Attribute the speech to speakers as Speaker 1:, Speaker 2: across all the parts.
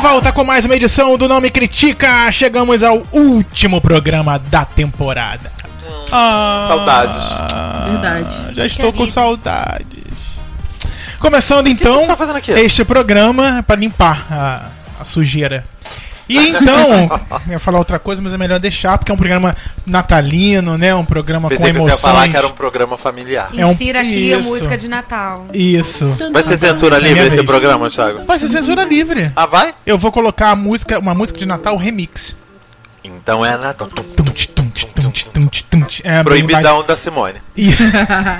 Speaker 1: volta com mais uma edição do Não Me Critica. Chegamos ao último programa da temporada. Ah,
Speaker 2: Saudades.
Speaker 3: Verdade.
Speaker 1: Já
Speaker 4: Poxa
Speaker 1: estou com
Speaker 4: vida.
Speaker 1: saudades. Começando então
Speaker 2: que você tá fazendo aqui?
Speaker 1: este programa para limpar a, a sujeira. E então, eu ia falar outra coisa, mas é melhor deixar, porque é um programa natalino, né? Um programa
Speaker 2: Pensei
Speaker 1: com
Speaker 2: que você ia
Speaker 1: emoções.
Speaker 2: falar que era um programa familiar.
Speaker 1: É um-
Speaker 4: Insira aqui a
Speaker 1: Isso.
Speaker 4: música de Natal.
Speaker 1: Isso.
Speaker 2: Vai ser censura
Speaker 1: minha
Speaker 2: livre esse
Speaker 1: vez.
Speaker 2: programa, Thiago?
Speaker 1: Vai ser censura livre.
Speaker 2: Ah, vai?
Speaker 1: Eu vou colocar a música, uma música de Natal remix.
Speaker 2: Então é Natal.
Speaker 1: Tum, tch, tum, tch, tum, tch, tum, tch, tum, tch. É, bem-
Speaker 2: Proibidão da Simone.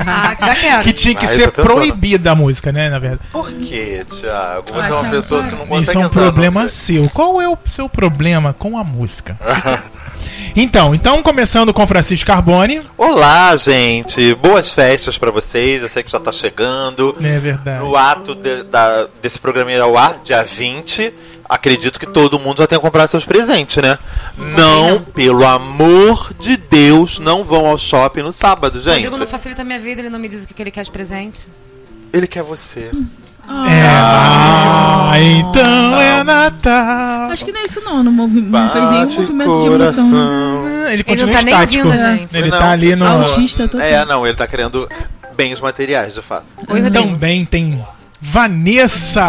Speaker 4: Ah, já quero.
Speaker 1: Que tinha que
Speaker 2: Ah, eu
Speaker 1: ser
Speaker 2: tô pensando.
Speaker 1: proibida a música, né, na verdade.
Speaker 2: Por que, Thiago? Você é
Speaker 3: Ah,
Speaker 2: uma
Speaker 3: Thiago,
Speaker 2: pessoa
Speaker 3: vai.
Speaker 2: que não consegue
Speaker 1: Isso é um
Speaker 2: entrar
Speaker 1: problema
Speaker 2: no-
Speaker 1: seu. Qual é o seu problema com a música? então, então começando com Francisco Carbone.
Speaker 2: Olá, gente. Boas festas pra vocês. Eu sei que já tá chegando.
Speaker 1: É verdade.
Speaker 2: No ato de- da- desse programa ir ao ar, dia 20, acredito que todo mundo já tenha comprado seus presentes, né? Não, pelo amor de Deus, não vão ao shopping no sábado,
Speaker 4: O
Speaker 2: gente.
Speaker 4: Rodrigo não facilita a minha vida, ele não me diz o que que ele quer de presente.
Speaker 2: Ele quer você.
Speaker 1: Ah, então é
Speaker 2: Tá
Speaker 1: Natal.
Speaker 3: Acho que não é isso não, não, movi- não fez nenhum movimento de emoção. né? não.
Speaker 2: Ah,
Speaker 1: Ele
Speaker 4: não
Speaker 1: continua
Speaker 4: tá nem
Speaker 1: estático.
Speaker 4: ouvindo, gente.
Speaker 1: Ele
Speaker 2: Não,
Speaker 1: tá ali no.
Speaker 3: Autista total.
Speaker 2: É, não, ele tá querendo bens materiais, de fato.
Speaker 4: Oi, Rodrigo.
Speaker 1: Também tem Vanessa.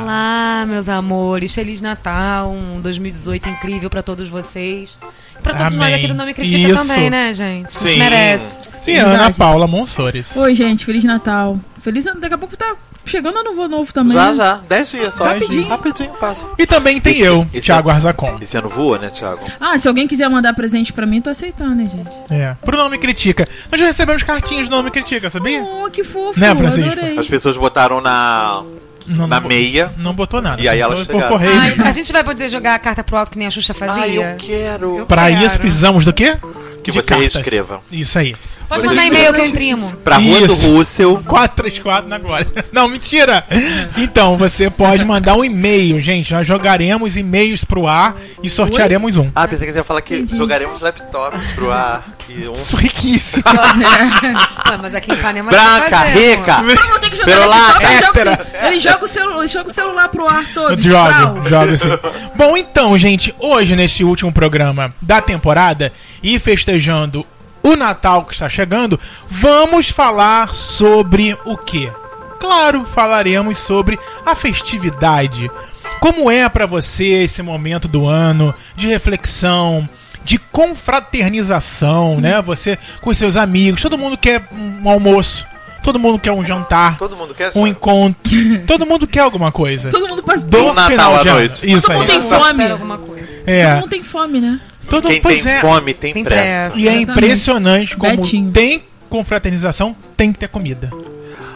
Speaker 4: Olá, meus amores. Feliz Natal, um 2018 incrível pra todos vocês. Pra todos nós
Speaker 1: Amém.
Speaker 4: aqui do Não Me Critica
Speaker 1: Isso.
Speaker 4: também, né, gente? A gente
Speaker 2: Sim.
Speaker 4: merece.
Speaker 1: E Ana Paula Monsores.
Speaker 3: Oi, gente, Feliz Natal. Feliz ano. Daqui a pouco tá chegando ano novo, novo também.
Speaker 2: Já, já. Dez dias só.
Speaker 3: é Rapidinho.
Speaker 2: Rapidinho, passa.
Speaker 1: E também tem
Speaker 2: Esse-
Speaker 1: eu,
Speaker 2: esse
Speaker 1: Thiago
Speaker 2: é-
Speaker 1: Arzacon.
Speaker 2: Esse ano voa, né, Thiago?
Speaker 3: Ah, se alguém quiser mandar presente pra mim, tô aceitando, hein, gente.
Speaker 1: É. Pro Não Me Critica. Nós já recebemos cartinhas do Não Me Critica, sabia?
Speaker 3: Oh, que fofo.
Speaker 1: Né, Francisco?
Speaker 3: Adorei.
Speaker 2: As pessoas botaram na,
Speaker 1: Não,
Speaker 2: na
Speaker 1: não bo-
Speaker 2: meia.
Speaker 1: Não botou nada.
Speaker 2: E aí elas
Speaker 1: Botou por
Speaker 2: chegaram.
Speaker 1: correio.
Speaker 4: Ai, a gente vai poder jogar a carta pro alto que nem a Xuxa fazia?
Speaker 2: Ai, eu quero.
Speaker 4: Eu
Speaker 1: Pra
Speaker 4: quero.
Speaker 1: isso precisamos do quê?
Speaker 2: Que
Speaker 1: De
Speaker 2: você reescreva.
Speaker 1: Isso aí.
Speaker 4: Pode
Speaker 2: Você
Speaker 4: mandar
Speaker 2: escreve.
Speaker 4: e-mail que eu imprimo.
Speaker 2: Pra Rua do
Speaker 1: Isso.
Speaker 2: Russell.
Speaker 1: 434 na glória. Não, mentira! Então, você pode mandar um e-mail, gente. Nós jogaremos e-mails pro ar e sortearemos um.
Speaker 2: Ah, pensei que você ia falar que jogaremos laptops pro ar. E um...
Speaker 1: Isso é riquíssimo.
Speaker 4: Ué, mas aqui em Ipanema tem que
Speaker 2: Branca,
Speaker 4: fazer, pô.
Speaker 2: rica!
Speaker 3: Todo mundo Tá tem que jogar
Speaker 2: Pelo
Speaker 3: laptop,
Speaker 2: lá,
Speaker 3: ele joga o
Speaker 1: hétera.
Speaker 3: ce- Ele joga o, celu- ele joga o celular pro ar todo.
Speaker 1: Jogo,
Speaker 3: Tchau.
Speaker 1: jogo sim. Bom, então, gente, hoje neste último programa da temporada e festejando o Natal que está chegando, vamos falar sobre o quê? Claro, falaremos sobre a festividade. Como é pra você esse momento do ano de reflexão, de confraternização, né? Você com seus amigos, todo mundo quer um almoço, todo mundo quer um jantar,
Speaker 2: Todo mundo quer?
Speaker 1: um encontro, todo mundo quer alguma coisa.
Speaker 3: Todo mundo passa.
Speaker 1: Do
Speaker 2: Um Natal
Speaker 1: final
Speaker 2: à
Speaker 1: de ano.
Speaker 2: noite.
Speaker 1: Isso
Speaker 3: Todo
Speaker 1: aí.
Speaker 3: mundo tem
Speaker 4: Eu
Speaker 3: fome.
Speaker 4: espero alguma coisa.
Speaker 1: É.
Speaker 3: Todo mundo tem fome, né?
Speaker 1: Todo
Speaker 2: Quem
Speaker 1: pois
Speaker 2: tem
Speaker 1: é.
Speaker 2: fome tem,
Speaker 4: Tem
Speaker 2: pressa.
Speaker 4: pressa.
Speaker 1: E é
Speaker 3: Exatamente.
Speaker 1: impressionante como
Speaker 3: Betinho.
Speaker 1: tem confraternização, tem que ter comida.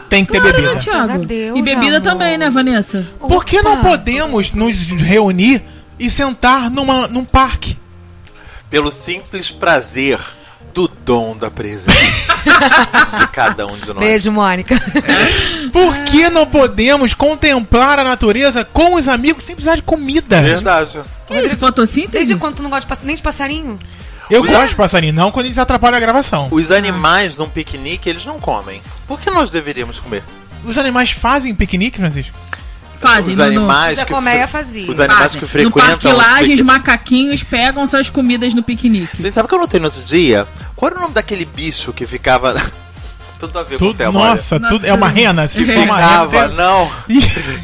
Speaker 1: Tem que ter
Speaker 3: Claro, né,
Speaker 1: bebida.
Speaker 3: Thiago?
Speaker 4: a Deus,
Speaker 3: e bebida
Speaker 4: amor.
Speaker 3: também, né, Vanessa?
Speaker 1: Por que não
Speaker 4: Opa.
Speaker 1: podemos nos reunir e sentar numa, num parque?
Speaker 2: Pelo simples prazer do dom da presença de cada um de nós.
Speaker 4: Beijo, Mônica.
Speaker 1: Por
Speaker 3: Ah.
Speaker 1: que não podemos contemplar a natureza com os amigos sem precisar de comida?
Speaker 2: Verdade.
Speaker 3: Que isso, fotossíntese?
Speaker 4: Desde quando tu não gosta de pass- nem de passarinho?
Speaker 1: Eu gosto de passarinho, não quando eles atrapalham a gravação.
Speaker 2: Os animais num piquenique, eles não comem. Por que nós deveríamos comer?
Speaker 1: Os animais fazem piquenique, Francisco?
Speaker 3: Fazem,
Speaker 2: os
Speaker 3: Manu.
Speaker 2: animais
Speaker 4: Zé
Speaker 2: que fre-
Speaker 4: Colmeia fazia.
Speaker 2: Os animais
Speaker 3: Fazem.
Speaker 2: que
Speaker 3: No parque
Speaker 2: frequentam os
Speaker 3: Lages,
Speaker 2: piqueniques.
Speaker 3: macaquinhos pegam suas comidas no piquenique.
Speaker 2: Gente, sabe o que eu notei no outro dia? Qual era o nome daquele bicho que ficava. Tudo a ver com o
Speaker 1: Tudo,
Speaker 2: tema. olha.
Speaker 1: nossa,
Speaker 3: Não,
Speaker 1: tudo, é uma rena. Se for uma rena,
Speaker 2: Ficava,
Speaker 1: tem-
Speaker 2: não.
Speaker 1: Ih,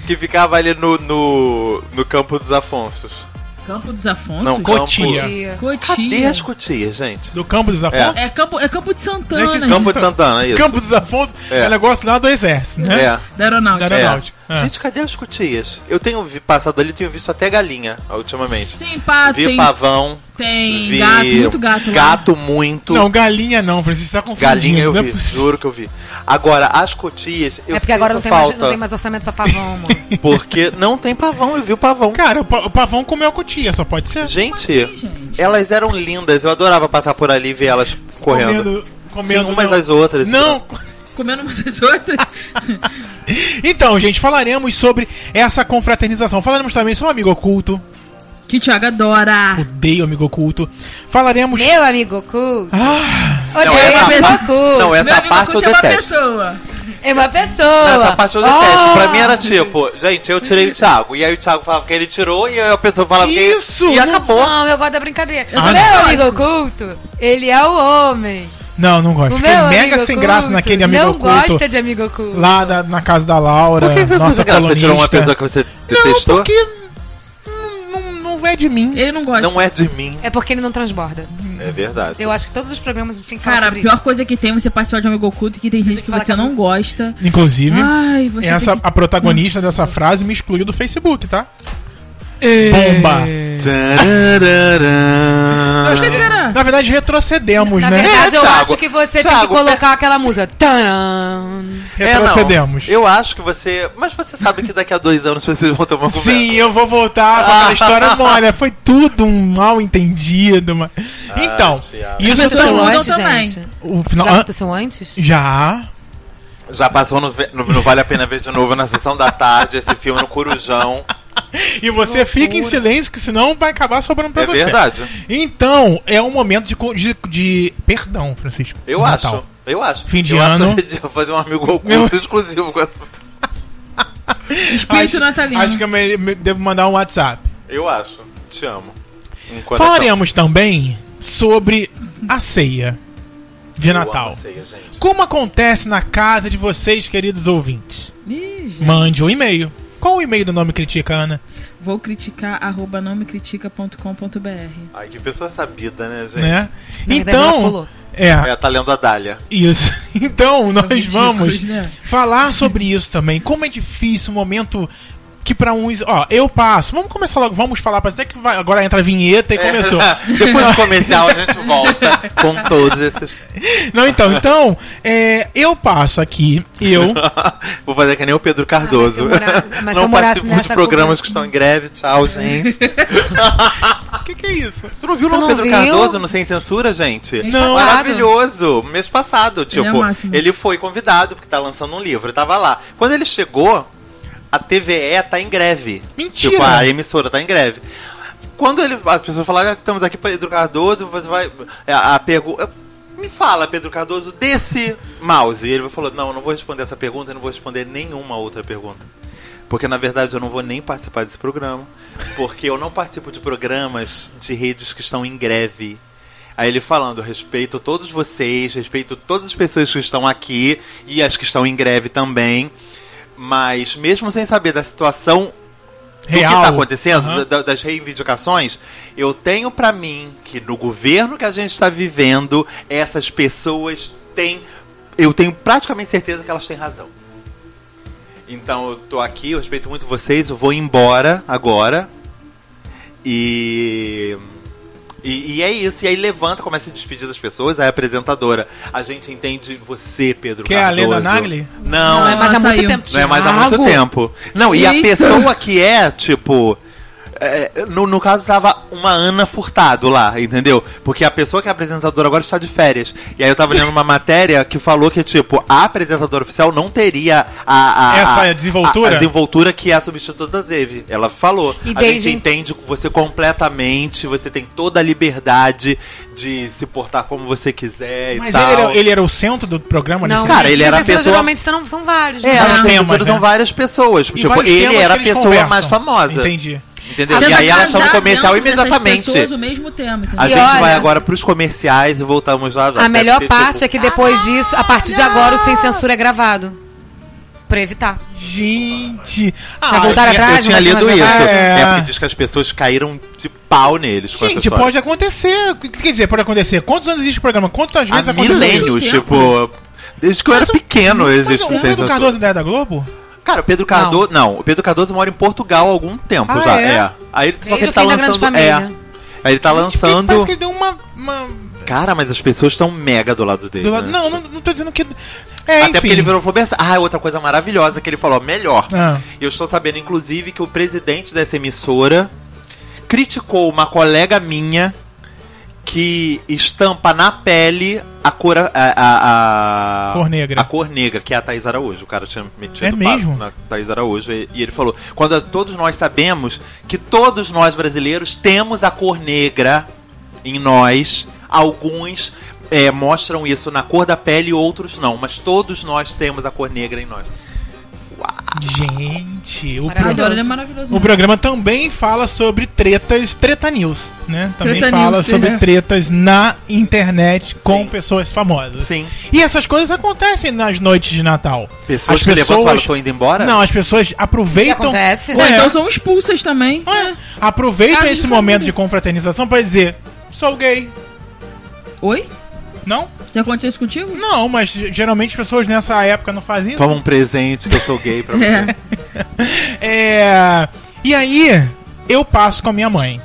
Speaker 2: Que ficava ali no, no, no campo dos Afonsos.
Speaker 3: Campo dos Afonso?
Speaker 2: Não,
Speaker 3: Cotia.
Speaker 2: Ah.
Speaker 1: Cotia.
Speaker 4: Tia.
Speaker 2: Cadê as cotias, gente?
Speaker 1: do Campo dos Afonso?
Speaker 3: É campo, é campo de Santana,
Speaker 1: Gente,
Speaker 3: gente,
Speaker 2: Campo de Santana, isso.
Speaker 1: Campo dos Afonso é,
Speaker 2: É.
Speaker 1: negócio lá do exército, né?
Speaker 2: É.
Speaker 3: da aeronáutica.
Speaker 1: Da
Speaker 2: é.
Speaker 1: Aeronáutica. Ah.
Speaker 2: Gente, cadê as cotias? Eu tenho vi- passado ali, tenho visto até galinha ultimamente.
Speaker 3: Tem pato,
Speaker 2: Vi
Speaker 3: tem,
Speaker 2: pavão,
Speaker 3: tem
Speaker 2: vi
Speaker 3: gato, muito gato. lá.
Speaker 2: gato muito.
Speaker 1: Não, galinha não, Francisco, tá confundindo.
Speaker 2: Galinha eu
Speaker 1: não é
Speaker 2: vi,
Speaker 1: possível.
Speaker 2: juro que eu vi. Agora, as cotias, eu
Speaker 4: é porque agora não
Speaker 2: sinto
Speaker 4: tem, mais,
Speaker 2: falta.
Speaker 4: não tem mais orçamento pra um pavão, amor.
Speaker 2: Porque não tem pavão, eu vi o pavão.
Speaker 1: Cara, o, pa- o pavão comeu a cotia, só pode ser.
Speaker 2: Gente,
Speaker 3: assim, gente?
Speaker 2: elas eram lindas, eu adorava passar por ali e ver elas correndo.
Speaker 1: Comendo, comendo
Speaker 2: Sim, umas
Speaker 1: não.
Speaker 2: às outras.
Speaker 1: Não.
Speaker 3: Comendo umas das outras.
Speaker 1: Então, gente, falaremos sobre essa confraternização. Falaremos também sobre o amigo oculto.
Speaker 3: que o Thiago adora.
Speaker 1: Odeio amigo oculto. Falaremos.
Speaker 4: Meu amigo cu.
Speaker 1: Ah,
Speaker 4: Odeio
Speaker 2: essa-
Speaker 4: amigo cu.
Speaker 2: Não, essa
Speaker 3: Meu amigo
Speaker 2: parte eu
Speaker 3: Cuca é uma
Speaker 2: detesto.
Speaker 3: pessoa.
Speaker 4: É uma pessoa.
Speaker 2: Nessa parte eu detesto.
Speaker 4: Ah!
Speaker 2: Pra mim era tipo, gente, eu tirei o Thiago. E aí o Thiago falava que ele tirou, e aí a pessoa falava que.
Speaker 1: Isso,
Speaker 2: E
Speaker 1: não-
Speaker 2: acabou.
Speaker 4: Oh. Não, eu gosto da brincadeira.
Speaker 1: Ah,
Speaker 4: o meu
Speaker 1: não.
Speaker 4: amigo oculto, ele é o homem.
Speaker 1: Não, não gosto.
Speaker 4: O
Speaker 1: Fiquei
Speaker 4: meu
Speaker 1: mega
Speaker 4: amigo
Speaker 1: sem graça
Speaker 4: oculto
Speaker 1: naquele amigo
Speaker 4: não
Speaker 1: oculto.
Speaker 4: gosta de amigo oculto.
Speaker 1: Lá da- na casa da Laura.
Speaker 2: Por que, que você
Speaker 1: nossa
Speaker 2: fez graça? Você tirou uma
Speaker 1: colunista.
Speaker 2: pessoa que você
Speaker 1: Não,
Speaker 2: detestou?
Speaker 1: porque hum, não, não é de mim.
Speaker 3: Ele não gosta.
Speaker 2: Não é de mim.
Speaker 4: É porque ele não transborda.
Speaker 2: É verdade.
Speaker 4: Eu acho que todos os programas a gente tem que falar
Speaker 3: Cara, a
Speaker 4: sobre
Speaker 3: pior
Speaker 4: isso.
Speaker 3: coisa que tem é você participar de um amigo oculto e que tem gente que
Speaker 4: fala
Speaker 3: você
Speaker 4: que- é
Speaker 3: não gosta.
Speaker 1: Inclusive,
Speaker 3: Ai, você
Speaker 1: essa,
Speaker 3: tem que-
Speaker 1: a protagonista
Speaker 3: Nossa.
Speaker 1: dessa frase me excluiu do Facebook, tá? Bomba!
Speaker 3: Por que será?
Speaker 1: Na verdade, retrocedemos,
Speaker 4: Na
Speaker 1: né?
Speaker 4: verdade, eu
Speaker 2: Thiago,
Speaker 4: acho que você tem que
Speaker 2: Thiago,
Speaker 4: colocar aquela música. Tcharam.
Speaker 2: É, não.
Speaker 1: Retrocedemos.
Speaker 2: Eu acho que você. Mas você sabe que daqui a dois anos vocês vão ter uma conversa.
Speaker 1: Sim, eu vou voltar com aquela história. Mas, Olha, foi tudo um mal entendido. Mas...
Speaker 2: Ah,
Speaker 1: então,
Speaker 2: Thiago.
Speaker 1: isso
Speaker 3: pessoas
Speaker 1: foi
Speaker 3: mudam
Speaker 1: lá-
Speaker 3: mudam também.
Speaker 1: o final. ah,
Speaker 4: né? Já tá
Speaker 1: Já,
Speaker 4: aconteceu antes?
Speaker 2: Já passou no, ve- no- no Vale a Pena Ver de novo na sessão da tarde esse filme no Corujão.
Speaker 1: E você fica em silêncio, que senão vai acabar sobrando pra
Speaker 2: É
Speaker 1: você.
Speaker 2: verdade.
Speaker 1: Então, é um momento de, co- de, de- Perdão, Francisco.
Speaker 2: Eu
Speaker 1: Natal.
Speaker 2: acho. Eu acho.
Speaker 1: Fim de
Speaker 2: eu
Speaker 1: ano.
Speaker 2: Acho que eu devia fazer um amigo oculto
Speaker 1: Meu-
Speaker 2: exclusivo com essa.
Speaker 3: Espírito
Speaker 1: acho,
Speaker 3: natalino.
Speaker 1: Acho que eu me- me- devo mandar um WhatsApp.
Speaker 2: Eu acho. Te amo. Um coração.
Speaker 1: Falaremos também sobre a ceia de
Speaker 2: Eu amo
Speaker 1: Natal.
Speaker 2: ceia, gente.
Speaker 1: Como acontece na casa de vocês, queridos ouvintes?
Speaker 3: Ih, gente.
Speaker 1: Mande um e-mail. Qual o e-mail do nome critica, Ana?
Speaker 3: Vou criticar, arroba nomecritica.com.br.
Speaker 2: Ai, que pessoa sabida, né, gente?
Speaker 1: Né?
Speaker 4: Na verdade, ela
Speaker 1: Então,
Speaker 4: pulou.
Speaker 1: é
Speaker 2: É, tá lendo a Dália.
Speaker 1: isso. Então,
Speaker 3: São
Speaker 1: nós
Speaker 3: ridículos,
Speaker 1: vamos
Speaker 3: né?
Speaker 1: falar sobre isso também. Como é difícil o momento que pra uns, ó, eu passo. Vamos começar logo, vamos falar, parece até que vai, agora entra a vinheta e
Speaker 2: É.
Speaker 1: começou.
Speaker 2: Depois do comercial a gente volta com todos esses.
Speaker 1: Não, então, então, é, eu passo aqui, eu
Speaker 2: Vou fazer que nem o Pedro Cardoso.
Speaker 4: Ah, mas se eu morasse- mas se eu
Speaker 2: não
Speaker 4: morasse
Speaker 2: participo de
Speaker 4: nessa
Speaker 2: programas
Speaker 4: cultura-
Speaker 2: que estão em greve. Tchau, gente.
Speaker 1: O que, que é isso?
Speaker 2: Tu não viu
Speaker 4: Tu
Speaker 2: o
Speaker 4: não
Speaker 2: Pedro
Speaker 4: viu?
Speaker 2: Cardoso no Sem Censura, gente?
Speaker 4: Mês
Speaker 1: Não.
Speaker 4: passado.
Speaker 2: Maravilhoso. Mês passado, tipo,
Speaker 3: é o máximo.
Speaker 2: ele foi convidado porque tá lançando um livro, tava lá. Quando ele chegou, a TVE tá em greve.
Speaker 1: Mentira.
Speaker 2: Tipo, a emissora tá em greve. Quando ele, as pessoas falaram, "Ah, estamos aqui para Pedro Cardoso, você vai é, a pergunta me fala, Pedro Cardoso, desse mouse. E ele falou: Não, eu não vou responder essa pergunta, eu não vou responder nenhuma outra pergunta. Porque na verdade eu não vou nem participar desse programa. Porque eu não participo de programas de redes que estão em greve. Aí ele falando, respeito todos vocês, respeito todas as pessoas que estão aqui e as que estão em greve também. Mas mesmo sem saber da situação do que
Speaker 1: Real.
Speaker 2: está acontecendo,
Speaker 1: Aham.
Speaker 2: da- das reivindicações, eu tenho pra mim que no governo que a gente está vivendo, essas pessoas têm. Eu tenho praticamente certeza que elas têm razão. Então eu tô aqui, eu respeito muito vocês, eu vou embora agora. E. E, e é isso, e aí levanta, começa a despedir das pessoas, aí a apresentadora. A gente entende você, Pedro
Speaker 1: Que é a Lena
Speaker 2: Cardoso."
Speaker 1: Nagli?
Speaker 2: Não,
Speaker 3: Não, é
Speaker 4: Mas há
Speaker 3: Ela
Speaker 4: muito
Speaker 3: saiu.
Speaker 4: tempo.
Speaker 2: não é mais há muito
Speaker 4: Thiago.
Speaker 2: tempo. Não, e a
Speaker 3: Eita.
Speaker 2: pessoa que é, tipo. é, no, no caso, tava uma Ana Furtado lá, entendeu? Porque a pessoa que é apresentadora agora está de férias. E aí eu tava lendo uma matéria que falou que, tipo, a apresentadora oficial não teria a. a-
Speaker 1: Essa
Speaker 2: a-
Speaker 1: desenvoltura?
Speaker 2: A, a desenvoltura que é a substituta teve. Ela falou.
Speaker 4: E
Speaker 2: a
Speaker 4: desde-
Speaker 2: gente entende você completamente, você tem toda a liberdade de se portar como você quiser e
Speaker 1: Mas
Speaker 2: tal.
Speaker 1: ele era, ele era o centro do programa?
Speaker 4: Não,
Speaker 1: Alexandre?
Speaker 2: Cara, ele
Speaker 4: mas
Speaker 2: era a
Speaker 4: esses dois
Speaker 2: pessoa-
Speaker 4: Geralmente são, são vários.
Speaker 2: É,
Speaker 4: né?
Speaker 1: Vários
Speaker 2: elas têm
Speaker 1: temas,
Speaker 2: temas,
Speaker 1: né?
Speaker 2: são várias pessoas.
Speaker 1: E
Speaker 2: tipo,
Speaker 1: vários
Speaker 2: ele
Speaker 1: temas
Speaker 2: era a
Speaker 1: que eles
Speaker 2: pessoa
Speaker 1: conversam.
Speaker 2: mais famosa.
Speaker 1: Entendi.
Speaker 2: Entendeu?
Speaker 3: Tenta
Speaker 2: E aí ela
Speaker 3: casar
Speaker 2: chama o comercial
Speaker 3: dentro dessas
Speaker 2: imediatamente.
Speaker 3: pessoas ao mesmo tempo. entendeu?
Speaker 2: A
Speaker 4: E
Speaker 2: gente vai
Speaker 4: olha-
Speaker 2: agora pros comerciais e voltamos lá já.
Speaker 4: A
Speaker 2: Deve
Speaker 4: melhor
Speaker 2: ter,
Speaker 4: parte
Speaker 2: tipo,
Speaker 4: é que depois disso, a partir de agora, o Sem Censura é gravado. Pra evitar.
Speaker 1: Gente. Ah,
Speaker 4: Pra voltar
Speaker 2: Eu tinha,
Speaker 4: atrás,
Speaker 2: eu tinha
Speaker 4: mas você
Speaker 2: lido
Speaker 4: não
Speaker 2: isso.
Speaker 4: vai-
Speaker 1: É.
Speaker 2: É. porque diz que as pessoas caíram de pau neles com essa
Speaker 1: Gente,
Speaker 2: história.
Speaker 1: pode acontecer. Quer dizer, pode acontecer. Quantos anos existe o programa? Quantas vezes
Speaker 2: Há
Speaker 1: aconteceu
Speaker 2: milênios,
Speaker 1: isso?
Speaker 2: tipo. Desde que eu era pequeno
Speaker 1: Mas
Speaker 2: existe
Speaker 1: o
Speaker 2: um
Speaker 1: Pedro
Speaker 2: sensação.
Speaker 1: Cardoso ideia da Globo?
Speaker 2: Cara, o Pedro Cardoso. Não. o Pedro Cardoso mora em Portugal há algum tempo
Speaker 1: Ah,
Speaker 2: já.
Speaker 1: é?
Speaker 2: É. Aí ele, só que
Speaker 4: Desde
Speaker 2: ele
Speaker 4: o
Speaker 2: tá
Speaker 4: fim da Grande
Speaker 2: lançando. É.
Speaker 4: Família.
Speaker 2: Aí ele tá lançando.
Speaker 1: Parece que ele deu uma... uma-
Speaker 2: Cara, mas as pessoas estão mega do lado dele.
Speaker 1: do lado-
Speaker 2: né?
Speaker 1: Não, não, não tô dizendo que... É,
Speaker 2: Até
Speaker 1: enfim.
Speaker 2: porque ele virou e falou bem assim, ah, outra coisa maravilhosa que ele falou, melhor.
Speaker 1: Ah.
Speaker 2: E eu estou sabendo, inclusive, que o presidente dessa emissora criticou uma colega minha que estampa na pele a cor... A, a- a-
Speaker 1: Cor negra.
Speaker 2: A cor negra, que é a Thaís Araújo. O cara tinha metido
Speaker 1: É
Speaker 2: o
Speaker 1: mesmo?
Speaker 2: na Thaís Araújo. E, e ele falou, quando a- todos nós sabemos que todos nós brasileiros temos a cor negra em nós, alguns
Speaker 5: é, mostram isso na cor da pele e outros não. Mas todos nós temos a cor negra em nós.
Speaker 1: Gente, o
Speaker 4: Maravilhoso.
Speaker 1: programa.
Speaker 3: Adoro, ele é maravilhoso.
Speaker 1: O programa também fala sobre tretas, treta news, né? Também
Speaker 3: Treta
Speaker 1: fala
Speaker 3: news,
Speaker 1: sobre
Speaker 3: é.
Speaker 1: tretas na internet com
Speaker 5: Sim.
Speaker 1: pessoas famosas.
Speaker 5: Sim.
Speaker 1: E essas coisas acontecem nas noites de Natal.
Speaker 5: Pessoas que levantam e falam, "Tô indo embora?"
Speaker 1: Não, as pessoas aproveitam.
Speaker 4: acontece,
Speaker 3: Ou
Speaker 4: né?
Speaker 1: É,
Speaker 3: então são expulsas também.
Speaker 1: é, aproveitam
Speaker 3: Casa de
Speaker 1: esse
Speaker 3: família.
Speaker 1: momento de confraternização pra dizer: sou gay.
Speaker 3: Oi?
Speaker 1: Não?
Speaker 3: Já aconteceu isso contigo?
Speaker 1: Não, mas geralmente as pessoas nessa época não fazem isso.
Speaker 5: Toma um presente que eu sou gay pra você.
Speaker 3: É.
Speaker 1: É. E aí, eu passo com a minha mãe.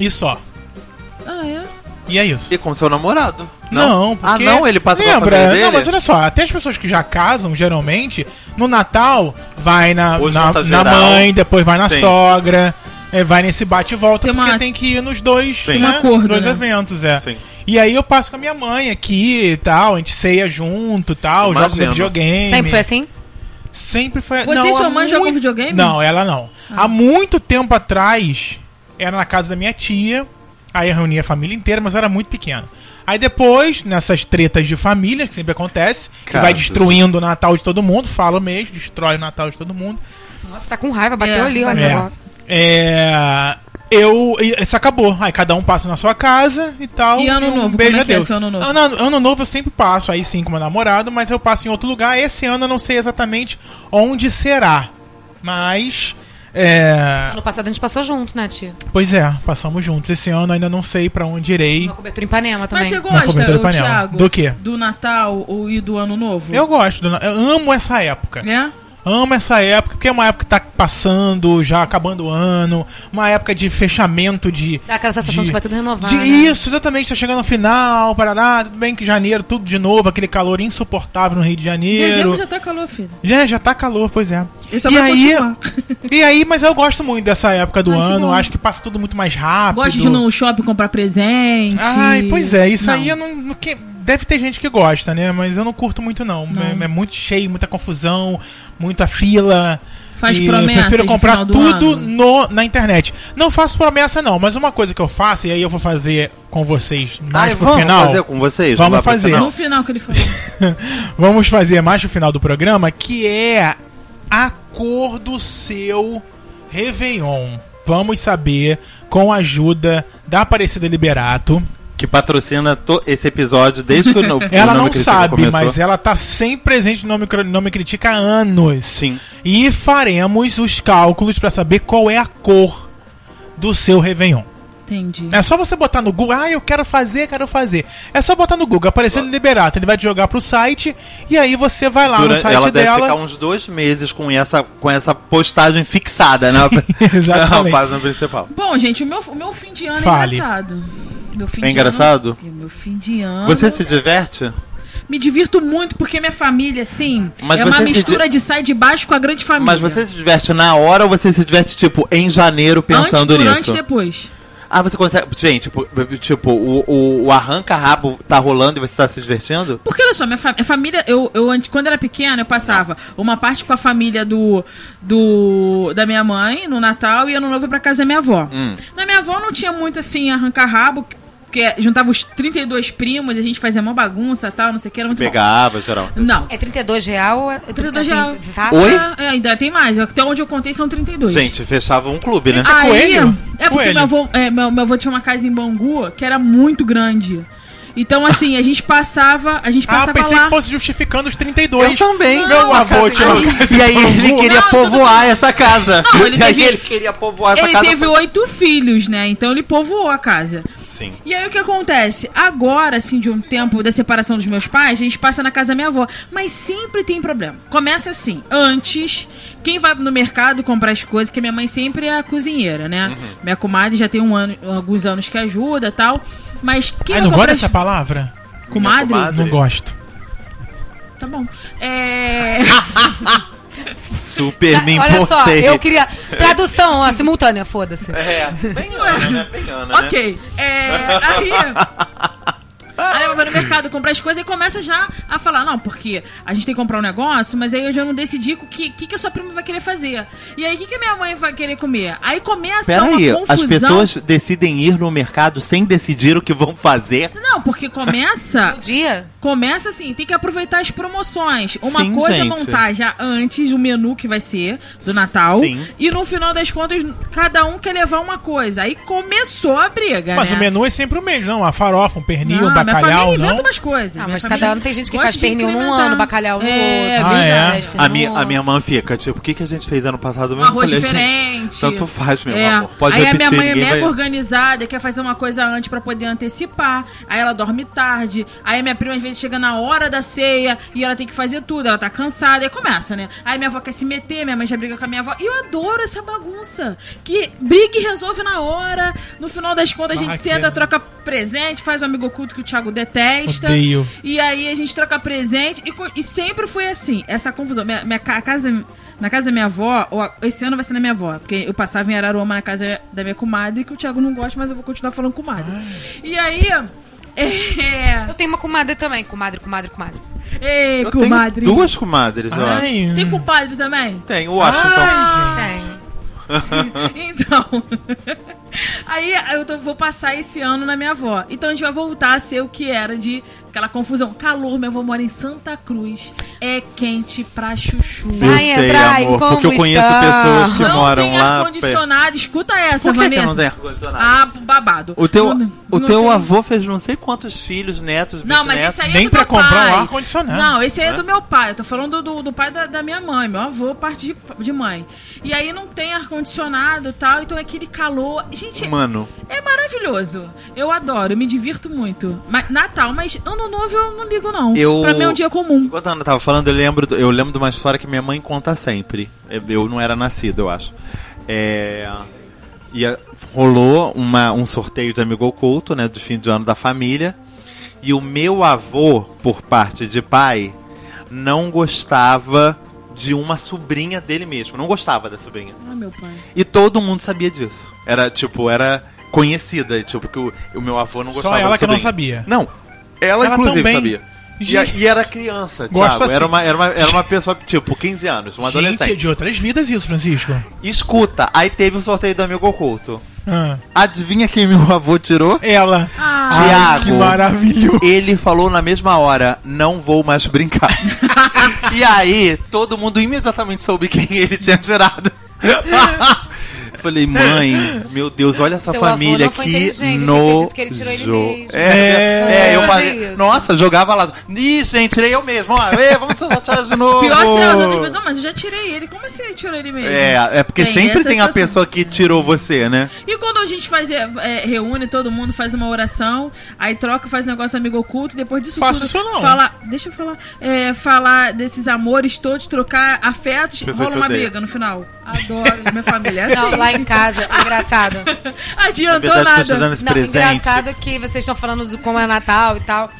Speaker 1: E só.
Speaker 3: Ah, é?
Speaker 1: E é isso.
Speaker 5: E com seu namorado?
Speaker 1: Não, porque...
Speaker 5: Ah, não? Ele passa com a
Speaker 1: Lembra?
Speaker 5: família dele?
Speaker 1: Não, mas é olha só, até as pessoas que já casam, geralmente, no Natal, vai na,
Speaker 5: Hoje
Speaker 1: na,
Speaker 5: não tá
Speaker 1: na
Speaker 5: geral.
Speaker 1: mãe, depois vai na
Speaker 5: Sim.
Speaker 1: sogra, é, vai nesse bate e volta,
Speaker 3: Tem uma-
Speaker 1: porque tem que ir nos dois,
Speaker 5: Sim.
Speaker 1: né,
Speaker 3: Um acordo,
Speaker 1: dois
Speaker 3: né?
Speaker 1: eventos, é.
Speaker 5: Sim.
Speaker 1: E aí eu passo com a minha mãe aqui e tal, a gente ceia junto e tal, joga
Speaker 5: Imagino.
Speaker 1: no videogame.
Speaker 4: Sempre foi assim?
Speaker 1: Sempre foi.
Speaker 3: Você
Speaker 1: não,
Speaker 3: e sua
Speaker 1: há
Speaker 3: mãe jogam videogame? Ah.
Speaker 1: Não, ela não. Há muito tempo atrás, era na casa da minha tia. Aí eu reunia a família inteira, mas eu era muito pequeno. Aí depois, nessas tretas de família, que sempre acontece, que vai
Speaker 5: Casos.
Speaker 1: destruindo o Natal de todo mundo, fala mesmo, destrói o Natal de todo mundo.
Speaker 4: Nossa, tá com raiva, bateu
Speaker 3: É.
Speaker 4: ali, ó, o
Speaker 1: É.
Speaker 4: negócio.
Speaker 1: É. Eu. e Isso acabou. Aí cada um passa na sua casa e tal.
Speaker 3: E ano
Speaker 1: um
Speaker 3: novo,
Speaker 1: beijo
Speaker 3: como é
Speaker 1: a
Speaker 3: que é
Speaker 1: Deus.
Speaker 3: esse ano novo?
Speaker 1: Ano, ano novo eu sempre passo, aí sim, com meu namorado, mas eu passo em outro lugar. Esse ano eu não sei exatamente onde será. Mas. É.
Speaker 4: Ano passado a gente passou junto, né, tia?
Speaker 1: Pois é, passamos juntos. Esse ano ainda não sei pra onde irei.
Speaker 4: Uma cobertura em Ipanema também.
Speaker 3: Mas você
Speaker 1: Na cobertura
Speaker 3: gosta,
Speaker 1: do
Speaker 3: ô,
Speaker 1: painel.
Speaker 3: Thiago?
Speaker 1: Do quê?
Speaker 3: Do Natal ou, e do Ano Novo?
Speaker 1: Eu gosto, do- eu amo essa época.
Speaker 3: É?
Speaker 1: Amo essa época, porque é uma época que tá passando, já acabando o ano, uma época de fechamento de.
Speaker 4: Dá aquela sensação de que vai tudo renovar,
Speaker 1: de-
Speaker 4: né?
Speaker 1: Isso, exatamente, tá chegando no final, parará, tudo bem que janeiro, tudo de novo, aquele calor insuportável no Rio de
Speaker 3: Dezembro
Speaker 1: Janeiro.
Speaker 3: já tá calor, filho.
Speaker 1: Já, já tá calor, pois é.
Speaker 3: Isso é
Speaker 1: e
Speaker 3: pra
Speaker 1: aí,
Speaker 3: continuar.
Speaker 1: e aí, mas eu gosto muito dessa época do
Speaker 3: Ai, que
Speaker 1: ano,
Speaker 3: bom.
Speaker 1: acho que passa tudo muito mais rápido.
Speaker 3: Gosta de ir no shopping comprar presente.
Speaker 1: Ai, pois é, isso
Speaker 3: Não.
Speaker 1: aí eu não. não que- Deve ter gente que gosta, né? Mas eu não curto muito, não. É, é muito cheio, muita confusão, muita fila.
Speaker 3: Faz
Speaker 1: E
Speaker 3: promessas
Speaker 1: Prefiro
Speaker 3: de
Speaker 1: comprar
Speaker 3: final do
Speaker 1: tudo
Speaker 3: ano?
Speaker 1: no, na internet. Não faço promessa, não, mas uma coisa que eu faço, e aí eu vou fazer com vocês mais
Speaker 5: Ai,
Speaker 1: pro
Speaker 5: Tá, vamos
Speaker 1: final.
Speaker 5: fazer com vocês?
Speaker 1: Vamos
Speaker 5: lá pro
Speaker 1: fazer.
Speaker 5: final?
Speaker 3: No final que ele falou.
Speaker 1: Vamos fazer mais pro final do programa, que é a cor do seu Réveillon. Vamos saber, com a ajuda da Aparecida Liberato.
Speaker 5: Que patrocina to- esse episódio desde que o no- o
Speaker 1: Ela
Speaker 5: Nome
Speaker 1: não
Speaker 5: Critica
Speaker 1: sabe,
Speaker 5: começou.
Speaker 1: mas ela tá sempre presente no Nome, Nome Critica há anos.
Speaker 5: Sim.
Speaker 1: E faremos os cálculos pra saber qual é a cor do seu Réveillon.
Speaker 3: Entendi.
Speaker 1: É só você botar no Google, ah, eu quero fazer, quero fazer. É só botar no Google, aparecendo liberato, ele vai te jogar pro site e aí você vai lá Ah, no
Speaker 5: Durante-
Speaker 1: site
Speaker 5: ela deve
Speaker 1: dela.
Speaker 5: ficar um- uns dois meses com essa, com essa postagem fixada, né?
Speaker 1: exatamente.
Speaker 5: Na página principal.
Speaker 3: Bom, gente, o meu, o meu fim de ano
Speaker 1: Fale.
Speaker 3: é engraçado. Meu fim
Speaker 5: É engraçado?
Speaker 3: De ano, meu fim de ano.
Speaker 5: Você se diverte?
Speaker 3: Me divirto muito porque minha família, assim,
Speaker 5: Mas
Speaker 3: é uma
Speaker 5: você se
Speaker 3: mistura de sai de baixo com a grande família.
Speaker 5: Mas você se diverte na hora ou você se diverte, tipo, em janeiro pensando
Speaker 3: Antes, durante
Speaker 5: nisso?
Speaker 3: e depois.
Speaker 5: Ah, você consegue. Gente, tipo, tipo, o, o, o arranca-rabo tá rolando e você tá se divertindo?
Speaker 3: Porque olha só, minha, fa- minha família, eu, eu antes- quando era pequena, eu passava uma parte com a família do, do da minha mãe no Natal e ano novo pra casa da minha avó.
Speaker 5: Hum.
Speaker 3: Na minha avó não tinha muito assim arrancar rabo, porque juntava os 32 primos, a gente fazia uma bagunça, tal, não sei o que, era
Speaker 5: Se
Speaker 3: muito bom.
Speaker 5: pegava, geral.
Speaker 3: Não.
Speaker 4: É 32 real ou é
Speaker 3: 32 real.
Speaker 4: vaca?
Speaker 5: Oi?
Speaker 3: É, ainda tem mais, até onde eu contei são 32.
Speaker 5: Gente, fechava um clube, né?
Speaker 3: Aí,
Speaker 1: coelho?
Speaker 3: É porque
Speaker 1: Coelho.
Speaker 3: meu avô, é, meu, meu avô tinha uma casa em Bangu que era muito grande. Então, assim, a gente passava, a gente
Speaker 1: Ah,
Speaker 3: passava
Speaker 1: pensei
Speaker 3: lá.
Speaker 1: que fosse justificando os 32.
Speaker 5: Eu também.
Speaker 1: Meu
Speaker 5: Não,
Speaker 1: avô
Speaker 5: casa-
Speaker 3: é
Speaker 1: tinha uma
Speaker 5: Ai,
Speaker 1: casa
Speaker 5: E aí ele
Speaker 1: Bangu.
Speaker 5: queria
Speaker 3: um Não, tudo
Speaker 5: povoar essa casa.
Speaker 3: Não, ele
Speaker 5: e aí
Speaker 3: teve-
Speaker 5: ele queria povoar essa
Speaker 3: Ele
Speaker 5: casa.
Speaker 3: teve oito filhos, né? Então ele povoou a casa.
Speaker 5: Sim.
Speaker 3: E aí o que acontece? Agora, assim, de um tempo da separação dos meus pais, a gente passa na casa da minha avó. Mas sempre tem problema. Começa assim. Antes, quem vai no mercado comprar as coisas, que minha mãe sempre é a cozinheira,
Speaker 1: Uhum.
Speaker 3: né? Minha comadre já tem um ano, alguns anos que ajuda e tal. Mas quem
Speaker 1: Ai,
Speaker 3: vai
Speaker 1: Ah, não gosta
Speaker 3: comprar
Speaker 1: dessa palavra?
Speaker 3: as... comadre?
Speaker 5: Minha comadre.
Speaker 1: Não gosto.
Speaker 3: Tá bom. É.
Speaker 5: Super me importei.
Speaker 4: Olha só, eu queria. Tradução, ó, simultânea, foda-se.
Speaker 1: Ah,
Speaker 5: É, bem Ana, né? Bem Ana, né?
Speaker 3: ok. É. Aí. Aí ela vai no mercado comprar as coisas e começa já a falar: não, porque a gente tem que comprar um negócio, mas aí eu já não decidi o que, que, que a sua prima vai querer fazer. E aí o que, que a minha mãe vai querer comer? Aí começa uma
Speaker 2: Peraí,
Speaker 3: confusão.
Speaker 2: as pessoas decidem ir no mercado sem decidir o que vão fazer?
Speaker 3: Não, porque começa
Speaker 4: No dia?
Speaker 3: Começa assim, tem que aproveitar as promoções. Uma
Speaker 2: Sim,
Speaker 3: coisa é
Speaker 2: gente.
Speaker 3: montar já antes o menu que vai ser do Natal.
Speaker 2: Sim.
Speaker 3: E no final das contas, cada um quer levar uma coisa. Aí começou a briga.
Speaker 1: Mas
Speaker 3: né?
Speaker 1: o menu é sempre o mesmo, não? Uma farofa, um pernil,
Speaker 3: Não,
Speaker 1: um
Speaker 3: Ah, minha
Speaker 1: bacalhau,
Speaker 3: família inventa
Speaker 1: não?
Speaker 3: umas coisas.
Speaker 4: Ah,
Speaker 3: Minha
Speaker 4: mas
Speaker 3: família
Speaker 4: cada ano tem gente que
Speaker 3: gosta
Speaker 4: faz
Speaker 3: de
Speaker 4: pernil num
Speaker 3: incrementar.
Speaker 4: ano, bacalhau no
Speaker 3: é,
Speaker 4: outro.
Speaker 1: Ah, é?
Speaker 4: Nordeste,
Speaker 2: A
Speaker 4: no
Speaker 2: minha, a
Speaker 4: outro.
Speaker 2: minha mãe fica, tipo, o que, que a gente fez ano passado
Speaker 3: Um
Speaker 2: mesmo? Ah, Eu
Speaker 3: arroz
Speaker 2: falei,
Speaker 3: diferente.
Speaker 2: Gente, tanto faz, meu
Speaker 3: É.
Speaker 2: amor. Pode
Speaker 3: Aí
Speaker 2: repetir,
Speaker 3: a minha mãe é
Speaker 2: ninguém
Speaker 3: mega
Speaker 2: vai...
Speaker 3: organizada, quer fazer uma coisa antes pra poder antecipar. Aí ela dorme tarde. Aí a minha prima às vezes chega na hora da ceia e ela tem que fazer tudo. Ela tá cansada. Aí começa, né? Aí minha avó quer se meter, minha mãe já briga com a minha avó. E eu adoro essa bagunça. Que briga e resolve na hora. No final das contas, a gente
Speaker 1: Barraqueira.
Speaker 3: senta, troca presente, faz o amigo oculto que o Thiago detesta.
Speaker 1: Odeio.
Speaker 3: E aí a gente troca presente. E, co- e sempre foi assim, essa confusão. Minha, minha ca- casa, na casa da minha avó, ou a- esse ano vai ser na minha avó, porque eu passava em Araruama na casa da minha comadre, que o Thiago não gosta, mas eu vou continuar falando comadre. E aí. É,
Speaker 4: Eu tenho uma comadre também, comadre, comadre, comadre.
Speaker 3: é,
Speaker 2: Eu tenho
Speaker 3: comadre.
Speaker 2: duas comadres, eu acho.
Speaker 1: Ai,
Speaker 3: Tem compadre também?
Speaker 2: Tem, o Washington.
Speaker 4: Tem.
Speaker 3: Então. Aí eu tô- vou passar esse ano na minha avó. Então a gente vai voltar a ser o que era de aquela confusão. Calor, minha avó mora em Santa Cruz. É quente pra chuchu.
Speaker 2: eu
Speaker 4: Vai
Speaker 2: sei,
Speaker 4: entrar,
Speaker 2: amor,
Speaker 4: como
Speaker 2: porque eu conheço
Speaker 4: está?
Speaker 2: pessoas que
Speaker 3: não
Speaker 2: moram lá.
Speaker 3: tem
Speaker 2: perto.
Speaker 3: ar-condicionado. Escuta essa,
Speaker 2: Por que, que
Speaker 3: Vanessa.
Speaker 2: não tem ar-condicionado?
Speaker 3: Ah, babado.
Speaker 2: O teu,
Speaker 3: Não-
Speaker 2: o
Speaker 3: não
Speaker 2: teu
Speaker 3: tem.
Speaker 2: avô fez não sei quantos filhos, netos,
Speaker 3: Não, mas esse aí é
Speaker 1: Nem
Speaker 3: do
Speaker 1: pra
Speaker 3: meu
Speaker 1: comprar um
Speaker 3: pai.
Speaker 1: ar-condicionado.
Speaker 3: Não, esse
Speaker 2: né?
Speaker 3: aí é do meu pai. Eu tô falando do, do pai da, da minha mãe, meu avô, parte de, de mãe. E aí não tem ar-condicionado e tal, então é aquele calor. Gente,
Speaker 2: Mano,
Speaker 3: é maravilhoso. Eu adoro, eu me divirto muito. Mas, Natal, mas ano novo eu não ligo, não.
Speaker 2: Eu-
Speaker 3: Pra mim é um dia comum.
Speaker 2: enquanto a Ana tava falando, eu lembro, do- eu lembro de uma história que minha mãe conta sempre. Eu- Eu não era nascido, eu acho. É, e a- rolou uma- um sorteio de amigo oculto, né, de fim de ano da família. E o meu avô, por parte de pai, não gostava de uma sobrinha dele mesmo. Não gostava da sobrinha.
Speaker 3: Ah, meu pai.
Speaker 2: E todo mundo sabia disso. Era, tipo, era conhecida, tipo, que o, o meu avô não
Speaker 1: Só
Speaker 2: gostava
Speaker 1: ela
Speaker 2: da
Speaker 1: que não
Speaker 2: sobrinha.
Speaker 1: sabia.
Speaker 2: Não, ela,
Speaker 1: Ela
Speaker 2: inclusive
Speaker 1: também.
Speaker 2: sabia. E, a-
Speaker 1: Gente.
Speaker 2: e era criança,
Speaker 1: Gosto
Speaker 2: Thiago.
Speaker 1: assim.
Speaker 2: Era, uma, era, uma, era uma pessoa, tipo, 15 anos, uma
Speaker 1: Gente, é
Speaker 2: adolescente.
Speaker 1: de outras vidas isso, Francisco.
Speaker 2: Escuta, aí teve o sorteio do amigo oculto.
Speaker 1: Ah,
Speaker 2: Adivinha quem meu avô tirou?
Speaker 1: ela.
Speaker 3: Ah,
Speaker 2: Ai, Tiago.
Speaker 1: Que maravilhoso.
Speaker 2: Ele falou na mesma hora, não vou mais brincar. e aí, todo mundo imediatamente soube quem ele tinha tirado. Eu Falei, mãe, meu Deus, olha essa
Speaker 4: Seu avô
Speaker 2: família
Speaker 4: não foi
Speaker 2: aqui.
Speaker 4: inteligente, eu
Speaker 2: No
Speaker 4: acredito que ele tirou ele mesmo.
Speaker 2: É, é,
Speaker 4: É,
Speaker 2: eu
Speaker 4: fazer
Speaker 2: falei,
Speaker 4: isso.
Speaker 2: nossa, jogava lá. Ih, gente, tirei eu mesmo. Ó, Ê, vamos sortear de novo.
Speaker 3: Pior se é os outros me dão, mas eu já tirei ele. Como assim tirou ele mesmo?
Speaker 2: É, é porque
Speaker 3: Tem
Speaker 2: sempre
Speaker 3: essa
Speaker 2: tem a
Speaker 3: situação.
Speaker 2: pessoa que tirou você, né?
Speaker 3: E quando a gente faz, é, é, reúne todo mundo, faz uma oração, aí troca, faz negócio amigo oculto, e depois disso
Speaker 1: Faço
Speaker 3: tudo.
Speaker 1: isso não.
Speaker 3: Fala, deixa eu falar. É, falar desses amores todos, trocar afetos,
Speaker 2: pessoas
Speaker 3: rola
Speaker 2: se
Speaker 3: uma
Speaker 2: odeiam.
Speaker 3: briga no final. Adoro minha família. É assim.
Speaker 4: Não, lá em casa, engraçado.
Speaker 2: Na
Speaker 3: Adiantou
Speaker 2: verdade, tô te dando
Speaker 3: nada.
Speaker 1: assim,
Speaker 2: esse
Speaker 4: Não,
Speaker 2: presente.
Speaker 4: engraçado que vocês estão falando de como é Natal e tal.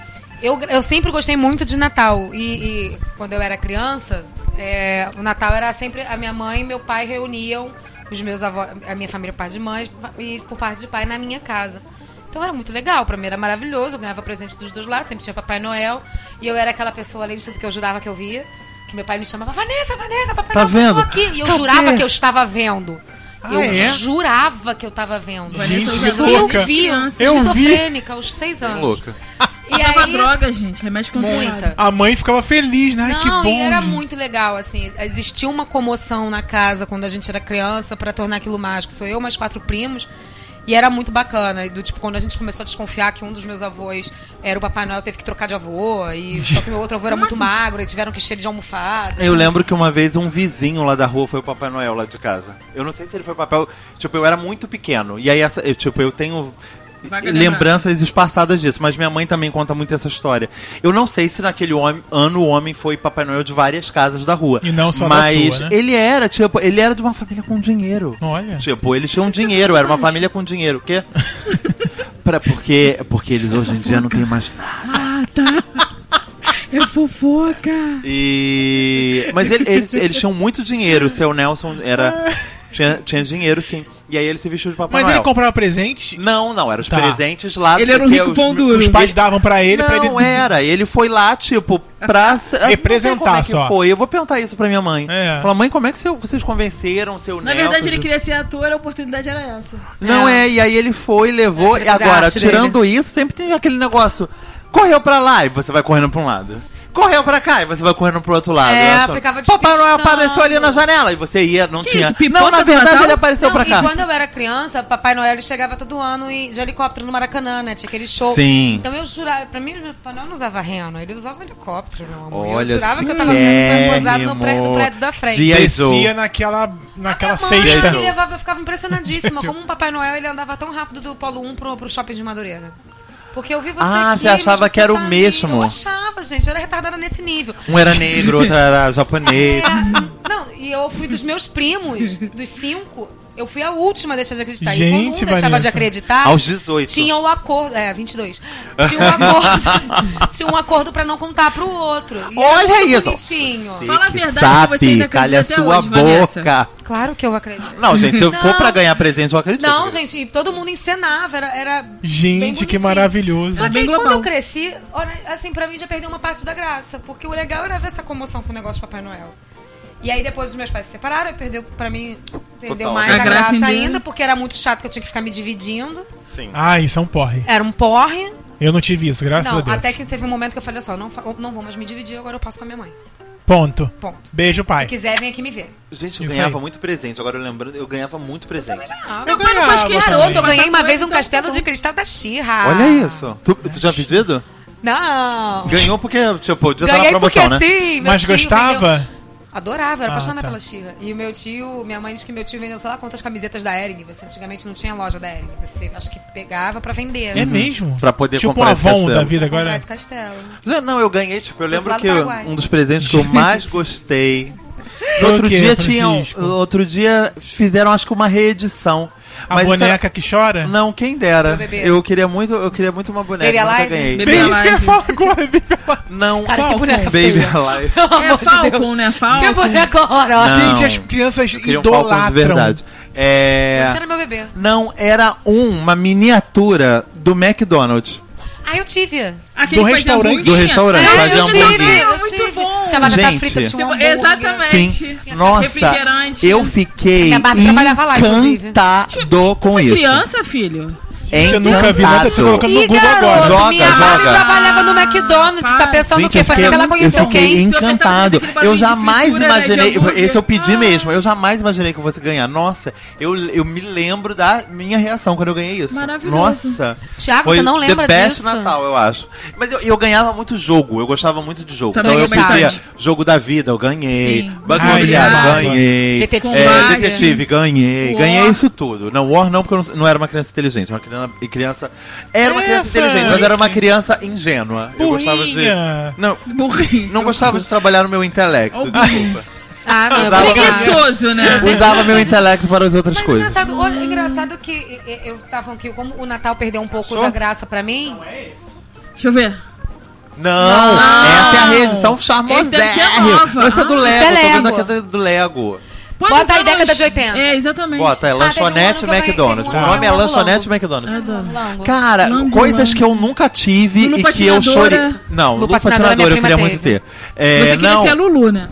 Speaker 4: Eu, eu sempre gostei muito de Natal. E, e quando eu era criança, é, o Natal era sempre. A minha mãe e meu pai reuniam os meus avós, a minha família por parte de mãe e por parte de pai na minha casa. Então era muito legal, pra mim era maravilhoso, eu ganhava presente dos dois lados, sempre tinha Papai Noel. E eu era aquela pessoa, além de tudo, que eu jurava que eu via, que meu pai me chamava, Vanessa, Vanessa, Papai
Speaker 2: Tá
Speaker 4: Noel, eu
Speaker 2: vendo?
Speaker 4: tô aqui. E eu
Speaker 2: Cadê?
Speaker 4: jurava que eu estava vendo.
Speaker 1: Ah,
Speaker 4: eu
Speaker 1: é?
Speaker 4: jurava que eu estava vendo.
Speaker 1: Gente,
Speaker 3: Vanessa
Speaker 1: que
Speaker 3: usando
Speaker 1: louca.
Speaker 4: Eu vi,
Speaker 1: Eu vi.
Speaker 4: esquizofrênica, aos seis anos.
Speaker 2: Louca.
Speaker 4: E
Speaker 3: Tava
Speaker 4: aí,
Speaker 3: droga, gente. Remédio controlado.
Speaker 4: um muita.
Speaker 1: A mãe ficava feliz, né? Ai, que
Speaker 4: Não,
Speaker 1: bom.
Speaker 4: e era
Speaker 1: gente.
Speaker 4: muito legal, assim. Existia uma comoção na casa quando a gente era criança pra tornar aquilo mágico. Sou eu, mais quatro primos. E era muito bacana. E do tipo, quando a gente começou a desconfiar que um dos meus avós era o Papai Noel, teve que trocar de avô. E só que meu outro avô era
Speaker 3: Como
Speaker 4: muito
Speaker 3: assim?
Speaker 4: magro e tiveram que encher ele de almofada.
Speaker 2: Eu lembro que uma vez um vizinho lá da rua foi o Papai Noel lá de casa. Eu não sei se ele foi papel. Tipo, eu era muito pequeno. E aí, essa, eu, tipo, eu tenho.
Speaker 3: Vaga
Speaker 2: Lembranças espaçadas disso, mas minha mãe também conta muito essa história. Eu não sei se naquele homem- ano o homem foi Papai Noel de várias casas da rua.
Speaker 1: E não só da
Speaker 2: mas
Speaker 1: sua, né?
Speaker 2: ele era, tipo, ele era de uma família com dinheiro.
Speaker 1: Olha.
Speaker 2: Tipo, eles tinham dinheiro, era uma família com dinheiro. O quê? pra, porque, porque eles hoje em dia não têm mais nada.
Speaker 3: É fofoca.
Speaker 2: E... Mas ele- eles, eles tinham muito dinheiro. O seu Nelson era Tinha, tinha dinheiro, sim. E aí ele se vestiu de Papai
Speaker 1: Mas
Speaker 2: Noel.
Speaker 1: ele comprava presente,
Speaker 2: Não, não, eram os
Speaker 1: Tá.
Speaker 2: presentes lá.
Speaker 3: Ele era um
Speaker 2: porque
Speaker 3: rico
Speaker 2: os-
Speaker 3: pão duro.
Speaker 1: os pais davam pra ele, pra ele...
Speaker 2: Não é. era, ele foi lá, tipo, pra... se- eu não sei
Speaker 1: Representar
Speaker 2: como é que
Speaker 1: só.
Speaker 2: Foi, eu vou perguntar isso pra minha mãe.
Speaker 1: É.
Speaker 2: Falar, mãe, como é que seu- vocês convenceram seu
Speaker 6: Na
Speaker 2: neto
Speaker 6: verdade,
Speaker 2: de-
Speaker 6: ele queria ser ator, a oportunidade era essa.
Speaker 2: Não é. e aí ele foi, levou.
Speaker 4: É,
Speaker 2: e agora,
Speaker 4: arte dele.
Speaker 2: tirando isso, sempre tem aquele negócio. Correu pra lá e você vai correndo pra um lado. Correu pra cá e você vai correndo pro outro lado.
Speaker 4: É,
Speaker 2: Eu acho-
Speaker 4: ficava
Speaker 2: Papai Noel
Speaker 4: despistando.
Speaker 2: apareceu ali na janela e você ia, não
Speaker 3: Que
Speaker 2: tinha.
Speaker 3: isso, pipoca
Speaker 2: não, na
Speaker 3: do
Speaker 2: verdade
Speaker 3: Natal?
Speaker 2: ele apareceu
Speaker 4: Não,
Speaker 2: pra cá.
Speaker 4: E quando eu era criança, Papai Noel ele chegava todo ano e- de helicóptero no Maracanã, né? Tinha aquele show.
Speaker 2: Sim.
Speaker 4: Então eu jurava, pra mim, o Papai Noel não usava reno, ele usava um helicóptero, meu amor.
Speaker 2: Olha,
Speaker 4: eu jurava que eu tava vendo posado no, pré-
Speaker 2: chiquérrimo.
Speaker 4: no prédio da frente.
Speaker 2: Dia-
Speaker 1: Descia naquela, naquela
Speaker 4: Minha mãe,
Speaker 1: cesta.
Speaker 4: ele levava, eu ficava impressionadíssima como um Papai Noel ele andava tão rápido do Polo 1 pro, pro shopping de Madureira. Porque eu vi você
Speaker 2: Ah,
Speaker 4: aqui,
Speaker 2: você achava
Speaker 4: mas
Speaker 2: que era o
Speaker 4: ali.
Speaker 2: mesmo.
Speaker 4: Eu achava, gente, eu era retardada nesse nível.
Speaker 2: Um era negro, outro era japonês.
Speaker 4: É, não, e eu fui dos meus primos, dos cinco, eu fui a última a deixar de acreditar. e quando um
Speaker 1: Gente,
Speaker 4: deixava de
Speaker 1: Vanessa.
Speaker 4: acreditar...
Speaker 2: Aos 18.
Speaker 4: Tinha um acordo... É, 22. Tinha um acordo, tinha um acordo pra não contar pro outro. E era
Speaker 2: Olha
Speaker 4: muito
Speaker 2: isso.
Speaker 4: Bonitinho.
Speaker 2: Você
Speaker 6: Fala a
Speaker 2: que
Speaker 6: verdade,
Speaker 2: sabe,
Speaker 6: que você ainda acredita
Speaker 2: calha a
Speaker 6: até
Speaker 2: sua
Speaker 6: hoje, Vanessa.
Speaker 2: boca.
Speaker 4: Claro que eu acredito.
Speaker 2: Não, gente, se eu for
Speaker 4: Não.
Speaker 2: pra ganhar presente, eu acredito.
Speaker 4: Não, gente, e todo mundo encenava, era... era bem
Speaker 1: Gente,
Speaker 4: bonitinho.
Speaker 1: que maravilhoso.
Speaker 4: Só que
Speaker 6: Bem
Speaker 4: aí, quando
Speaker 6: global.
Speaker 4: eu cresci, olha, assim, pra mim já perdeu uma parte da graça. Porque o legal era ver essa comoção com o negócio do Papai Noel. E aí depois os meus pais se separaram, e perdeu, pra mim, perdeu
Speaker 2: Total.
Speaker 4: mais
Speaker 2: A
Speaker 4: a
Speaker 6: graça
Speaker 4: graça,
Speaker 6: em Deus.
Speaker 4: ainda, porque era muito chato que eu tinha que ficar me dividindo.
Speaker 2: Sim.
Speaker 1: Ah, isso é um porre.
Speaker 4: Era um porre.
Speaker 1: Eu não tive isso, graças
Speaker 4: não,
Speaker 1: a Deus.
Speaker 4: até que teve um momento que eu falei, olha só, não, fa- não vou mais me dividir, agora eu passo com a minha mãe.
Speaker 1: Ponto.
Speaker 4: Ponto.
Speaker 1: Beijo, pai.
Speaker 4: Se quiser, vem aqui me ver.
Speaker 2: Gente, eu
Speaker 1: Isso
Speaker 2: ganhava
Speaker 1: aí.
Speaker 2: muito presente. Agora eu lembrando, eu ganhava muito presente.
Speaker 4: Ah,
Speaker 1: Eu
Speaker 4: meu pai não
Speaker 1: ganhava
Speaker 4: faz que
Speaker 1: também.
Speaker 4: garoto, eu ganhei uma
Speaker 3: é
Speaker 6: Mas
Speaker 4: vez um
Speaker 6: então tá
Speaker 4: castelo
Speaker 6: bom.
Speaker 4: de cristal da Xirra.
Speaker 2: Olha isso. Tu, tu tinha pedido?
Speaker 4: Não.
Speaker 2: Ganhou porque, tipo, já tá na
Speaker 4: Ganhei
Speaker 2: promoção,
Speaker 4: porque
Speaker 2: né?
Speaker 4: assim, meu
Speaker 1: Mas
Speaker 4: tio vendeu-
Speaker 1: gostava?
Speaker 4: Adorava, era
Speaker 1: Ah,
Speaker 4: apaixonada
Speaker 1: tá.
Speaker 4: pela Xirra. E o meu tio, minha mãe disse que meu tio vendeu, sei lá, quantas camisetas da Ering. Você antigamente não tinha loja da Ering. Você acho que pegava pra vender. né?
Speaker 1: É mesmo?
Speaker 2: Pra poder
Speaker 1: tipo
Speaker 2: comprar
Speaker 1: um
Speaker 2: esse
Speaker 1: Avon
Speaker 2: castelo.
Speaker 1: da vida
Speaker 4: Comprar
Speaker 1: agora.
Speaker 4: esse castelo.
Speaker 2: Já- Não, eu ganhei, tipo, eu lembro
Speaker 4: Lá do
Speaker 2: que
Speaker 4: Paraguai.
Speaker 2: um dos presentes que eu mais gostei. No
Speaker 1: Foi o
Speaker 2: outro
Speaker 1: quê,
Speaker 2: dia tinham.
Speaker 1: Francisco?
Speaker 2: no Outro dia fizeram, acho que uma reedição.
Speaker 1: A
Speaker 2: Mas isso
Speaker 1: boneca que chora?
Speaker 2: era- Não, quem dera.
Speaker 4: Do bebê.
Speaker 2: Eu queria muito, eu queria muito uma boneca,
Speaker 4: Baby
Speaker 2: nunca
Speaker 4: Alive?
Speaker 2: ganhei.
Speaker 6: Baby-
Speaker 1: Bem
Speaker 6: Baby
Speaker 1: isso que eu ia
Speaker 6: Alive.
Speaker 1: falar agora, Baby Alive.
Speaker 2: Não,
Speaker 4: Cara, que boneca
Speaker 2: Baby
Speaker 4: feia.
Speaker 2: Alive.
Speaker 4: Pelo
Speaker 6: É
Speaker 4: amor de
Speaker 6: Falcon,
Speaker 4: Deus.
Speaker 6: né?
Speaker 4: Que
Speaker 6: Falcon.
Speaker 4: boneca horrorosa.
Speaker 2: Não.
Speaker 1: Gente, as crianças
Speaker 2: Eu queria um Falcon de
Speaker 1: idolatram.
Speaker 2: verdade. É.
Speaker 4: Era meu bebê.
Speaker 2: Não, era um- uma miniatura do McDonald's.
Speaker 4: Ah, eu tive.
Speaker 6: Aquele
Speaker 1: Do
Speaker 6: que faz de
Speaker 1: restaurante.
Speaker 6: hamburguinho.
Speaker 2: Do restaurante,
Speaker 3: É,
Speaker 6: Ah,
Speaker 2: faz de
Speaker 6: eu tive,
Speaker 2: hambúrguer.
Speaker 6: eu
Speaker 4: Eu
Speaker 6: Muito
Speaker 4: tive.
Speaker 6: bom.
Speaker 4: Tinha batata
Speaker 2: Gente.
Speaker 4: frita, tinha um hambúrguer.
Speaker 6: Exatamente.
Speaker 2: Sim.
Speaker 6: Tinha
Speaker 2: Nossa,
Speaker 6: refrigerante.
Speaker 2: eu fiquei
Speaker 4: Minha Barbie trabalhava lá, inclusive.
Speaker 2: encantado com É isso.
Speaker 6: Criança, filho.
Speaker 1: Você nunca viu nada, tô colocando no
Speaker 4: Ih,
Speaker 1: Google
Speaker 4: garoto,
Speaker 1: agora.
Speaker 2: Joga,
Speaker 4: minha mãe
Speaker 2: joga.
Speaker 4: trabalhava no McDonald's,
Speaker 6: Ah,
Speaker 4: tá pensando o
Speaker 2: Gente,
Speaker 4: quê?
Speaker 2: eu
Speaker 4: Faz
Speaker 2: fiquei,
Speaker 4: que ela
Speaker 2: eu
Speaker 4: conheceu
Speaker 2: fiquei
Speaker 4: quem?
Speaker 6: Pior
Speaker 2: encantado.
Speaker 6: que eu tava fazendo
Speaker 2: Eu
Speaker 6: aquele barulho
Speaker 2: jamais
Speaker 6: de fritura, né, de
Speaker 2: imaginei.
Speaker 6: hambúrguer.
Speaker 2: Esse eu pedi mesmo. Eu jamais imaginei que eu fosse ganhar. Nossa, eu, eu me lembro da minha reação quando eu ganhei isso.
Speaker 6: Maravilhoso.
Speaker 2: Nossa.
Speaker 4: Thiago,
Speaker 2: Foi
Speaker 4: Ah, você não
Speaker 2: the
Speaker 4: lembra
Speaker 2: best
Speaker 4: disso?
Speaker 2: Natal, eu acho. Mas eu, eu ganhava muito jogo. Eu gostava muito de jogo.
Speaker 6: Também
Speaker 2: então eu
Speaker 6: gostava.
Speaker 2: pedia jogo da vida, eu ganhei.
Speaker 6: Sim.
Speaker 2: Banco
Speaker 1: Ai, amava.
Speaker 2: imobiliário, ganhei.
Speaker 4: Detetive.
Speaker 2: É,
Speaker 6: Combate.
Speaker 2: detetive, ganhei.
Speaker 6: War.
Speaker 2: Ganhei isso tudo. Não, War não, porque eu não, não era uma criança inteligente. Era uma criança. criança- era uma
Speaker 1: É,
Speaker 2: criança inteligente, mas
Speaker 1: Frank.
Speaker 2: era uma criança ingênua. Eu gostava de.
Speaker 1: Burrinha.
Speaker 2: Não,
Speaker 6: Burrinho.
Speaker 2: não gostava de trabalhar no meu intelecto. desculpa.
Speaker 4: Ah, não, eu
Speaker 2: Usava
Speaker 4: gostava.
Speaker 6: Preguiçoso, né?
Speaker 4: Eu sei.
Speaker 2: Usava meu intelecto para as outras
Speaker 4: Mas
Speaker 2: coisas.
Speaker 4: engraçado, olha, é engraçado que e- e- eu tava aqui, como o Natal perdeu um pouco
Speaker 2: Achou?
Speaker 4: da graça pra mim.
Speaker 6: Deixa eu ver.
Speaker 2: Não, essa é a reedição charmosa.
Speaker 6: Esse deve ser nova.
Speaker 2: Essa é do
Speaker 6: Ah,
Speaker 2: Lego.
Speaker 4: isso é
Speaker 2: Tô vendo
Speaker 4: Lego.
Speaker 2: aqui do- do Lego.
Speaker 6: Pode
Speaker 4: Bota
Speaker 6: usar
Speaker 4: aí, década
Speaker 6: lanche.
Speaker 4: de 80.
Speaker 6: É, exatamente.
Speaker 2: Bota, é
Speaker 4: teve um
Speaker 2: lanchonete
Speaker 4: ano que eu ganhei-
Speaker 2: McDonald's.
Speaker 4: teve um
Speaker 2: o nome é
Speaker 4: ano,
Speaker 2: lanchonete
Speaker 4: Lango.
Speaker 2: McDonald's.
Speaker 4: Lango.
Speaker 2: Cara,
Speaker 6: Lango,
Speaker 2: coisas
Speaker 6: lango.
Speaker 2: que eu nunca tive
Speaker 6: Lulu
Speaker 2: e que eu chorei.
Speaker 6: patinadora.
Speaker 2: Não,
Speaker 4: Lulu
Speaker 2: Lulu
Speaker 4: né? patinadora
Speaker 2: patinadora,
Speaker 4: minha
Speaker 2: eu
Speaker 4: prima
Speaker 2: queria muito
Speaker 4: teve.
Speaker 2: ter. É,
Speaker 6: Você queria
Speaker 2: não,
Speaker 6: ser a Lulu, né?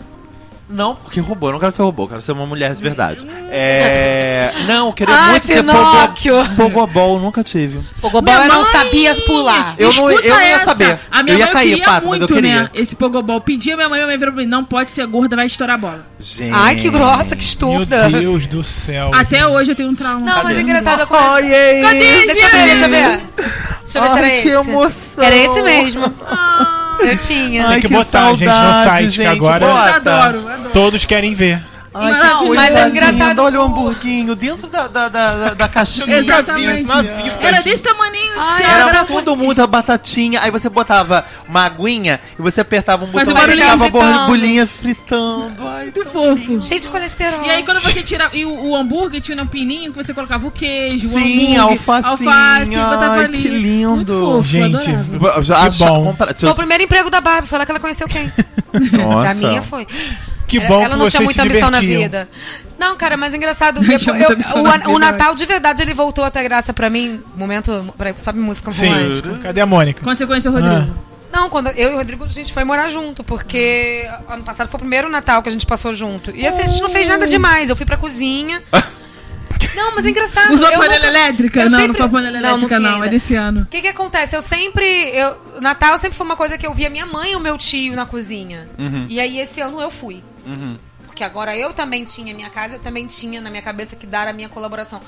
Speaker 2: não, porque robô, eu não quero ser robô, eu quero ser uma mulher de verdade. É, não, eu queria
Speaker 4: Ai,
Speaker 2: muito
Speaker 4: Pinóquio.
Speaker 2: ter pogo, pogobol, eu nunca tive.
Speaker 4: Pogobol
Speaker 6: Minha
Speaker 4: eu não
Speaker 6: mãe!
Speaker 4: sabia pular.
Speaker 2: Eu não-
Speaker 6: Escuta
Speaker 2: eu não ia
Speaker 6: essa.
Speaker 2: saber.
Speaker 6: A minha
Speaker 2: Eu ia
Speaker 6: mãe
Speaker 2: cair,
Speaker 6: queria
Speaker 2: Pato, mas
Speaker 6: muito,
Speaker 2: eu queria.
Speaker 6: né? Esse pogobol. Pedia minha mãe, minha mãe virou pra mim, não pode ser gorda, vai estourar a bola.
Speaker 2: Gente.
Speaker 4: Ai, que grossa, que
Speaker 1: Meu
Speaker 4: estúpida.
Speaker 1: Deus do céu.
Speaker 6: Até hoje eu tenho um trauma.
Speaker 4: Não, mas é engraçado. Eu
Speaker 2: Olha
Speaker 4: comecei...
Speaker 2: isso.
Speaker 4: Deixa eu ver, deixa eu ver. Deixa eu ver se era
Speaker 2: é Ai, que
Speaker 4: esse.
Speaker 2: emoção.
Speaker 4: Era esse mesmo.
Speaker 6: Ah,
Speaker 4: Eu tinha.
Speaker 2: Ai,
Speaker 1: que
Speaker 2: que,
Speaker 1: botar, gente, no
Speaker 2: saudade,
Speaker 1: site, que
Speaker 2: gente,
Speaker 1: agora-
Speaker 6: Eu
Speaker 2: bota.
Speaker 6: adoro, adoro.
Speaker 1: Todos querem ver.
Speaker 2: Ai, que
Speaker 4: Não,
Speaker 2: coisa
Speaker 4: mas é
Speaker 2: linda,
Speaker 4: engraçado
Speaker 2: Olha o
Speaker 4: o-
Speaker 2: hamburguinho dentro da, da, da, da- da caixinha.
Speaker 6: Exatamente.
Speaker 2: Isso na vida.
Speaker 6: Era desse tamanho.
Speaker 4: Ai,
Speaker 2: Era
Speaker 4: Era
Speaker 2: todo mundo a batatinha, aí você botava uma aguinha e você apertava um
Speaker 6: Mas
Speaker 2: botão
Speaker 6: o
Speaker 2: e
Speaker 6: barulhinho
Speaker 2: ficava a
Speaker 4: fritando.
Speaker 2: borbolinha fritando. Ai,
Speaker 6: muito fofo.
Speaker 4: Cheio de colesterol.
Speaker 6: E aí quando você tirava. E o, o hambúrguer tinha um pininho que você colocava o queijo, o
Speaker 2: Sim,
Speaker 6: hambúrguer,
Speaker 2: alfacinha.
Speaker 6: alface, botava
Speaker 2: Ai,
Speaker 6: ali.
Speaker 2: que lindo.
Speaker 6: Muito fofo,
Speaker 1: Gente,
Speaker 6: adorava.
Speaker 2: eu já
Speaker 1: Que
Speaker 2: acha-
Speaker 1: bom.
Speaker 2: compara- se
Speaker 4: Foi
Speaker 2: eu-
Speaker 4: o primeiro emprego da Barbie, foi lá que ela conheceu quem? Da minha foi.
Speaker 1: Que
Speaker 4: Ela-
Speaker 1: bom que
Speaker 4: Ela não
Speaker 6: É,
Speaker 1: vocês
Speaker 4: tinha muita
Speaker 1: se
Speaker 4: ambição na
Speaker 1: divertiam.
Speaker 4: vida. Não, cara, mas é engraçado.
Speaker 6: Gente,
Speaker 4: depois-
Speaker 6: eu tô
Speaker 4: eu-
Speaker 6: pensando
Speaker 4: o,
Speaker 6: na
Speaker 4: an- o
Speaker 6: vida,
Speaker 4: Natal, de verdade, ele voltou até graça pra mim. Momento. Peraí, sobe música romântica.
Speaker 1: Sim. Cadê a Mônica?
Speaker 6: Quando você conheceu o Rodrigo?
Speaker 4: Não, quando eu e o Rodrigo, a gente foi morar junto, porque
Speaker 2: Hum.
Speaker 4: ano passado foi o primeiro Natal que a gente passou junto. E assim, a gente não fez nada demais. Eu fui pra cozinha. Não, mas é engraçado.
Speaker 6: Usou
Speaker 4: eu
Speaker 6: panela
Speaker 4: nunca-
Speaker 6: elétrica?
Speaker 4: eu
Speaker 6: Não, não
Speaker 4: sempre-
Speaker 6: foi panela
Speaker 4: Não, não
Speaker 6: elétrica,
Speaker 4: tinha
Speaker 6: não.
Speaker 4: ainda.
Speaker 6: É desse ano.
Speaker 4: O que que acontece? Eu sempre... Eu, Natal sempre foi uma coisa que eu via minha mãe e o meu tio na cozinha.
Speaker 2: Uhum.
Speaker 4: E aí, esse ano, eu fui. Porque agora eu também tinha minha casa, eu também tinha na minha cabeça que dar a minha colaboração.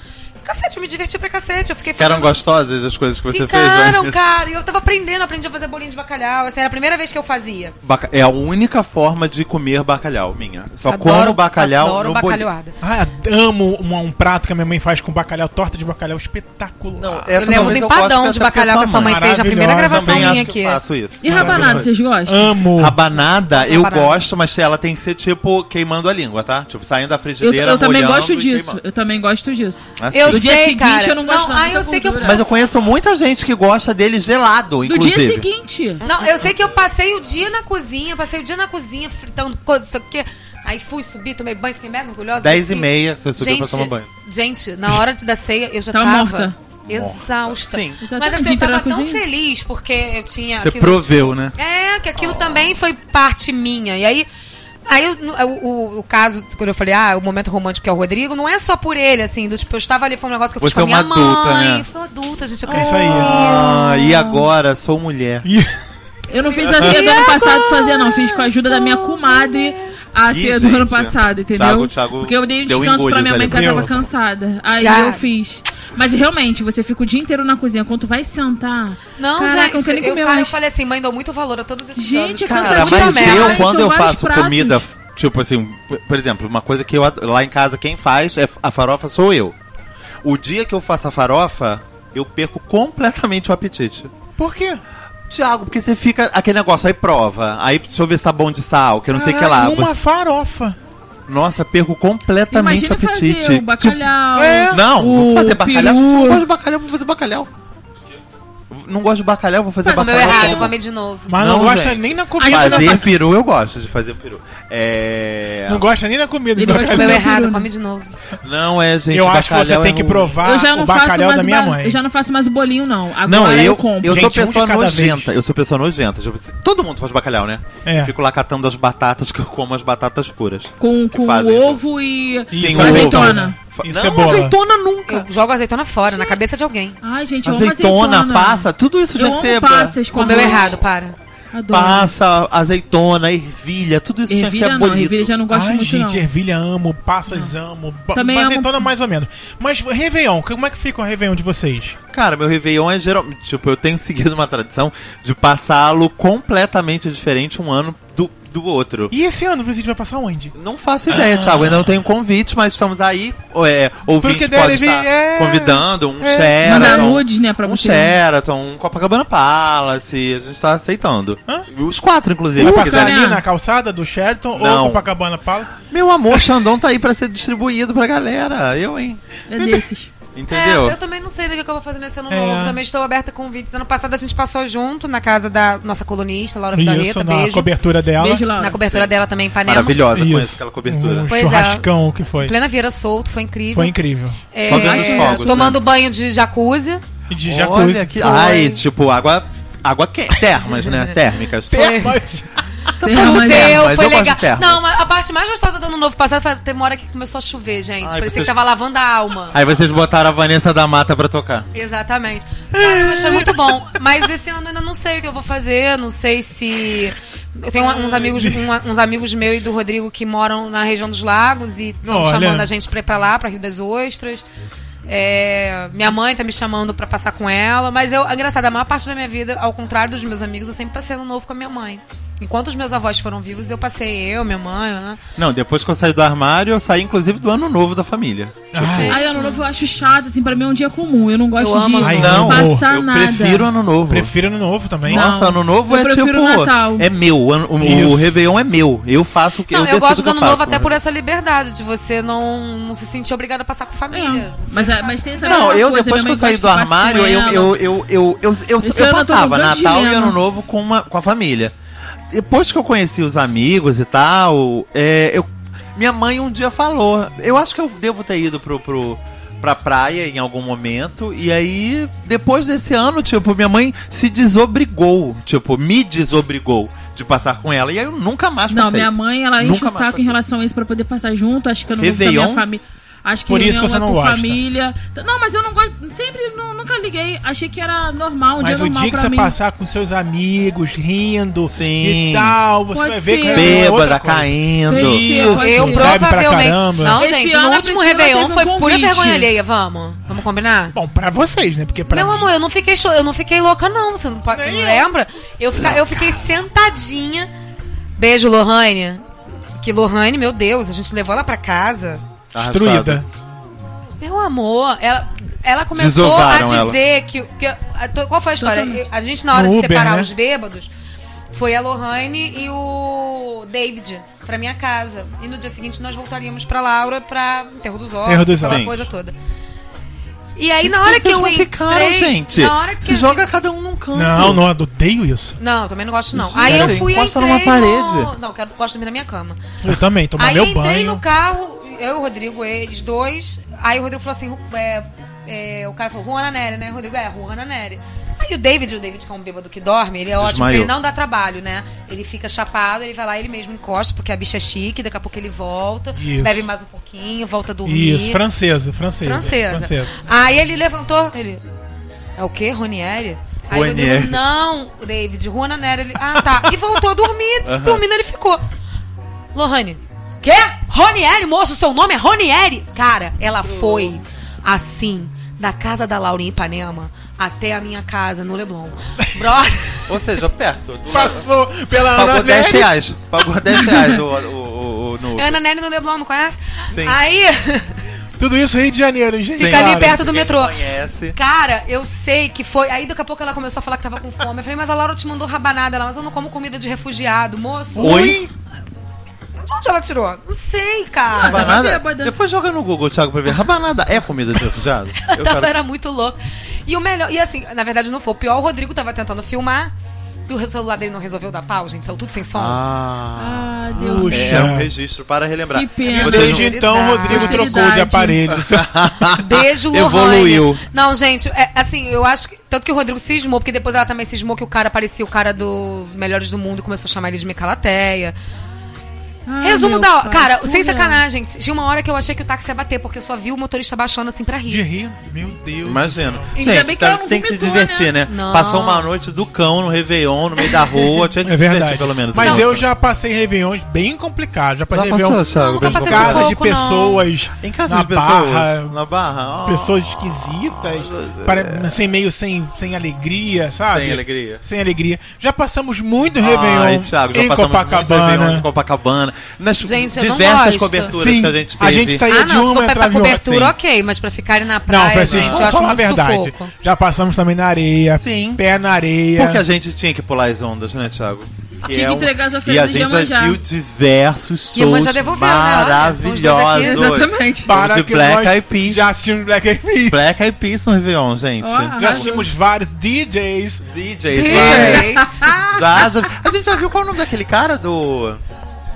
Speaker 4: Cacete, eu me diverti pra cacete. Eu fiquei
Speaker 2: Ficaram
Speaker 4: fazendo-
Speaker 2: gostosas as coisas que você
Speaker 4: Ficaram,
Speaker 2: fez, né?
Speaker 4: cara. E eu tava aprendendo, aprendi a fazer bolinho de bacalhau. Assim, era a primeira vez que eu fazia.
Speaker 2: Baca- É a única forma de comer bacalhau, minha. Só
Speaker 4: Adoro-
Speaker 2: como um bacalhau
Speaker 4: adoro
Speaker 2: no bolinho.
Speaker 4: bacalhoada.
Speaker 1: Ah, amo um, um prato que a minha mãe faz com bacalhau, torta de bacalhau espetacular.
Speaker 2: Não, é
Speaker 4: Eu
Speaker 2: essa
Speaker 4: lembro do
Speaker 2: talvez eu goste
Speaker 4: empadão
Speaker 2: até
Speaker 4: de
Speaker 2: porque
Speaker 4: bacalhau que a sua mãe fez na primeira
Speaker 1: Maravilhosa,
Speaker 4: gravação
Speaker 2: Também
Speaker 4: minha
Speaker 2: acho que
Speaker 4: aqui.
Speaker 2: eu faço isso.
Speaker 4: Ah, é
Speaker 6: E rabanado, vocês gostam?
Speaker 1: Amo.
Speaker 2: Rabanada, eu
Speaker 4: Rabanada.
Speaker 2: gosto, mas ela tem que ser tipo queimando a língua, tá? Tipo, saindo da
Speaker 6: Eu,
Speaker 2: frigideira,
Speaker 6: eu também
Speaker 2: molhando
Speaker 6: gosto
Speaker 2: e
Speaker 6: disso.
Speaker 2: queimando.
Speaker 6: Eu também gosto disso.
Speaker 2: Assim.
Speaker 4: Eu
Speaker 6: Do dia
Speaker 4: sei,
Speaker 6: seguinte
Speaker 4: cara.
Speaker 6: eu não gosto, não,
Speaker 4: ah,
Speaker 6: muita
Speaker 4: eu sei que eu
Speaker 6: gordura.
Speaker 2: Mas eu conheço muita gente que gosta dele gelado,
Speaker 6: Do
Speaker 2: inclusive.
Speaker 6: dia seguinte.
Speaker 4: Não, eu sei que eu passei o dia na cozinha, passei o dia na cozinha fritando coisa, não sei o quê. Aí fui subir, tomei banho, fiquei mega orgulhosa.
Speaker 2: Dez e
Speaker 4: desci.
Speaker 2: meia, você subiu
Speaker 4: gente,
Speaker 2: pra tomar banho.
Speaker 4: Gente, na hora de da ceia, eu já
Speaker 6: Tava
Speaker 4: tava...
Speaker 6: Tá morta.
Speaker 4: Exausta.
Speaker 2: Sim.
Speaker 4: Mas
Speaker 6: Exatamente,
Speaker 4: assim, eu
Speaker 6: entrar na
Speaker 4: tava tão
Speaker 6: cozinha.
Speaker 4: feliz porque eu tinha
Speaker 2: Você
Speaker 4: aquilo-
Speaker 2: proveu, né?
Speaker 4: É, que aquilo também foi parte minha. E aí, aí eu- o, o- o caso, quando eu falei, ah, o momento romântico que é o Rodrigo, não é só por ele, assim, do tipo, eu estava ali, foi um negócio que eu fiz
Speaker 2: Você
Speaker 4: com a
Speaker 2: é
Speaker 4: minha
Speaker 2: uma adulta,
Speaker 4: mãe.
Speaker 2: né?
Speaker 4: Eu fui uma adulta, gente, eu
Speaker 1: É
Speaker 4: cresci.
Speaker 1: isso aí.
Speaker 2: Ah, e agora? Sou mulher.
Speaker 6: Eu não fiz a ceia do ano passado sozinha, não. Fiz com a ajuda da minha comadre a
Speaker 2: Ih,
Speaker 6: ceia do ano
Speaker 2: gente.
Speaker 6: passado, entendeu?
Speaker 2: Thiago- Thiago
Speaker 6: Porque eu dei um
Speaker 2: deu
Speaker 6: descanso pra
Speaker 2: engodos
Speaker 6: minha mãe
Speaker 2: ali.
Speaker 6: que ela tava
Speaker 1: Deu.
Speaker 6: cansada. Aí
Speaker 4: Thiago.
Speaker 6: eu fiz. Mas realmente, você fica o dia inteiro na cozinha. Quando tu vai sentar.
Speaker 4: Não,
Speaker 6: caraca,
Speaker 4: gente,
Speaker 6: não sei nem
Speaker 4: eu,
Speaker 6: comer
Speaker 4: cara, eu
Speaker 6: mais.
Speaker 4: falei assim, mãe, dou muito valor a todos esses
Speaker 6: Gente, é
Speaker 4: anos.
Speaker 2: Cara,
Speaker 6: Cansativo
Speaker 2: mas
Speaker 6: também.
Speaker 2: eu,
Speaker 6: Ai,
Speaker 2: quando
Speaker 6: são
Speaker 2: eu
Speaker 6: vários
Speaker 2: faço
Speaker 6: pratos.
Speaker 2: comida, f- tipo assim, p- por exemplo, uma coisa que eu ad- lá em casa quem faz é f- a farofa sou eu. O dia que eu faço a farofa, eu perco completamente o apetite.
Speaker 1: Por quê?
Speaker 2: Tiago, porque você fica aquele negócio, aí prova, aí deixa eu ver sabão de sal, que eu não sei o que lá.
Speaker 1: Caraca, Uma
Speaker 2: Você-
Speaker 1: farofa.
Speaker 2: Nossa, perco completamente
Speaker 6: Imagina
Speaker 2: o apetite.
Speaker 1: um
Speaker 6: fazer o bacalhau.
Speaker 2: Tipo, não,
Speaker 6: o
Speaker 2: vou fazer bacalhau.
Speaker 6: peru.
Speaker 2: Gente, eu não gosto de bacalhau, vou fazer bacalhau. Não gosto de bacalhau, vou fazer
Speaker 4: Mas o meu
Speaker 2: bacalhau.
Speaker 4: errado, comer de novo.
Speaker 1: Mas não,
Speaker 2: Não,
Speaker 1: gosta
Speaker 2: gente.
Speaker 1: nem na
Speaker 6: A gente
Speaker 1: comida.
Speaker 2: Fazer
Speaker 6: não faz-
Speaker 2: peru, eu gosto de fazer peru. É...
Speaker 1: Não gosta nem na comida.
Speaker 6: Ele gosta
Speaker 4: O
Speaker 1: bacalhau.
Speaker 4: meu
Speaker 6: Não,
Speaker 4: errado,
Speaker 6: Bruno.
Speaker 4: come de novo.
Speaker 2: Não é, gente.
Speaker 1: Eu acho que você
Speaker 2: bacalhau
Speaker 1: tem
Speaker 2: é
Speaker 1: que
Speaker 2: um-
Speaker 1: provar
Speaker 6: Eu já não
Speaker 1: o
Speaker 6: faço
Speaker 1: bacalhau
Speaker 6: mais
Speaker 1: da minha
Speaker 6: ba-
Speaker 1: mãe.
Speaker 6: Eu já não faço mais o bolinho, não. Agora
Speaker 2: Não, eu,
Speaker 6: eu,
Speaker 2: eu,
Speaker 6: compro.
Speaker 2: sou
Speaker 1: Gente, um de
Speaker 2: pessoa
Speaker 1: cada vez.
Speaker 2: nojenta. Eu sou pessoa nojenta. Tipo, Todo mundo faz bacalhau, né?
Speaker 1: É.
Speaker 2: Eu Fico lá catando as batatas, que eu como as batatas puras.
Speaker 6: Com,
Speaker 2: Que
Speaker 6: com
Speaker 2: fazem isso.
Speaker 6: ovo e,
Speaker 1: Sim,
Speaker 6: só
Speaker 1: ovo.
Speaker 6: azeitona.
Speaker 2: Fa-
Speaker 1: E
Speaker 2: não,
Speaker 1: cebola.
Speaker 2: azeitona nunca.
Speaker 4: Eu jogo azeitona fora, na cabeça de alguém.
Speaker 6: Ai, gente, eu amo
Speaker 2: Azeitona,
Speaker 6: azeitona.
Speaker 2: passa, tudo isso
Speaker 6: Eu
Speaker 2: tinha que ser.
Speaker 6: amo passas com
Speaker 4: O meu
Speaker 6: arroz.
Speaker 4: errado, para.
Speaker 6: Adoro.
Speaker 2: Passa, azeitona, ervilha, tudo isso tinha que
Speaker 6: Ervilha
Speaker 2: ser
Speaker 6: não,
Speaker 2: bonito. é
Speaker 6: ervilha já não gosto
Speaker 1: Ai,
Speaker 6: muito, não.
Speaker 1: gente, ervilha amo, passas amo, ba-
Speaker 6: Também
Speaker 1: mas
Speaker 6: amo.
Speaker 1: azeitona mais ou menos. Mas Réveillon, como é que fica o Réveillon de vocês?
Speaker 2: Cara, meu Réveillon é geral. Tipo, eu tenho seguido uma tradição de passá-lo completamente diferente um ano do, do outro.
Speaker 1: E esse ano vocês vai passar onde?
Speaker 2: Não faço ideia, Thiago. Ainda não tenho convite, mas estamos aí. É, ouvinte
Speaker 1: Porque
Speaker 2: pode
Speaker 1: deve-
Speaker 2: estar
Speaker 1: é.
Speaker 2: convidando um
Speaker 6: Mandar
Speaker 2: Sheraton.
Speaker 6: nudes, né, pra
Speaker 2: Um
Speaker 6: você.
Speaker 2: Sheraton, um Copacabana Palace. A gente tá aceitando.
Speaker 1: Hã?
Speaker 2: Os quatro, inclusive.
Speaker 1: Vai
Speaker 2: se
Speaker 1: passar
Speaker 2: quiserem.
Speaker 6: né?
Speaker 1: ali na calçada do Sheraton ou
Speaker 2: Não.
Speaker 1: Copacabana Palace?
Speaker 2: Meu amor, Xandão tá aí pra ser distribuído pra galera. Eu, hein?
Speaker 6: É desses.
Speaker 2: Entendeu?
Speaker 4: É, eu também não sei do que eu vou fazer nesse ano
Speaker 1: É.
Speaker 4: novo. Também estou aberta a convites. Ano passado a gente passou junto na casa da nossa colunista, Laura
Speaker 1: Isso,
Speaker 4: Vidaleta.
Speaker 1: na
Speaker 4: Beijo.
Speaker 1: cobertura dela.
Speaker 6: Beijo, Laura.
Speaker 4: Na cobertura dela também, em Panema.
Speaker 2: Maravilhosa,
Speaker 1: Isso.
Speaker 2: conheço aquela cobertura.
Speaker 1: Um
Speaker 4: Pois é.
Speaker 1: churrascão que foi.
Speaker 4: Plena Vieira Solto, foi incrível.
Speaker 1: Foi incrível.
Speaker 4: É,
Speaker 2: Só vendo os
Speaker 4: é,
Speaker 2: fogos, né?
Speaker 4: Tomando banho de jacuzzi.
Speaker 1: E de
Speaker 2: Olha
Speaker 1: jacuzzi.
Speaker 2: que... Ai, tipo, água... Água que... Termas, né? Térmicas.
Speaker 1: Tem, mas-
Speaker 4: Então,
Speaker 6: Termas,
Speaker 2: termas,
Speaker 4: choveu,
Speaker 2: eu
Speaker 4: foi
Speaker 2: gosto de
Speaker 4: legal.
Speaker 2: termas.
Speaker 4: Não, mas a parte mais gostosa do ano novo passado foi, teve uma hora que começou a chover, gente.
Speaker 2: Ai,
Speaker 4: Parecia
Speaker 2: vocês-
Speaker 4: que tava lavando a alma.
Speaker 2: Aí vocês botaram a Vanessa da Mata pra tocar.
Speaker 4: Exatamente. Cara, mas foi muito bom. Mas esse ano eu ainda não sei o que eu vou fazer. Não sei se. Eu tenho uns amigos, uma- uns amigos meu e do Rodrigo que moram na região dos lagos e estão
Speaker 1: Olha.
Speaker 4: chamando a gente pra ir pra lá, pra Rio das Ostras. É, minha mãe tá me chamando pra passar com ela. Mas eu, é engraçado, a maior parte da minha vida, ao contrário dos meus amigos, eu sempre passei ano novo com a minha mãe. Enquanto os meus avós foram vivos, eu passei eu, minha mãe, né?
Speaker 2: Não, depois que eu saí do armário, eu saí inclusive do ano novo da família.
Speaker 6: Aí, ano novo eu acho chato, assim, pra mim é um dia comum. Eu não gosto
Speaker 4: Eu amo
Speaker 6: de
Speaker 1: Ai,
Speaker 2: não,
Speaker 6: passar
Speaker 2: eu
Speaker 6: nada.
Speaker 2: prefiro ano novo.
Speaker 1: Prefiro ano novo também.
Speaker 2: Nossa, ano novo
Speaker 6: Eu
Speaker 2: é
Speaker 6: prefiro
Speaker 2: tipo.
Speaker 6: Natal.
Speaker 2: É meu. o ano- o,
Speaker 1: Isso.
Speaker 2: o Réveillon é meu. Eu faço o que
Speaker 4: Não, eu,
Speaker 2: decido o
Speaker 4: gosto
Speaker 2: que
Speaker 4: do ano
Speaker 2: faço,
Speaker 4: novo até
Speaker 2: né?
Speaker 4: por essa liberdade de você não, não se sentir obrigada a passar com a família.
Speaker 6: Não, É, mas, a- mas tem essa
Speaker 2: Não,
Speaker 6: mesma
Speaker 2: eu
Speaker 6: coisa,
Speaker 2: depois que
Speaker 6: minha
Speaker 2: eu
Speaker 6: mãe
Speaker 2: saí
Speaker 6: gosta
Speaker 2: do
Speaker 6: que passe com
Speaker 2: armário, eu,
Speaker 6: ela.
Speaker 2: eu, eu, eu, eu, eu,
Speaker 6: Esse
Speaker 2: eu
Speaker 6: ano eu tô com
Speaker 2: passava
Speaker 6: um grande
Speaker 2: Natal e
Speaker 6: dilema.
Speaker 2: Ano Novo com, uma, com a família. Depois que eu conheci os amigos e tal, é, eu, Minha mãe um dia falou. Eu acho que eu devo ter ido pro, pro, pra praia em algum momento. E aí, depois desse ano, tipo, minha mãe se desobrigou. Tipo, me desobrigou de passar com ela. E aí eu nunca mais passei.
Speaker 6: Não, minha mãe, ela enche o
Speaker 2: Nunca mais
Speaker 6: saco
Speaker 2: passei.
Speaker 6: em relação a isso pra poder passar junto. Acho que eu não vou da minha
Speaker 2: Réveillon?
Speaker 6: família. Acho que
Speaker 1: Por isso
Speaker 6: reunião
Speaker 1: que você
Speaker 6: é
Speaker 1: não
Speaker 6: com
Speaker 1: gosta.
Speaker 6: família. Não, mas eu não gosto. Sempre nu- nunca liguei. Achei que era normal, um
Speaker 1: Mas
Speaker 6: dia
Speaker 1: o
Speaker 6: normal
Speaker 1: dia que
Speaker 6: pra
Speaker 1: você
Speaker 6: mim.
Speaker 1: passar com seus amigos, rindo
Speaker 2: Sim.
Speaker 1: e tal, você
Speaker 6: Pode
Speaker 1: vai
Speaker 6: ser.
Speaker 1: ver que é outra
Speaker 2: Bêbada,
Speaker 1: coisa.
Speaker 2: caindo.
Speaker 6: Sim.
Speaker 1: Isso,
Speaker 6: Pode
Speaker 4: Eu
Speaker 6: ser.
Speaker 1: bebe pra
Speaker 4: provavelmente.
Speaker 1: caramba.
Speaker 4: Não,
Speaker 6: Esse
Speaker 4: gente,
Speaker 6: ano
Speaker 4: no
Speaker 6: a
Speaker 4: último
Speaker 6: Priscila
Speaker 4: Réveillon
Speaker 6: teve um
Speaker 4: foi pura
Speaker 6: convite.
Speaker 4: vergonha alheia. Vamos. Vamos combinar?
Speaker 1: Bom, pra vocês, né? Porque pra
Speaker 4: Não,
Speaker 1: mim-
Speaker 4: amor, eu não fiquei show, eu não fiquei louca, não. Você não, pode, você não lembra? Eu, fica- eu fiquei sentadinha. Beijo, Lohane. Que Lohane, meu Deus, a gente levou ela pra casa.
Speaker 1: destruída.
Speaker 4: Meu amor, ela, ela começou
Speaker 2: Desovaram
Speaker 4: a
Speaker 2: ela.
Speaker 4: dizer que. que a to- qual foi a história? Eu- A gente, na hora
Speaker 1: No
Speaker 4: de
Speaker 1: Uber,
Speaker 4: separar
Speaker 1: né?
Speaker 4: os bêbados, foi a Lohane e o David pra minha casa. E no dia seguinte nós voltaríamos pra Laura pra Enterro dos Ossos,
Speaker 1: Enterro dos
Speaker 4: aquela
Speaker 1: Ossos.
Speaker 4: coisa toda. E aí, na hora que eu
Speaker 2: Vocês não
Speaker 4: entrei...
Speaker 2: ficaram, gente.
Speaker 4: Na hora que
Speaker 2: Se
Speaker 4: a
Speaker 2: joga
Speaker 4: gente-
Speaker 2: cada um num canto.
Speaker 1: Não, não, eu odeio isso.
Speaker 4: Não, também não gosto, não. Aí eu
Speaker 2: cara,
Speaker 4: fui e
Speaker 2: encosta
Speaker 4: entrei
Speaker 2: numa
Speaker 4: No...
Speaker 2: parede.
Speaker 4: Não, quero, gosto de dormir na minha cama.
Speaker 1: Eu também, tomar
Speaker 4: aí
Speaker 1: meu
Speaker 4: entrei no
Speaker 1: banho.
Speaker 4: carro, eu e o Rodrigo, eles dois. Aí o Rodrigo falou assim: é, é, o cara falou, Juana Nery, né? Rodrigo, é, Juana Nery. Aí o David, o David que é um bêbado que dorme, ele é ótimo, porque
Speaker 2: Desmaiou.
Speaker 4: ele não dá trabalho, né? Ele fica chapado, ele vai lá, ele mesmo encosta, porque a bicha é chique, daqui a pouco ele volta,
Speaker 1: Isso.
Speaker 4: bebe mais um pouquinho, volta a dormir.
Speaker 1: Isso, francesa, francesa.
Speaker 4: Francesa. Aí ele levantou, ele. É o quê, Ronieri? Aí o
Speaker 2: Ronieri.
Speaker 4: Rodrigo, não, o David, Juana Nera, ele. Ah, tá. E voltou a dormir, dormindo ele ficou. Lohane, quê? Ronieri, moço, seu nome é Ronieri? Cara, ela foi assim, da casa da Laurinha em Ipanema até a minha casa no Leblon. Brother.
Speaker 2: Ou seja, perto. do lado.
Speaker 1: Passou pela
Speaker 2: Pagou
Speaker 1: Ana
Speaker 2: 10
Speaker 1: Nery.
Speaker 2: reais. Pagou 10 reais o, o, o, o- no...
Speaker 4: Ana Nery no Leblon, não conhece?
Speaker 2: Sim.
Speaker 4: Aí,
Speaker 1: Tudo isso Rio de Janeiro, gente.
Speaker 4: fica ali perto do
Speaker 2: Ninguém
Speaker 4: metrô.
Speaker 2: Conhece.
Speaker 4: Cara, eu sei que foi. Aí daqui a pouco ela começou a falar que tava com fome. Eu falei, mas a Laura te mandou rabanada. Ela, mas eu não como comida de refugiado, moço.
Speaker 2: Oi?
Speaker 4: De onde ela tirou? Não sei, cara.
Speaker 2: Rabanada?
Speaker 6: bêbada.
Speaker 2: Depois joga no Google, Thiago, pra ver. Rabanada é comida de refugiado? Eu
Speaker 4: tava,
Speaker 2: quero-
Speaker 4: era muito louco. E o melhor, e assim, na verdade não foi. O pior, o Rodrigo tava tentando filmar. E o celular dele não resolveu dar pau, gente. Saiu tudo sem som.
Speaker 2: Ah...
Speaker 6: Ah, Deus.
Speaker 1: Puxa.
Speaker 2: É, é um registro para relembrar.
Speaker 6: Que pena.
Speaker 1: E
Speaker 2: Vocês
Speaker 1: desde
Speaker 2: não-
Speaker 1: então o Rodrigo
Speaker 6: Posteridade.
Speaker 1: trocou de aparelho.
Speaker 4: Beijo, Lohane.
Speaker 2: Evoluiu.
Speaker 4: Não, gente, é, assim, eu acho que. Tanto que o Rodrigo cismou, porque depois ela também cismou que o cara parecia o cara dos Melhores do Mundo e começou a chamar ele de Micalateia.
Speaker 6: Ah,
Speaker 4: Resumo
Speaker 6: meu
Speaker 4: da
Speaker 6: pai,
Speaker 4: Cara,
Speaker 6: isso
Speaker 4: sem
Speaker 6: mesmo.
Speaker 4: sacanagem, tinha uma hora que eu achei que o táxi ia bater, porque eu só vi o motorista baixando assim pra rir.
Speaker 1: De rir, meu Deus.
Speaker 2: Imagina.
Speaker 6: Ainda
Speaker 2: Gente,
Speaker 6: bem que
Speaker 2: tá-
Speaker 6: ela não
Speaker 2: tem que se
Speaker 6: vomitou,
Speaker 2: divertir, né?
Speaker 4: Não.
Speaker 2: Passou uma noite do cão no Réveillon, no meio da rua. Tinha que
Speaker 1: É
Speaker 2: se divertir,
Speaker 1: verdade.
Speaker 2: pelo menos.
Speaker 1: Mas
Speaker 2: Não.
Speaker 1: eu já passei Réveillons bem complicado. Já passei
Speaker 2: Já passou,
Speaker 1: Réveillon
Speaker 2: Thiago,
Speaker 4: Nunca
Speaker 2: beijo
Speaker 4: passei
Speaker 2: pra
Speaker 1: casa
Speaker 2: você.
Speaker 4: sufoco.
Speaker 1: de
Speaker 4: pouco, não.
Speaker 1: pessoas.
Speaker 2: Em casa
Speaker 1: na
Speaker 2: de pessoas.
Speaker 1: barra,
Speaker 2: Na barra. ó.
Speaker 1: pessoas esquisitas, para, sem meio sem, sem alegria, sabe?
Speaker 2: Ah, é. Sem alegria.
Speaker 1: Sem alegria. Já passamos muito Ah, Réveillon
Speaker 2: Ai, Thiago, já
Speaker 1: em
Speaker 2: passamos muito Réveillon em
Speaker 1: Copacabana.
Speaker 2: Copacabana. Nas
Speaker 4: Gente, eu não
Speaker 2: diversas
Speaker 4: gosto.
Speaker 2: coberturas
Speaker 1: Sim,
Speaker 2: que a gente
Speaker 1: a
Speaker 2: teve.
Speaker 1: gente tá saiu
Speaker 4: Ah,
Speaker 1: de
Speaker 4: não, se
Speaker 1: uma
Speaker 4: for
Speaker 1: e
Speaker 4: pra, pra
Speaker 1: entrava em outra.
Speaker 4: cobertura,
Speaker 2: Sim.
Speaker 4: ok, mas pra ficarem na
Speaker 1: Não,
Speaker 4: praia,
Speaker 1: Francisco,
Speaker 4: gente, eu
Speaker 1: vamos
Speaker 4: acho
Speaker 1: falar a
Speaker 4: muito
Speaker 1: verdade.
Speaker 4: sufoco.
Speaker 1: Já passamos também na areia,
Speaker 2: Sim.
Speaker 1: pé na areia.
Speaker 2: Porque a gente tinha que pular as ondas, né, Thiago?
Speaker 6: Tinha que entregar as
Speaker 2: E a
Speaker 6: ofertas de
Speaker 2: gente já
Speaker 6: Iemanjá.
Speaker 2: viu diversos
Speaker 4: E a Iemanjá
Speaker 2: shows
Speaker 4: devolveu, né? Olha, tem uns dois aqui.
Speaker 2: maravilhosos.
Speaker 6: Exatamente.
Speaker 1: para
Speaker 2: de
Speaker 1: que
Speaker 2: Black
Speaker 1: nós
Speaker 2: Eyed Peas.
Speaker 1: já assistimos Black Eyed Peas.
Speaker 2: Black Eyed Peas no Réveillon, gente.
Speaker 6: Ó,
Speaker 1: Já assistimos vários DJs.
Speaker 2: DJs, vai.
Speaker 4: Gente,
Speaker 2: Já, já- A gente já viu qual é o nome daquele cara do.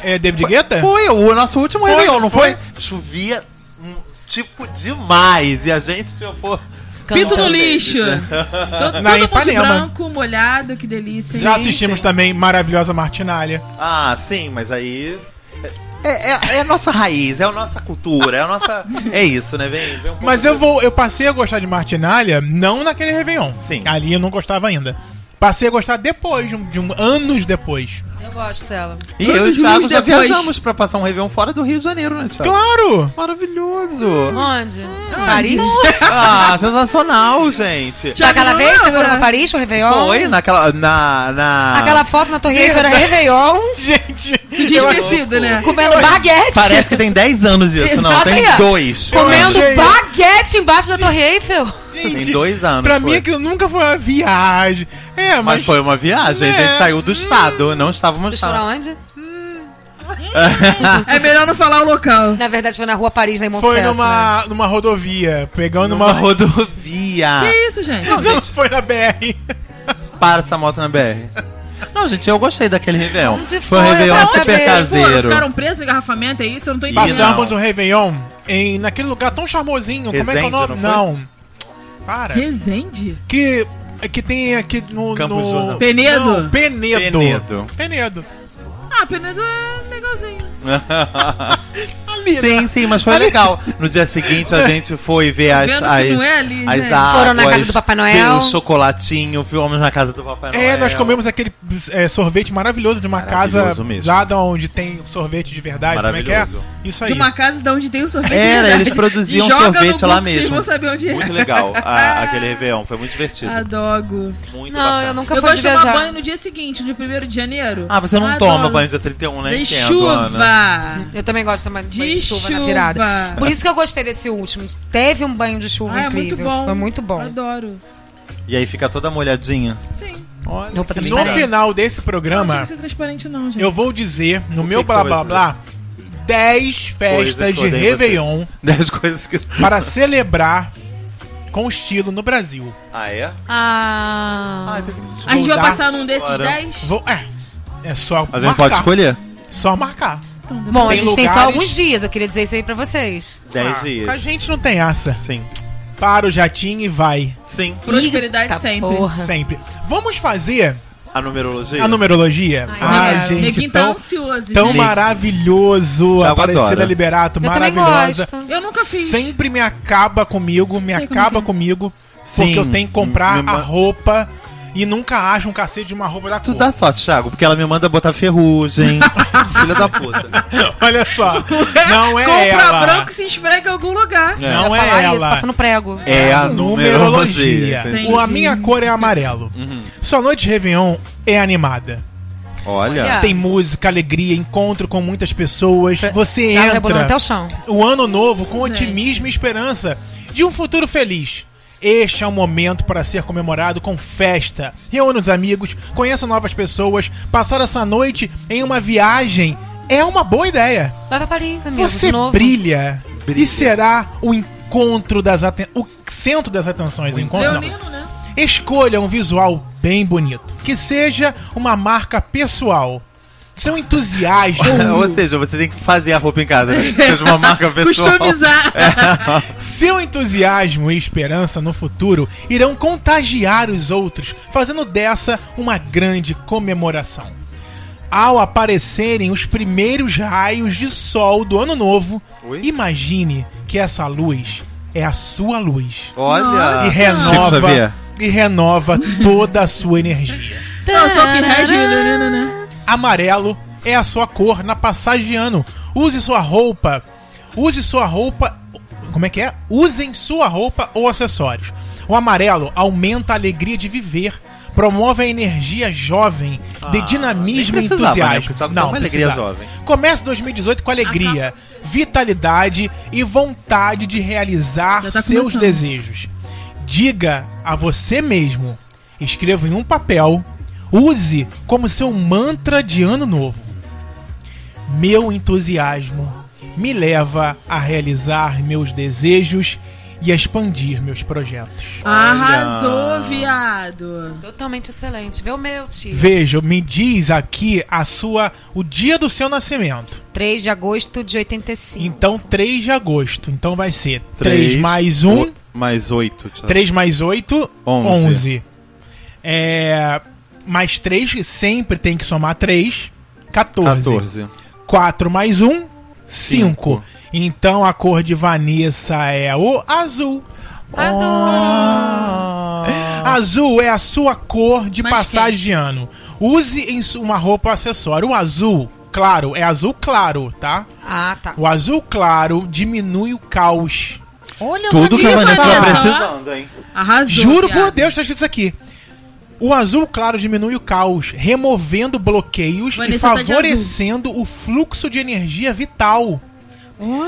Speaker 1: É David Guetta?
Speaker 2: Foi o nosso último
Speaker 1: Foi,
Speaker 2: Réveillon, não
Speaker 1: foi.
Speaker 2: foi? Chovia um tipo demais. E a gente, tipo.
Speaker 6: Pinto no lixo. Todo, todo
Speaker 1: Na
Speaker 6: mundo de
Speaker 1: Ipanema.
Speaker 6: branco, molhado, que delícia.
Speaker 1: Já
Speaker 6: Gente.
Speaker 1: assistimos também Maravilhosa Martinalha.
Speaker 2: Ah, sim, mas aí. É, é, é a nossa raiz, é a nossa cultura, é a nossa. É isso, né? Vem, vem um pouco
Speaker 1: Mas eu vou, eu passei a gostar de Martinalha não naquele Réveillon.
Speaker 2: Sim.
Speaker 1: Ali eu não gostava ainda. Passei a gostar depois, de um, de um- anos depois.
Speaker 4: eu gosto dela.
Speaker 2: E eu e o
Speaker 6: Todos
Speaker 2: Thiago
Speaker 6: juntos
Speaker 2: já
Speaker 6: depois.
Speaker 2: viajamos pra passar um Réveillon fora do Rio de Janeiro, né, Thiago?
Speaker 1: Claro!
Speaker 2: Maravilhoso!
Speaker 4: Onde? Paris?
Speaker 2: Ah, sensacional, gente!
Speaker 4: Já aquela
Speaker 6: não,
Speaker 4: vez
Speaker 6: não,
Speaker 4: você foram
Speaker 6: né?
Speaker 4: pra Paris, o Réveillon?
Speaker 2: Foi naquela. Na, na...
Speaker 4: Aquela foto na Torre Eiffel era Réveillon,
Speaker 1: Gente,
Speaker 6: Tinha esquecido, né?
Speaker 4: comendo baguete.
Speaker 2: Parece que tem 10 anos isso, não, tem
Speaker 4: Exato.
Speaker 2: dois.
Speaker 4: Comendo
Speaker 1: achei.
Speaker 4: baguete embaixo da Torre Eiffel.
Speaker 1: gente,
Speaker 2: Tem dois anos,
Speaker 1: Pra
Speaker 2: foi.
Speaker 1: mim aquilo nunca foi uma viagem. É, mas,
Speaker 2: Mas foi uma viagem, a
Speaker 1: É.
Speaker 2: gente saiu do estado, não estávamos
Speaker 4: Vocês foram
Speaker 2: lá.
Speaker 4: onde?
Speaker 6: É melhor não falar o local.
Speaker 4: Na verdade foi na rua Paris, na Imon
Speaker 1: foi
Speaker 4: Celso, né?
Speaker 1: numa, numa rodovia, pegando
Speaker 2: um Numa
Speaker 1: uma rodovia.
Speaker 2: rodovia.
Speaker 6: Que isso, gente?
Speaker 1: Não, foi na BR.
Speaker 2: Para essa moto na BR. Não, gente, eu gostei daquele Réveillon.
Speaker 4: Onde
Speaker 2: Foi um
Speaker 4: foi?
Speaker 2: Réveillon
Speaker 4: Eu
Speaker 2: super
Speaker 4: também.
Speaker 2: caseiro.
Speaker 6: Ficaram presos em engarrafamento, é isso? Eu não tô
Speaker 2: E-
Speaker 6: entendendo.
Speaker 1: Passamos um Réveillon em, naquele lugar tão charmosinho. Como é que é o
Speaker 2: Resende,
Speaker 1: nome?
Speaker 2: não
Speaker 1: Não. Para.
Speaker 6: Resende?
Speaker 1: Que, que tem aqui no.
Speaker 2: Campos
Speaker 1: no-
Speaker 2: Jordão.
Speaker 6: Penedo?
Speaker 1: Não, Penedo.
Speaker 2: Penedo.
Speaker 1: Penedo.
Speaker 6: Ah, Penedo é legalzinho.
Speaker 1: Ali, né?
Speaker 2: Sim, sim, mas foi
Speaker 1: Ali.
Speaker 2: legal. No dia seguinte a gente foi ver as,
Speaker 6: Vendo que
Speaker 2: as,
Speaker 6: não é ali,
Speaker 2: as
Speaker 6: né?
Speaker 2: águas.
Speaker 4: Foram na casa do Papai Noel.
Speaker 2: viu O chocolatinho, fomos na casa do Papai Noel.
Speaker 1: É, nós comemos aquele é, sorvete maravilhoso de uma casa
Speaker 2: Maravilhoso mesmo.
Speaker 1: lá da onde tem sorvete de verdade, como é que é?
Speaker 2: Maravilhoso.
Speaker 1: Isso
Speaker 6: De
Speaker 1: aí.
Speaker 6: uma casa de onde tem o sorvete.
Speaker 2: Era,
Speaker 6: de verdade.
Speaker 2: eles produziam
Speaker 6: Joga no
Speaker 2: sorvete lá
Speaker 6: Google que Vocês
Speaker 2: mesmo.
Speaker 6: vão saber onde é.
Speaker 2: Muito legal a- aquele Réveillon, foi muito divertido.
Speaker 3: Ah,
Speaker 6: Adogo.
Speaker 2: Muito
Speaker 4: Não,
Speaker 2: bacana.
Speaker 4: eu nunca
Speaker 6: Eu
Speaker 4: fui
Speaker 6: gosto de
Speaker 4: de
Speaker 6: tomar
Speaker 4: viajar.
Speaker 6: banho no dia seguinte, no dia 1 de janeiro.
Speaker 2: Ah, você não
Speaker 6: Adoro.
Speaker 2: toma banho dia 31, né?
Speaker 6: De
Speaker 2: Entendo,
Speaker 6: chuva.
Speaker 2: Ana.
Speaker 4: Eu também gosto de tomar
Speaker 6: De
Speaker 4: banho de chuva,
Speaker 6: chuva.
Speaker 4: na virada. Por isso que eu gostei desse último. Teve um banho de chuva
Speaker 6: Ah, é
Speaker 4: incrível.
Speaker 6: muito bom.
Speaker 4: Foi muito bom.
Speaker 6: Adoro.
Speaker 2: E aí fica toda molhadinha.
Speaker 6: Sim.
Speaker 2: Olha, que
Speaker 4: Roupa também
Speaker 1: No
Speaker 2: legal.
Speaker 4: parece.
Speaker 1: final desse
Speaker 6: Não
Speaker 1: programa,
Speaker 6: tinha que ser transparente, não, gente.
Speaker 1: eu vou dizer, no
Speaker 2: que
Speaker 1: meu
Speaker 2: que
Speaker 1: blá
Speaker 2: você
Speaker 1: blá
Speaker 2: vai
Speaker 1: blá, 10 festas
Speaker 2: Coisas que
Speaker 1: de
Speaker 2: eu odeio em você.
Speaker 1: Réveillon
Speaker 2: Das coisas que.
Speaker 1: para celebrar com estilo no Brasil.
Speaker 2: Ah, é?
Speaker 4: Ah.
Speaker 6: A gente vai
Speaker 1: Vou dar-
Speaker 6: passar num desses
Speaker 2: Bora.
Speaker 6: 10?
Speaker 1: Vou, é, é só
Speaker 2: A gente
Speaker 1: marcar.
Speaker 2: pode escolher?
Speaker 1: Só marcar.
Speaker 6: Então,
Speaker 4: Bom, a
Speaker 1: Tem
Speaker 4: gente tem só
Speaker 1: lugares-
Speaker 4: alguns dias. Eu queria dizer isso aí pra vocês.
Speaker 2: 10
Speaker 1: Ah, A
Speaker 2: dias.
Speaker 1: gente não tem essa.
Speaker 2: Sim.
Speaker 1: Para o jatinho e vai.
Speaker 2: Sim.
Speaker 6: Prosperidade
Speaker 4: Eita
Speaker 6: É sempre.
Speaker 4: Tá Porra.
Speaker 1: Sempre. Vamos fazer
Speaker 2: A numerologia?
Speaker 1: a numerologia?
Speaker 4: Ai,
Speaker 1: ah,
Speaker 4: legal.
Speaker 1: gente,
Speaker 6: Neguinho tá
Speaker 1: tão,
Speaker 6: ansioso,
Speaker 1: tão
Speaker 6: gente.
Speaker 1: maravilhoso.
Speaker 2: Thiago
Speaker 1: Aparecida
Speaker 2: adora.
Speaker 1: Liberato,
Speaker 4: Eu também
Speaker 1: maravilhosa.
Speaker 4: gosto.
Speaker 6: Eu nunca fiz.
Speaker 1: Sempre me acaba comigo, me
Speaker 6: Sei como
Speaker 1: acaba
Speaker 6: que é.
Speaker 1: comigo.
Speaker 2: Sim.
Speaker 1: Porque eu tenho que comprar
Speaker 2: Me
Speaker 1: a
Speaker 2: ma-
Speaker 1: roupa e nunca acho um cacete de uma roupa da
Speaker 2: Tu
Speaker 1: cor.
Speaker 2: dá sorte, Thiago, porque ela me manda botar ferrugem. Filha da puta.
Speaker 1: Olha só. não é
Speaker 6: Compra
Speaker 1: ela.
Speaker 6: branco e se esfrega em algum lugar.
Speaker 2: É.
Speaker 1: Não
Speaker 4: Pra
Speaker 1: é
Speaker 4: falar
Speaker 1: ela.
Speaker 4: isso, passando prego.
Speaker 2: É a
Speaker 1: Numerologia.
Speaker 2: numerologia. entendi. Uhum.
Speaker 1: O, a minha cor é amarelo. Sua noite de Réveillon é animada.
Speaker 2: Olha.
Speaker 4: Ah.
Speaker 1: Tem música, alegria, encontro com muitas pessoas. Você
Speaker 4: Já rebolando até
Speaker 1: entra
Speaker 4: o chão.
Speaker 1: o ano novo com
Speaker 6: Gente.
Speaker 1: otimismo e esperança de um futuro feliz. Este é um momento para ser comemorado com festa. Reúna os amigos, conheça novas pessoas, passar essa noite em uma viagem é uma boa ideia.
Speaker 4: Vai pra Paris, amigo.
Speaker 1: Você
Speaker 4: de novo.
Speaker 1: brilha,
Speaker 2: Brilha.
Speaker 1: e será o encontro das aten- o centro das atenções. O encontro, não.
Speaker 6: Leonino, né?
Speaker 1: Escolha um visual bem bonito, que seja uma marca pessoal. Seu
Speaker 2: Ou
Speaker 1: entusiasmo,
Speaker 2: seja, você tem que fazer a roupa em casa, né? Seja uma marca pessoal.
Speaker 6: Customizar.
Speaker 1: É. seu entusiasmo e esperança no futuro irão contagiar os outros, fazendo dessa uma grande comemoração. Ao aparecerem os primeiros raios de sol do ano novo,
Speaker 2: Ui.
Speaker 1: imagine que essa luz é a sua luz.
Speaker 2: Olha. Tipo,
Speaker 1: E
Speaker 2: Ah, Chico Xavier.
Speaker 1: renova, e renova toda a sua energia.
Speaker 6: Não, só que rege o Leonino, né?
Speaker 1: Amarelo é a sua cor na passagem de ano. Use sua roupa. Use sua roupa. Como é que é? Usem sua roupa ou acessórios. O amarelo aumenta a alegria de viver, promove a energia jovem, de dinamismo
Speaker 2: Ah, nem
Speaker 1: e
Speaker 2: precisava, né?
Speaker 1: entusiasmo.
Speaker 2: Precisava dar uma alegria
Speaker 1: precisava.
Speaker 2: jovem.
Speaker 1: Comece 2018 com alegria, vitalidade e vontade de realizar
Speaker 6: Já tá
Speaker 1: seus
Speaker 6: começando.
Speaker 1: desejos. Diga a você mesmo, escreva em um papel, use como seu mantra de ano novo. Meu entusiasmo me leva a realizar meus desejos e a expandir meus projetos.
Speaker 6: Arrasou, viado.
Speaker 4: Totalmente excelente. Vê o meu, tio.
Speaker 1: Veja, me diz aqui a sua o dia do seu nascimento.
Speaker 4: 3 de agosto de 85.
Speaker 1: Então 3 de agosto. Então vai ser 3,
Speaker 2: Três,
Speaker 1: mais 1,
Speaker 2: o- Mais um. oito. Thiago.
Speaker 1: 3 mais 8,
Speaker 2: Onze.
Speaker 1: 11. É, mais 3, sempre tem que somar 3, 14.
Speaker 2: 14.
Speaker 1: 4 mais 1, 5.
Speaker 2: Cinco.
Speaker 1: Então a cor de Vanessa é o azul. Então. Azul é a sua cor de
Speaker 6: Mais
Speaker 1: passagem de ano. Use em su- uma roupa ou acessório. O azul, claro, é azul claro, tá?
Speaker 4: Ah, tá.
Speaker 1: O azul claro diminui o caos. Olha
Speaker 2: Tudo que a Vanessa tá
Speaker 6: Vanessa.
Speaker 2: precisando, hein?
Speaker 6: Arrasou.
Speaker 1: Juro
Speaker 6: viado.
Speaker 1: por Deus, tá escrito isso aqui. O azul claro diminui o caos, removendo bloqueios e
Speaker 6: Vanessa tá de
Speaker 1: favorecendo o fluxo de energia vital.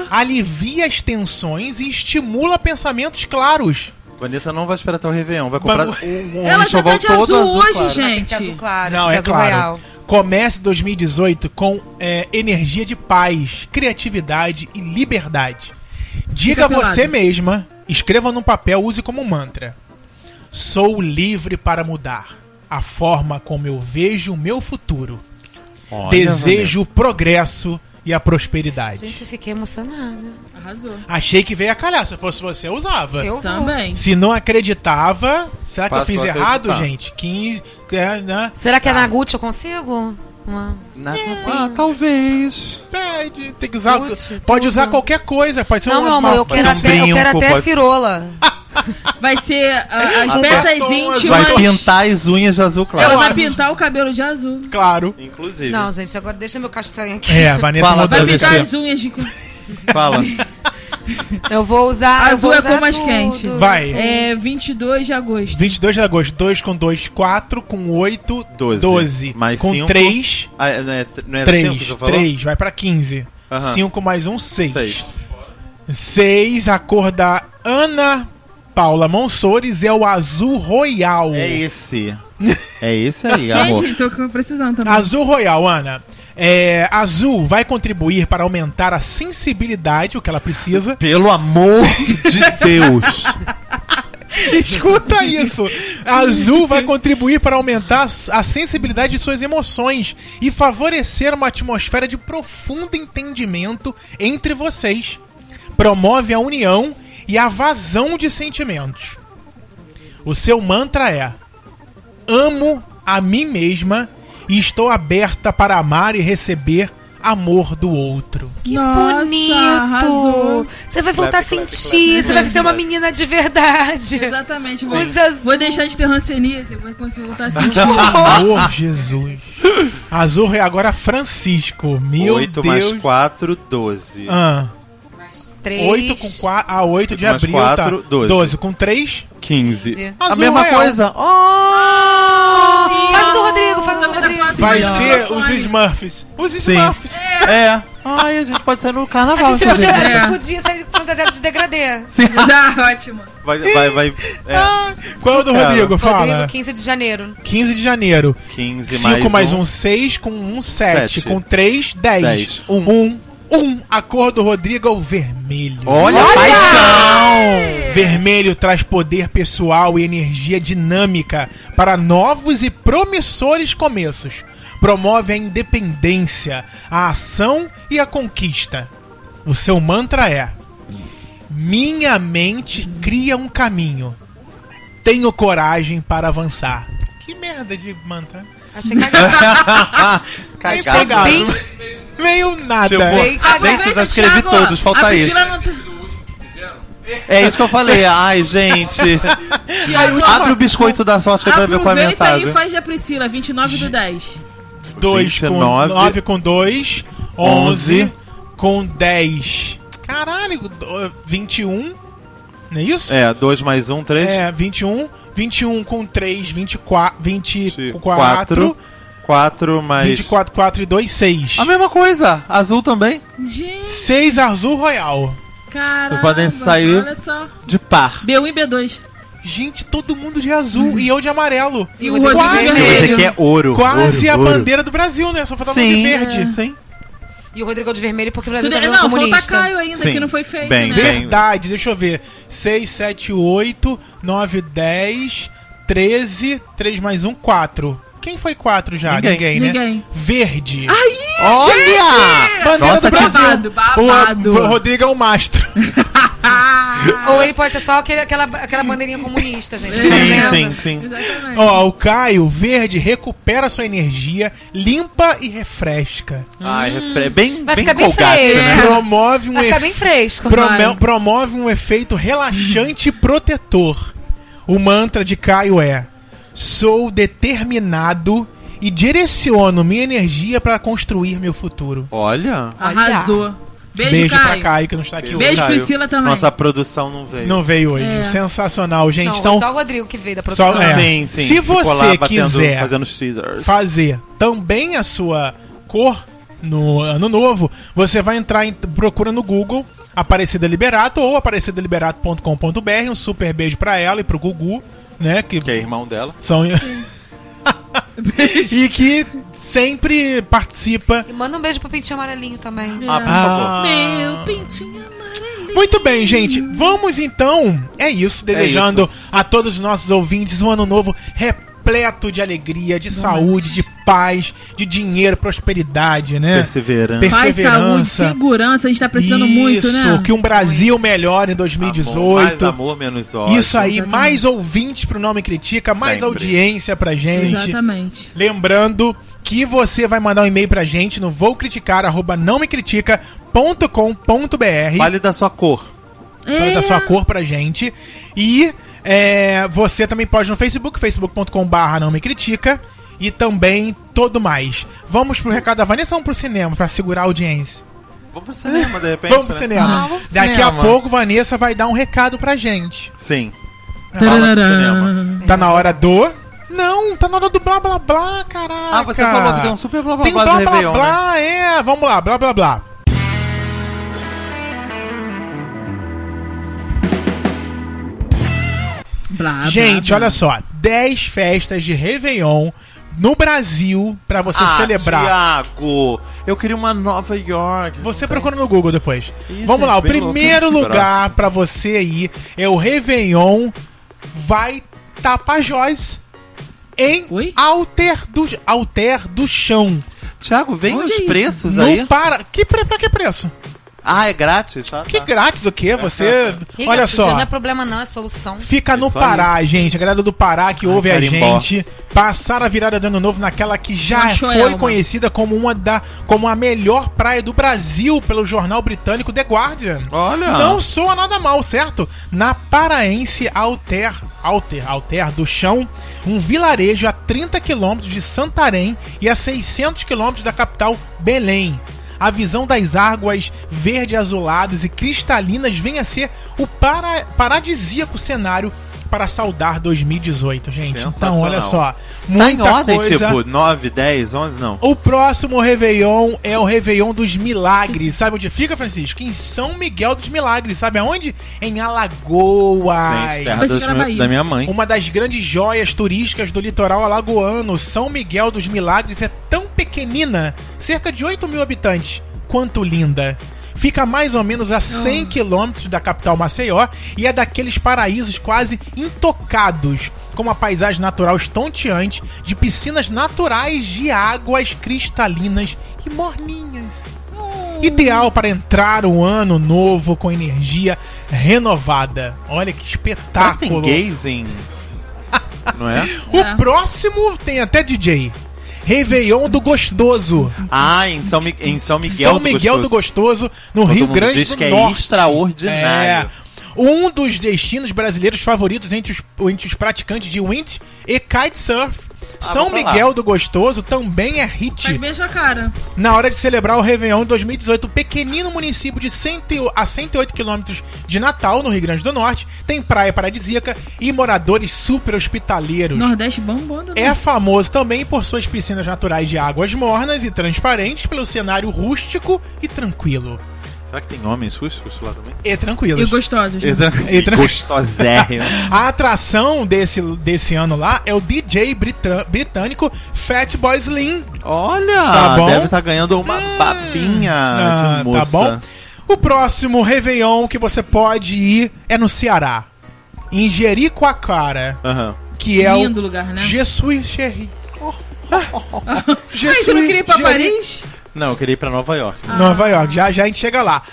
Speaker 1: Alivia as tensões e estimula pensamentos claros.
Speaker 2: Vanessa não vai esperar até o Réveillon. Vai comprar
Speaker 1: Vamos-
Speaker 2: um, um
Speaker 6: Ela já
Speaker 2: enxoval
Speaker 6: tá de azul, hoje,
Speaker 2: claro.
Speaker 4: Mas tem que
Speaker 6: gente.
Speaker 4: ser azul claro,
Speaker 1: Não,
Speaker 4: tem
Speaker 1: é
Speaker 4: que ser azul
Speaker 1: claro.
Speaker 4: real.
Speaker 1: Comece 2018 com é, energia de paz, criatividade e liberdade. Diga a
Speaker 6: Fica
Speaker 1: você
Speaker 6: pelado.
Speaker 1: um mesma, escreva num papel, use como mantra. Sou livre para mudar. a forma como eu vejo o meu futuro. Desejo o progresso e a prosperidade.
Speaker 4: Gente, eu fiquei emocionada.
Speaker 6: Arrasou.
Speaker 1: Achei que veio a calhar. Se eu fosse você, eu usava.
Speaker 4: Eu vou.
Speaker 6: Também.
Speaker 1: Se não acreditava, será que eu
Speaker 5: Passou
Speaker 1: fiz
Speaker 5: a
Speaker 1: errado,
Speaker 5: acreditar.
Speaker 1: gente? 15. É, né?
Speaker 4: Será que é na Gucci eu consigo? Uma...
Speaker 2: Na- Ah, talvez.
Speaker 1: Pede, tem que usar.
Speaker 4: Putz,
Speaker 1: pode usar
Speaker 4: tudo.
Speaker 1: qualquer coisa. Pode ser
Speaker 4: Não,
Speaker 1: um-
Speaker 4: meu amor, eu
Speaker 1: pode
Speaker 4: quero
Speaker 1: ser um
Speaker 4: até, eu
Speaker 2: brinco,
Speaker 4: quero até
Speaker 2: pode-
Speaker 4: cirola.
Speaker 6: Vai ser ah, as
Speaker 1: Um
Speaker 6: peças
Speaker 1: batom,
Speaker 6: íntimas.
Speaker 2: Vai pintar as unhas de azul claro.
Speaker 6: Ela vai pintar o cabelo de azul.
Speaker 1: brinco, Claro.
Speaker 5: Inclusive.
Speaker 4: Não, gente, agora deixa meu castanho aqui.
Speaker 1: É, a Vanessa
Speaker 2: Fala,
Speaker 1: mudou
Speaker 2: Vai
Speaker 6: Vai
Speaker 1: de-
Speaker 2: Vanessa.
Speaker 6: pintar
Speaker 2: mexer.
Speaker 6: as unhas de.
Speaker 2: Fala.
Speaker 4: Eu vou usar. eu
Speaker 6: Azul
Speaker 4: vou
Speaker 6: é
Speaker 4: usar
Speaker 6: cor mais
Speaker 4: tudo.
Speaker 6: quente.
Speaker 1: Vai.
Speaker 6: É 22 de agosto.
Speaker 1: 22 de agosto, 2 com 2, 4, com 8, 12.
Speaker 2: Doze. Mais
Speaker 1: com
Speaker 2: cinco,
Speaker 1: 3,
Speaker 2: Ah, é- não, é, não era
Speaker 1: 3,
Speaker 2: cinco que você falou?
Speaker 1: 3, vai pra 15.
Speaker 2: Aham.
Speaker 1: 5 mais 1, 6.
Speaker 2: Seis.
Speaker 1: 6, a cor da Ana Paula Monsores é o azul royal.
Speaker 2: É esse. É esse aí, amor.
Speaker 6: Gente, tô com- precisando também.
Speaker 1: Azul Royal, Ana. É, azul vai contribuir para aumentar a sensibilidade, o que ela precisa.
Speaker 2: Pelo amor de Deus.
Speaker 1: Escuta isso! Azul vai contribuir para aumentar a sensibilidade de suas emoções e favorecer uma atmosfera de profundo entendimento entre vocês. Promove a união e a vazão de sentimentos. O seu mantra é: Amo a mim mesma e estou aberta para amar e receber amor do outro.
Speaker 6: Que
Speaker 4: Bonito. Você vai voltar a sentir.
Speaker 5: clap,
Speaker 4: Você vai ser uma menina de verdade.
Speaker 6: Exatamente, vou,
Speaker 4: Luz azul.
Speaker 6: vou deixar de ter rancenise, vou conseguir voltar a sentir.
Speaker 1: Amor, Jesus. Azul é agora Francisco. Meu
Speaker 2: 8
Speaker 1: Deus.
Speaker 2: mais 4, 12.
Speaker 1: Ah,
Speaker 4: Três.
Speaker 1: 8 com 4. Ah, 8 de
Speaker 2: Mais
Speaker 1: abril.
Speaker 2: quatro,
Speaker 1: tá.
Speaker 2: doze.
Speaker 1: 12 com 3.
Speaker 2: 15.
Speaker 1: Azul
Speaker 2: a mesma
Speaker 1: real.
Speaker 2: coisa. Oh!
Speaker 4: Faz o do Rodrigo, faz o do Rodrigo.
Speaker 1: Vai
Speaker 6: Não.
Speaker 1: ser os
Speaker 6: Fone.
Speaker 1: Smurfs. Os
Speaker 2: Sim.
Speaker 1: Smurfs.
Speaker 2: É. Ai, a gente pode sair no
Speaker 4: A
Speaker 2: carnaval.
Speaker 4: gente
Speaker 6: É.
Speaker 4: podia,
Speaker 2: inclusive.
Speaker 4: a gente podia sair fantasiado de degradê.
Speaker 6: ah, ótimo.
Speaker 2: Vai, vai, vai. É.
Speaker 1: Ah, qual é o do
Speaker 2: Cara.
Speaker 1: Rodrigo? Fala.
Speaker 4: Rodrigo, 15 de janeiro.
Speaker 1: 15 de janeiro.
Speaker 2: 15 mais
Speaker 1: 5 mais
Speaker 2: um.
Speaker 1: 1, 6. Com 1, 7.
Speaker 2: Sete.
Speaker 1: Com 3, 10.
Speaker 2: Dez.
Speaker 1: 1. 1. 1. A cor do Rodrigo é o vermelho.
Speaker 2: Olha, a paixão!
Speaker 1: Vermelho traz poder pessoal e energia dinâmica para novos e promissores começos. Promove a independência, a ação e a conquista. O seu mantra é: Minha mente cria um caminho. Tenho coragem para avançar. Que merda de mantra.
Speaker 4: Achei que
Speaker 1: Meio cagado. É Meio nada.
Speaker 2: Tipo,
Speaker 4: Agora
Speaker 2: gente, eu já
Speaker 6: Veja,
Speaker 2: escrevi
Speaker 6: Thiago,
Speaker 2: todos,
Speaker 6: a
Speaker 2: falta esse.
Speaker 6: Priscila não tá- tem-
Speaker 2: É isso que eu falei. Ai, gente.
Speaker 6: Thiago,
Speaker 2: Abre o biscoito da sorte aí pra ver qual é a
Speaker 6: aproveita aí
Speaker 2: mensagem.
Speaker 6: e faz da Priscila, 29 do 10.
Speaker 1: 2 com
Speaker 2: 29.
Speaker 1: 9 com 2, 11
Speaker 2: 11.
Speaker 1: com 10. Caralho, do- 21, não é isso?
Speaker 2: É, 2 mais 1, 3.
Speaker 1: É, 21, 21 com 3, 24, 24,
Speaker 2: 4. 4 mais.
Speaker 1: 24, 4 e 2, 6.
Speaker 2: A mesma coisa. Azul também.
Speaker 6: Gente,
Speaker 1: 6 azul royal.
Speaker 6: caramba.
Speaker 2: podem sair-
Speaker 6: Olha só.
Speaker 2: De par.
Speaker 6: B1 e B2.
Speaker 1: Gente, todo mundo de azul e eu de amarelo.
Speaker 6: E o
Speaker 4: Eu vou de
Speaker 6: Rodrigo
Speaker 1: vermelho.
Speaker 6: vermelho.
Speaker 2: Você quer é ouro.
Speaker 1: Quase
Speaker 2: ouro,
Speaker 1: a
Speaker 2: ouro.
Speaker 1: bandeira do Brasil, né? Só faltava de
Speaker 2: Sim,
Speaker 1: verde.
Speaker 2: sim.
Speaker 4: E o Rodrigo é de vermelho porque o Brasil
Speaker 6: Tudo-
Speaker 4: tá virando
Speaker 6: não, falta
Speaker 4: comunista.
Speaker 6: Caio ainda, que
Speaker 2: Sim.
Speaker 6: não foi feito,
Speaker 2: Bem,
Speaker 6: né?
Speaker 2: bem.
Speaker 1: Verdade, deixa eu ver. 6, 7, 8, 9, 10, 13, 3 mais 1, 4. Quem foi 4 já?
Speaker 2: Ninguém.
Speaker 1: né?
Speaker 6: Ninguém.
Speaker 1: Verde.
Speaker 3: Ah,
Speaker 2: Olha!
Speaker 1: Bandeira
Speaker 2: Nossa,
Speaker 1: do Brasil.
Speaker 6: babado, babado.
Speaker 1: O, o Rodrigo é o mastro.
Speaker 4: Ou ele pode ser só aquele- aquela, aquela bandeirinha comunista, gente.
Speaker 1: Hum.
Speaker 4: Tá vendo?
Speaker 2: Sim, sim, sim.
Speaker 6: Exatamente.
Speaker 1: Ó, o Caio, verde, recupera sua energia, limpa e refresca.
Speaker 2: Ai, refre... bem,
Speaker 4: Vai
Speaker 2: bem
Speaker 4: ficar bem
Speaker 2: colgate,
Speaker 4: feio.
Speaker 2: né?
Speaker 1: Promove um
Speaker 4: É. Vai ficar
Speaker 1: efeito.
Speaker 4: bem fresco.
Speaker 1: Prome- promove um efeito relaxante e protetor. O mantra de Caio é: Sou determinado e direciono minha energia para construir meu futuro.
Speaker 2: Olha.
Speaker 6: Arrasou. Beijo,
Speaker 1: Beijo
Speaker 6: Caio.
Speaker 1: pra Caio que não está aqui
Speaker 6: Beijo,
Speaker 1: hoje.
Speaker 2: Caio.
Speaker 6: Priscila, também.
Speaker 2: Nossa, a produção não veio.
Speaker 1: Não veio hoje.
Speaker 6: É.
Speaker 1: Sensacional, gente.
Speaker 4: Não,
Speaker 1: então,
Speaker 4: só o Rodrigo que veio da produção.
Speaker 1: só, é.
Speaker 2: Sim, sim.
Speaker 1: se
Speaker 2: ficou
Speaker 1: você
Speaker 2: lá batendo-
Speaker 1: quiser
Speaker 2: Fazendo os teasers.
Speaker 1: fazer também a sua cor no ano novo, você vai entrar em procura no Google Aparecida Liberato ou aparecidaliberato.com.br. Um super beijo pra ela e pro Gugu, né? Que,
Speaker 2: Que é irmão dela.
Speaker 1: são e que sempre participa.
Speaker 4: E manda um beijo pro Pintinho Amarelinho também.
Speaker 2: Ah, por favor.
Speaker 6: Meu pintinho amarelinho.
Speaker 1: Muito bem, gente. Vamos então. É isso. Desejando a todos os nossos ouvintes um ano novo repleto repleto de alegria, de saúde, de paz, de dinheiro, prosperidade, né?
Speaker 2: Perseverança.
Speaker 3: Paz, saúde, segurança, a gente tá precisando muito, né?
Speaker 1: que um Brasil melhor em 2018.
Speaker 2: amor, menos ódio.
Speaker 1: Isso aí, mais ouvintes pro Nome Critica, mais
Speaker 5: Sempre.
Speaker 1: audiência pra gente.
Speaker 3: Exatamente.
Speaker 1: Lembrando que você vai mandar um e-mail pra gente no voucriticar@nomecritica.com.br.
Speaker 2: Fale da sua cor.
Speaker 1: Fala
Speaker 3: É.
Speaker 1: da sua cor pra gente. E é, você também pode no Facebook, facebook.com.br não me critica. E também todo mais. Vamos pro recado da Vanessa ou pro cinema pra segurar a audiência?
Speaker 2: Vamos pro cinema, de repente.
Speaker 1: vamos pro
Speaker 2: né?
Speaker 1: cinema.
Speaker 4: Ah, vamos pro
Speaker 1: Daqui
Speaker 5: cinema.
Speaker 1: a pouco Vanessa vai dar um recado pra gente.
Speaker 2: Sim. Fala do
Speaker 3: Tarará.
Speaker 2: cinema.
Speaker 1: Tá na hora do. Não, tá na hora do blá blá blá, caraca.
Speaker 2: Ah, você falou que tem um super blá blá
Speaker 1: Tem
Speaker 2: blá
Speaker 1: blá
Speaker 2: do
Speaker 1: blá
Speaker 2: Réveillon, né?
Speaker 1: blá, é. Vamos lá, blá blá blá.
Speaker 3: Blá,
Speaker 1: Gente,
Speaker 3: blá, blá.
Speaker 1: olha só, 10 festas de Réveillon no Brasil pra você
Speaker 2: Ah,
Speaker 1: celebrar.
Speaker 2: Tiago, eu queria uma Nova York.
Speaker 1: Você procura no Google depois.
Speaker 2: Ih,
Speaker 1: Vamos
Speaker 2: gente,
Speaker 1: lá, o
Speaker 2: bem
Speaker 1: primeiro
Speaker 2: louco.
Speaker 1: lugar pra você ir é o Réveillon vai Tapajós em
Speaker 3: Oi?
Speaker 1: Alter do Alter do Chão.
Speaker 2: Tiago, vem
Speaker 3: Onde
Speaker 2: os
Speaker 3: é isso?
Speaker 2: preços
Speaker 1: Não
Speaker 2: aí.
Speaker 1: para. Que pre- pra que preço?
Speaker 2: Ah, é grátis? Ah,
Speaker 1: Que
Speaker 2: tá.
Speaker 1: grátis o quê? Você
Speaker 4: Ih,
Speaker 1: Olha
Speaker 4: gato, isso
Speaker 1: só.
Speaker 4: Não é problema, não, é solução.
Speaker 1: Fica no
Speaker 2: Isso aí.
Speaker 1: Pará, gente. A galera do Pará que ouve a
Speaker 2: carimbó.
Speaker 1: gente passaram a virada do ano novo naquela que já
Speaker 3: Achou
Speaker 1: foi
Speaker 3: Elma.
Speaker 1: conhecida como uma da como a melhor praia do Brasil pelo jornal britânico The Guardian.
Speaker 2: Olha.
Speaker 1: Não soa nada mal, certo? Na paraense Alter, Alter, Alter do Chão, um vilarejo a 30 quilômetros de Santarém e a 600 quilômetros da capital Belém. A visão das águas verde azuladas e cristalinas vem a ser o para, paradisíaco cenário para saudar 2018, gente. Então,
Speaker 2: Sensacional.
Speaker 1: olha só.
Speaker 2: Tá
Speaker 1: Muita
Speaker 2: em ordem,
Speaker 1: coisa.
Speaker 2: tipo, 9, 10, 11, não.
Speaker 1: O próximo Réveillon é o Réveillon dos Milagres. Sabe onde fica, Francisco? Em São Miguel dos Milagres. Sabe aonde? Em Alagoas.
Speaker 2: Gente, terra
Speaker 3: Pensei
Speaker 2: dos
Speaker 3: que era
Speaker 2: meu-
Speaker 3: Bahia.
Speaker 2: da minha mãe.
Speaker 1: Uma das grandes joias turísticas do litoral alagoano, São Miguel dos Milagres é tão pequenina, cerca de 8 mil habitantes, quanto linda. Fica mais ou menos a 100 quilômetros da capital Maceió e é daqueles paraísos quase intocados, com uma paisagem natural estonteante de piscinas naturais de águas cristalinas e morninhas. Ideal para entrar o ano novo com energia renovada. Olha que
Speaker 2: Será que tem
Speaker 1: espetáculo.
Speaker 2: gays em... não é?
Speaker 1: O próximo tem até DJ. Réveillon do Gostoso.
Speaker 2: Ah, em São, Mi- em São Miguel
Speaker 1: São Miguel do Gostoso, no
Speaker 2: Todo
Speaker 1: Rio
Speaker 2: mundo
Speaker 1: Grande
Speaker 2: diz
Speaker 1: do
Speaker 2: que é
Speaker 1: Norte.
Speaker 2: extraordinário.
Speaker 1: Um dos destinos brasileiros favoritos entre os, entre os praticantes de wind e kitesurf. São
Speaker 2: Ah, vou pra lá.
Speaker 1: Miguel do Gostoso também é
Speaker 3: Faz
Speaker 1: hit
Speaker 3: beijo a cara.
Speaker 1: na hora de celebrar o Réveillon 2018. O pequenino município de 100 e- a 108 quilômetros de Natal, no Rio Grande do Norte, tem praia paradisíaca e moradores super hospitaleiros.
Speaker 3: Nordeste bombando. né?
Speaker 1: É famoso também por suas piscinas naturais de águas mornas e transparentes, pelo cenário rústico e tranquilo.
Speaker 2: Será que tem homens rústicos lá também?
Speaker 1: E tranquilo.
Speaker 3: E gostosos. né?
Speaker 1: E tra-
Speaker 2: Gostosérrimo.
Speaker 1: A atração desse, desse ano lá é o DJ britan- britânico Fatboy Slim.
Speaker 2: Olha,
Speaker 1: Tá bom? É.
Speaker 2: deve estar ganhando uma babinha
Speaker 1: Ah,
Speaker 2: de moça.
Speaker 1: Tá bom? O próximo Réveillon que você pode ir é no Ceará. Em Jericoacoara,
Speaker 2: Aham.
Speaker 1: que é
Speaker 3: Lindo
Speaker 1: o
Speaker 3: lugar, né?
Speaker 1: Jesus Cherry.
Speaker 3: Ai, você não queria ir pra Paris?
Speaker 2: Não, eu queria ir pra Nova York.
Speaker 1: Ah. Nova York, já já a gente chega lá.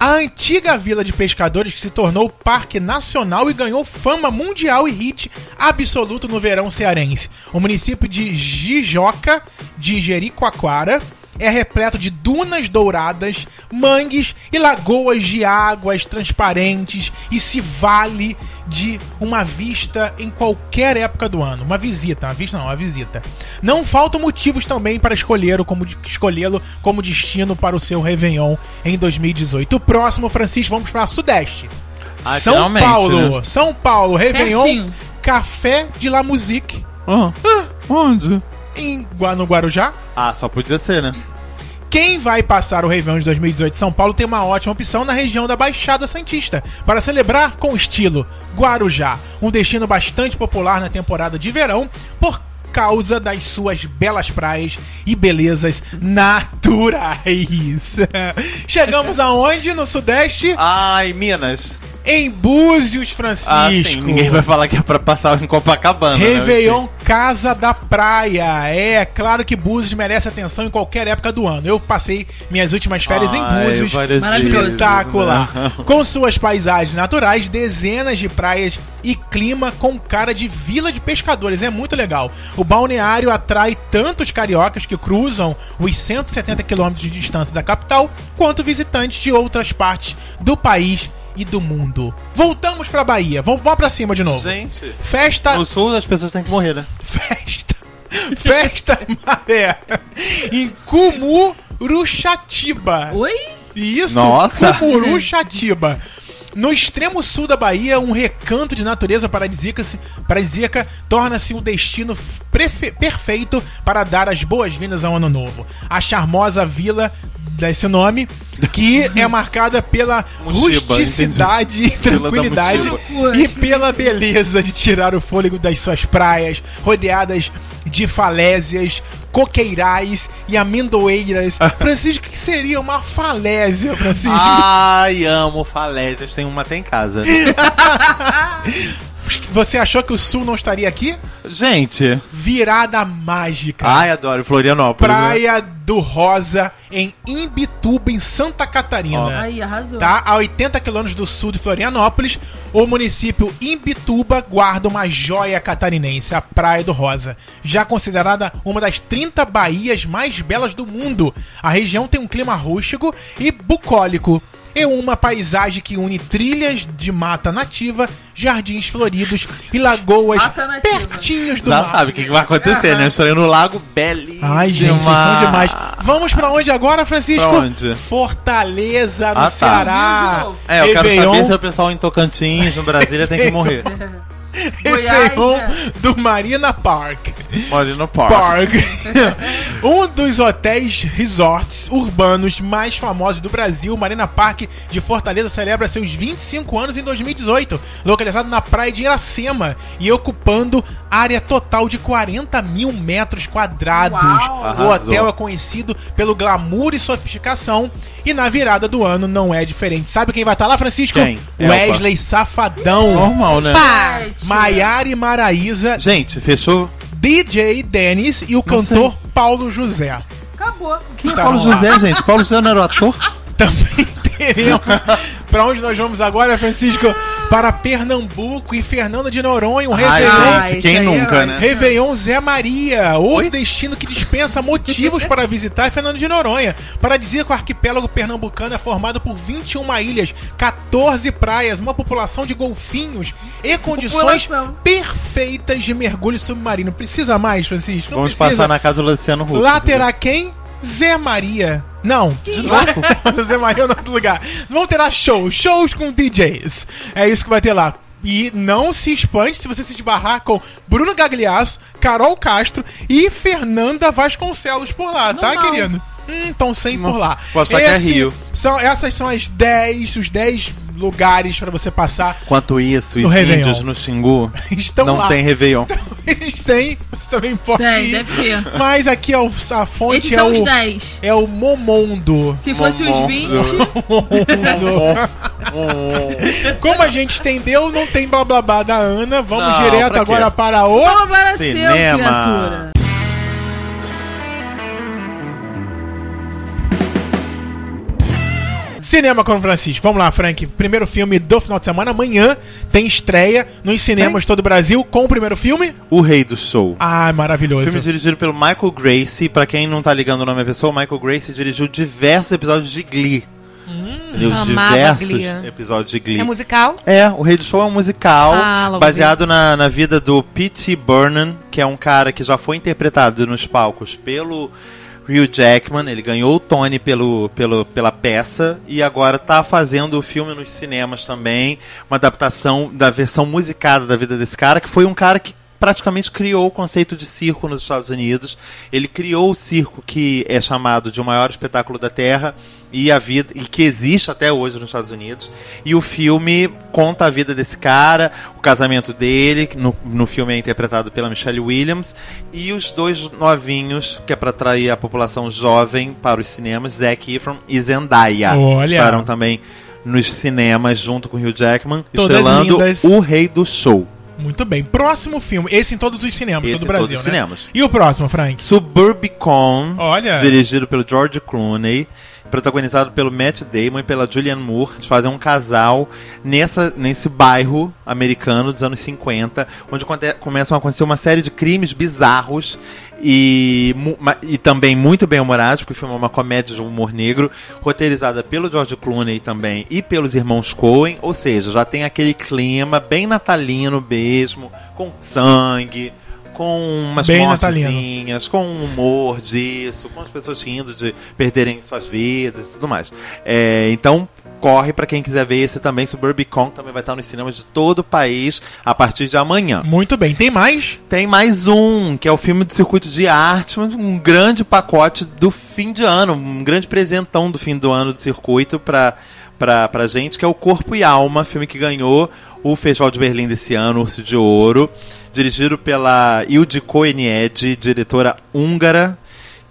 Speaker 1: A antiga vila de pescadores que se tornou parque nacional e ganhou fama mundial e hit absoluto no verão cearense. O município de Jijoca, de Jericoacoara, é repleto de dunas douradas, mangues e lagoas de águas transparentes e se vale de uma vista em qualquer época do ano. Uma visita, uma vista não, uma visita. Não faltam motivos também para escolher o como de- escolhê-lo como destino para o seu Réveillon em 2018. O próximo, Francisco, vamos para Sudeste.
Speaker 2: Ah,
Speaker 1: São
Speaker 2: finalmente,
Speaker 1: Paulo, São Paulo, Réveillon,
Speaker 3: Pertinho.
Speaker 1: Café de La Musique, Ah,
Speaker 2: Onde?
Speaker 1: em, Gua- no Guarujá.
Speaker 2: Ah, só podia ser, né?
Speaker 1: Quem vai passar o Réveillon de 2018 em São Paulo tem uma ótima opção na região da Baixada Santista para celebrar com estilo Guarujá, um destino bastante popular na temporada de verão por causa das suas belas praias e belezas naturais. Chegamos aonde no Sudeste?
Speaker 2: Ai, Minas.
Speaker 1: em Búzios, Francisco.
Speaker 2: Ah, sim, ninguém vai falar que é pra passar em Copacabana. né?
Speaker 1: Réveillon Casa da Praia. É, claro que Búzios merece atenção em qualquer época do ano. Eu passei minhas últimas férias
Speaker 2: Ai,
Speaker 1: em Búzios.
Speaker 2: Ah, é, várias
Speaker 1: Maravilhoso.
Speaker 2: vezes,
Speaker 1: Espetacular.
Speaker 2: né?
Speaker 1: Com suas paisagens naturais, dezenas de praias e clima com cara de vila de pescadores. É muito legal. O balneário atrai tanto os cariocas que cruzam os 170 quilômetros de distância da capital, quanto visitantes de outras partes do país e do mundo. Voltamos pra Bahia. Vamos, vamos pra cima de novo.
Speaker 2: Gente,
Speaker 1: Festa
Speaker 2: no sul as pessoas têm que morrer, né?
Speaker 1: Festa. Festa Maré. Em Cumuruxatiba.
Speaker 6: Oi?
Speaker 1: Isso,
Speaker 2: Nossa.
Speaker 1: Cumuruxatiba. No extremo sul da Bahia, um recanto de natureza paradisíaca, paradisíaca torna-se o destino prefe- perfeito para dar as boas-vindas ao Ano Novo. A charmosa vila desse nome, que é marcada pela
Speaker 2: Mujiba,
Speaker 1: rusticidade e
Speaker 2: Vila da
Speaker 1: tranquilidade
Speaker 2: Mujiba.
Speaker 1: e pela beleza de tirar o fôlego das suas praias, rodeadas de falésias, coqueirais e amendoeiras. Francisco, o que seria uma falésia, Francisco?
Speaker 2: Ah. Ai, amo falésias. Tem uma até em casa.
Speaker 1: Você achou que o Sul não estaria aqui?
Speaker 2: Gente,
Speaker 1: Virada mágica.
Speaker 2: ai, adoro Florianópolis. né?
Speaker 1: Praia do Rosa, em Imbituba, em Santa Catarina.
Speaker 6: Aí, arrasou.
Speaker 1: Tá? A 80 quilômetros do sul de Florianópolis, o município Imbituba guarda uma joia catarinense, a Praia do Rosa. Já considerada uma das 30 baías mais belas do mundo, a região tem um clima rústico e bucólico. É uma paisagem que une trilhas de mata nativa, jardins floridos e lagoas
Speaker 6: Mata nativa.
Speaker 1: pertinhos do
Speaker 2: Já
Speaker 1: mar.
Speaker 2: sabe o que, que vai acontecer, né? Estarei no lago belíssima.
Speaker 1: Ai, gente, vocês são demais. Vamos pra onde agora, Francisco?
Speaker 2: Pra onde?
Speaker 1: Fortaleza, no
Speaker 2: Ah, tá.
Speaker 1: Ceará.
Speaker 6: Rio de novo.
Speaker 2: É, eu quero
Speaker 1: Réveillon.
Speaker 2: saber se o pessoal em Tocantins, no Brasília, tem que morrer.
Speaker 6: Goiás,
Speaker 1: Réveillon
Speaker 6: né?
Speaker 1: do Marina Park.
Speaker 2: Morde no parque.
Speaker 1: Park. um dos hotéis resorts urbanos mais famosos do Brasil, Marina Park de Fortaleza celebra seus 25 anos em 2018, localizado na praia de Iracema e ocupando área total de 40 mil metros quadrados.
Speaker 6: Uau!
Speaker 1: O
Speaker 2: Arrasou.
Speaker 1: hotel é conhecido pelo glamour e sofisticação e na virada do ano não é diferente. Sabe quem vai estar lá, Francisco?
Speaker 2: Quem?
Speaker 1: Wesley Safadão.
Speaker 2: Normal, né?
Speaker 4: Pá!
Speaker 6: Gente,
Speaker 1: Maiara e Maraíza,
Speaker 2: Gente, fechou.
Speaker 1: DJ Dennis e o cantor Paulo José.
Speaker 6: Acabou.
Speaker 1: Que
Speaker 2: Paulo José, gente. Paulo José não era o ator?
Speaker 1: Também teremos. pra onde nós vamos agora, Francisco? Para Pernambuco e Fernando de Noronha, um Réveillon.
Speaker 6: Ah,
Speaker 2: Ai, gente,
Speaker 6: isso
Speaker 2: quem
Speaker 6: aí é
Speaker 2: nunca,
Speaker 6: ótimo.
Speaker 2: né?
Speaker 1: Réveillon Zé Maria, outro destino que dispensa motivos para visitar é Fernando de Noronha. Paradisíaco arquipélago pernambucano é formado por 21 ilhas, 14 praias, uma população de golfinhos e condições
Speaker 6: População.
Speaker 1: perfeitas de mergulho submarino. Precisa mais, Francisco? Não
Speaker 2: Vamos
Speaker 1: precisa.
Speaker 2: passar na casa do Luciano Huck.
Speaker 1: Lá terá quem? Zé Maria. Não, de novo. Zé Maria é o nome do lugar. Vão terá shows, shows com DJs. É isso que vai ter lá. E não se espante se você se esbarrar com Bruno Gagliasso, Carol Castro e Fernanda Vasconcelos por lá, tá,
Speaker 6: Normal.
Speaker 1: querido? Hum, tão sem por lá.
Speaker 2: Vou achar que é Rio.
Speaker 1: São, essas são as 10, os 10 lugares pra você passar.
Speaker 2: Enquanto isso, os
Speaker 1: No Réveillon.
Speaker 2: índios no Xingu
Speaker 1: Estão
Speaker 2: não
Speaker 1: lá.
Speaker 2: tem Réveillon.
Speaker 1: Eles têm, você também pode
Speaker 6: Tem,
Speaker 1: ir.
Speaker 6: deve ter.
Speaker 1: Mas aqui é o- a fonte
Speaker 6: Esses
Speaker 1: é
Speaker 6: são
Speaker 1: o...
Speaker 6: os 10.
Speaker 1: É o Momondo.
Speaker 6: Se fosse os
Speaker 2: Momon.
Speaker 6: 20,
Speaker 1: Como a gente estendeu, não tem blá blá blá da Ana. Vamos
Speaker 2: tá Não,
Speaker 1: direto
Speaker 2: pra quê?
Speaker 1: agora para o.
Speaker 6: como
Speaker 3: é
Speaker 6: para ser,
Speaker 2: Cinema.
Speaker 6: criatura?
Speaker 1: Cinema com o Francisco. Vamos lá, Frank. Primeiro filme do final de semana. Amanhã tem estreia nos cinemas de todo o Brasil com o primeiro filme.
Speaker 2: O Rei do Show.
Speaker 1: Ah, maravilhoso.
Speaker 2: Filme dirigido pelo Michael Gracie. Pra quem não tá ligando o nome da pessoa, o Michael Gracie dirigiu diversos episódios de Glee. Ele dirigiu
Speaker 4: Hum, Amava
Speaker 2: diversos
Speaker 4: Glee.
Speaker 2: episódios de Glee.
Speaker 4: É musical?
Speaker 2: É, o Rei do Show é um musical
Speaker 4: Ah, logo
Speaker 2: baseado na, na vida do P.T. Burnham, que é um cara que já foi interpretado nos palcos pelo Hugh Jackman. Ele ganhou o Tony pelo, pelo, pela peça e agora tá fazendo o filme nos cinemas também. Uma adaptação da versão musicada da vida desse cara, que foi um cara que praticamente criou o conceito de circo nos Estados Unidos. Ele criou o circo que é chamado de o maior espetáculo da Terra e a vida e que existe até hoje nos Estados Unidos. E o filme conta a vida desse cara, o casamento dele, que no, no filme é interpretado pela Michelle Williams, e os dois novinhos que é para atrair a população jovem para os cinemas, Zac Efron e Zendaya
Speaker 1: Olha.
Speaker 2: estarão também nos cinemas junto com o Hugh Jackman,
Speaker 1: Todas
Speaker 2: estrelando
Speaker 1: lindas.
Speaker 2: o rei do show.
Speaker 1: Muito bem. Próximo filme. Esse em todos os cinemas,
Speaker 2: Esse
Speaker 1: todo o
Speaker 2: em
Speaker 1: Brasil,
Speaker 2: todos os
Speaker 1: né?
Speaker 2: cinemas.
Speaker 1: E o próximo, Frank?
Speaker 2: Suburbicon,
Speaker 1: Olha.
Speaker 2: dirigido pelo George Clooney, protagonizado pelo Matt Damon e pela Julianne Moore. Eles fazem um casal nessa, nesse bairro americano dos anos 50, onde conte- começam a acontecer uma série de crimes bizarros e, mu- ma- e também muito bem-humorados, porque o filme é uma comédia de humor negro, roteirizada pelo George Clooney também e pelos irmãos Coen, ou seja, já tem aquele clima bem natalino mesmo, com sangue, com umas
Speaker 1: Bem
Speaker 2: mortezinhas,
Speaker 1: natalino.
Speaker 2: piadinhas, com o humor disso, com as pessoas rindo de perderem suas vidas e tudo mais. É, então, corre pra quem quiser ver esse também. Suburbicon também vai estar nos cinemas de todo o país a partir de amanhã.
Speaker 1: Muito bem. Tem mais?
Speaker 2: Tem mais um, que é o filme do Circuito de Arte, mas um grande pacote do fim de ano, um grande presentão do fim do ano do circuito pra, pra, pra gente, que é o Corpo e Alma, filme que ganhou o Festival de Berlim desse ano, Urso de Ouro, dirigido pela Ilde Koenied, diretora húngara,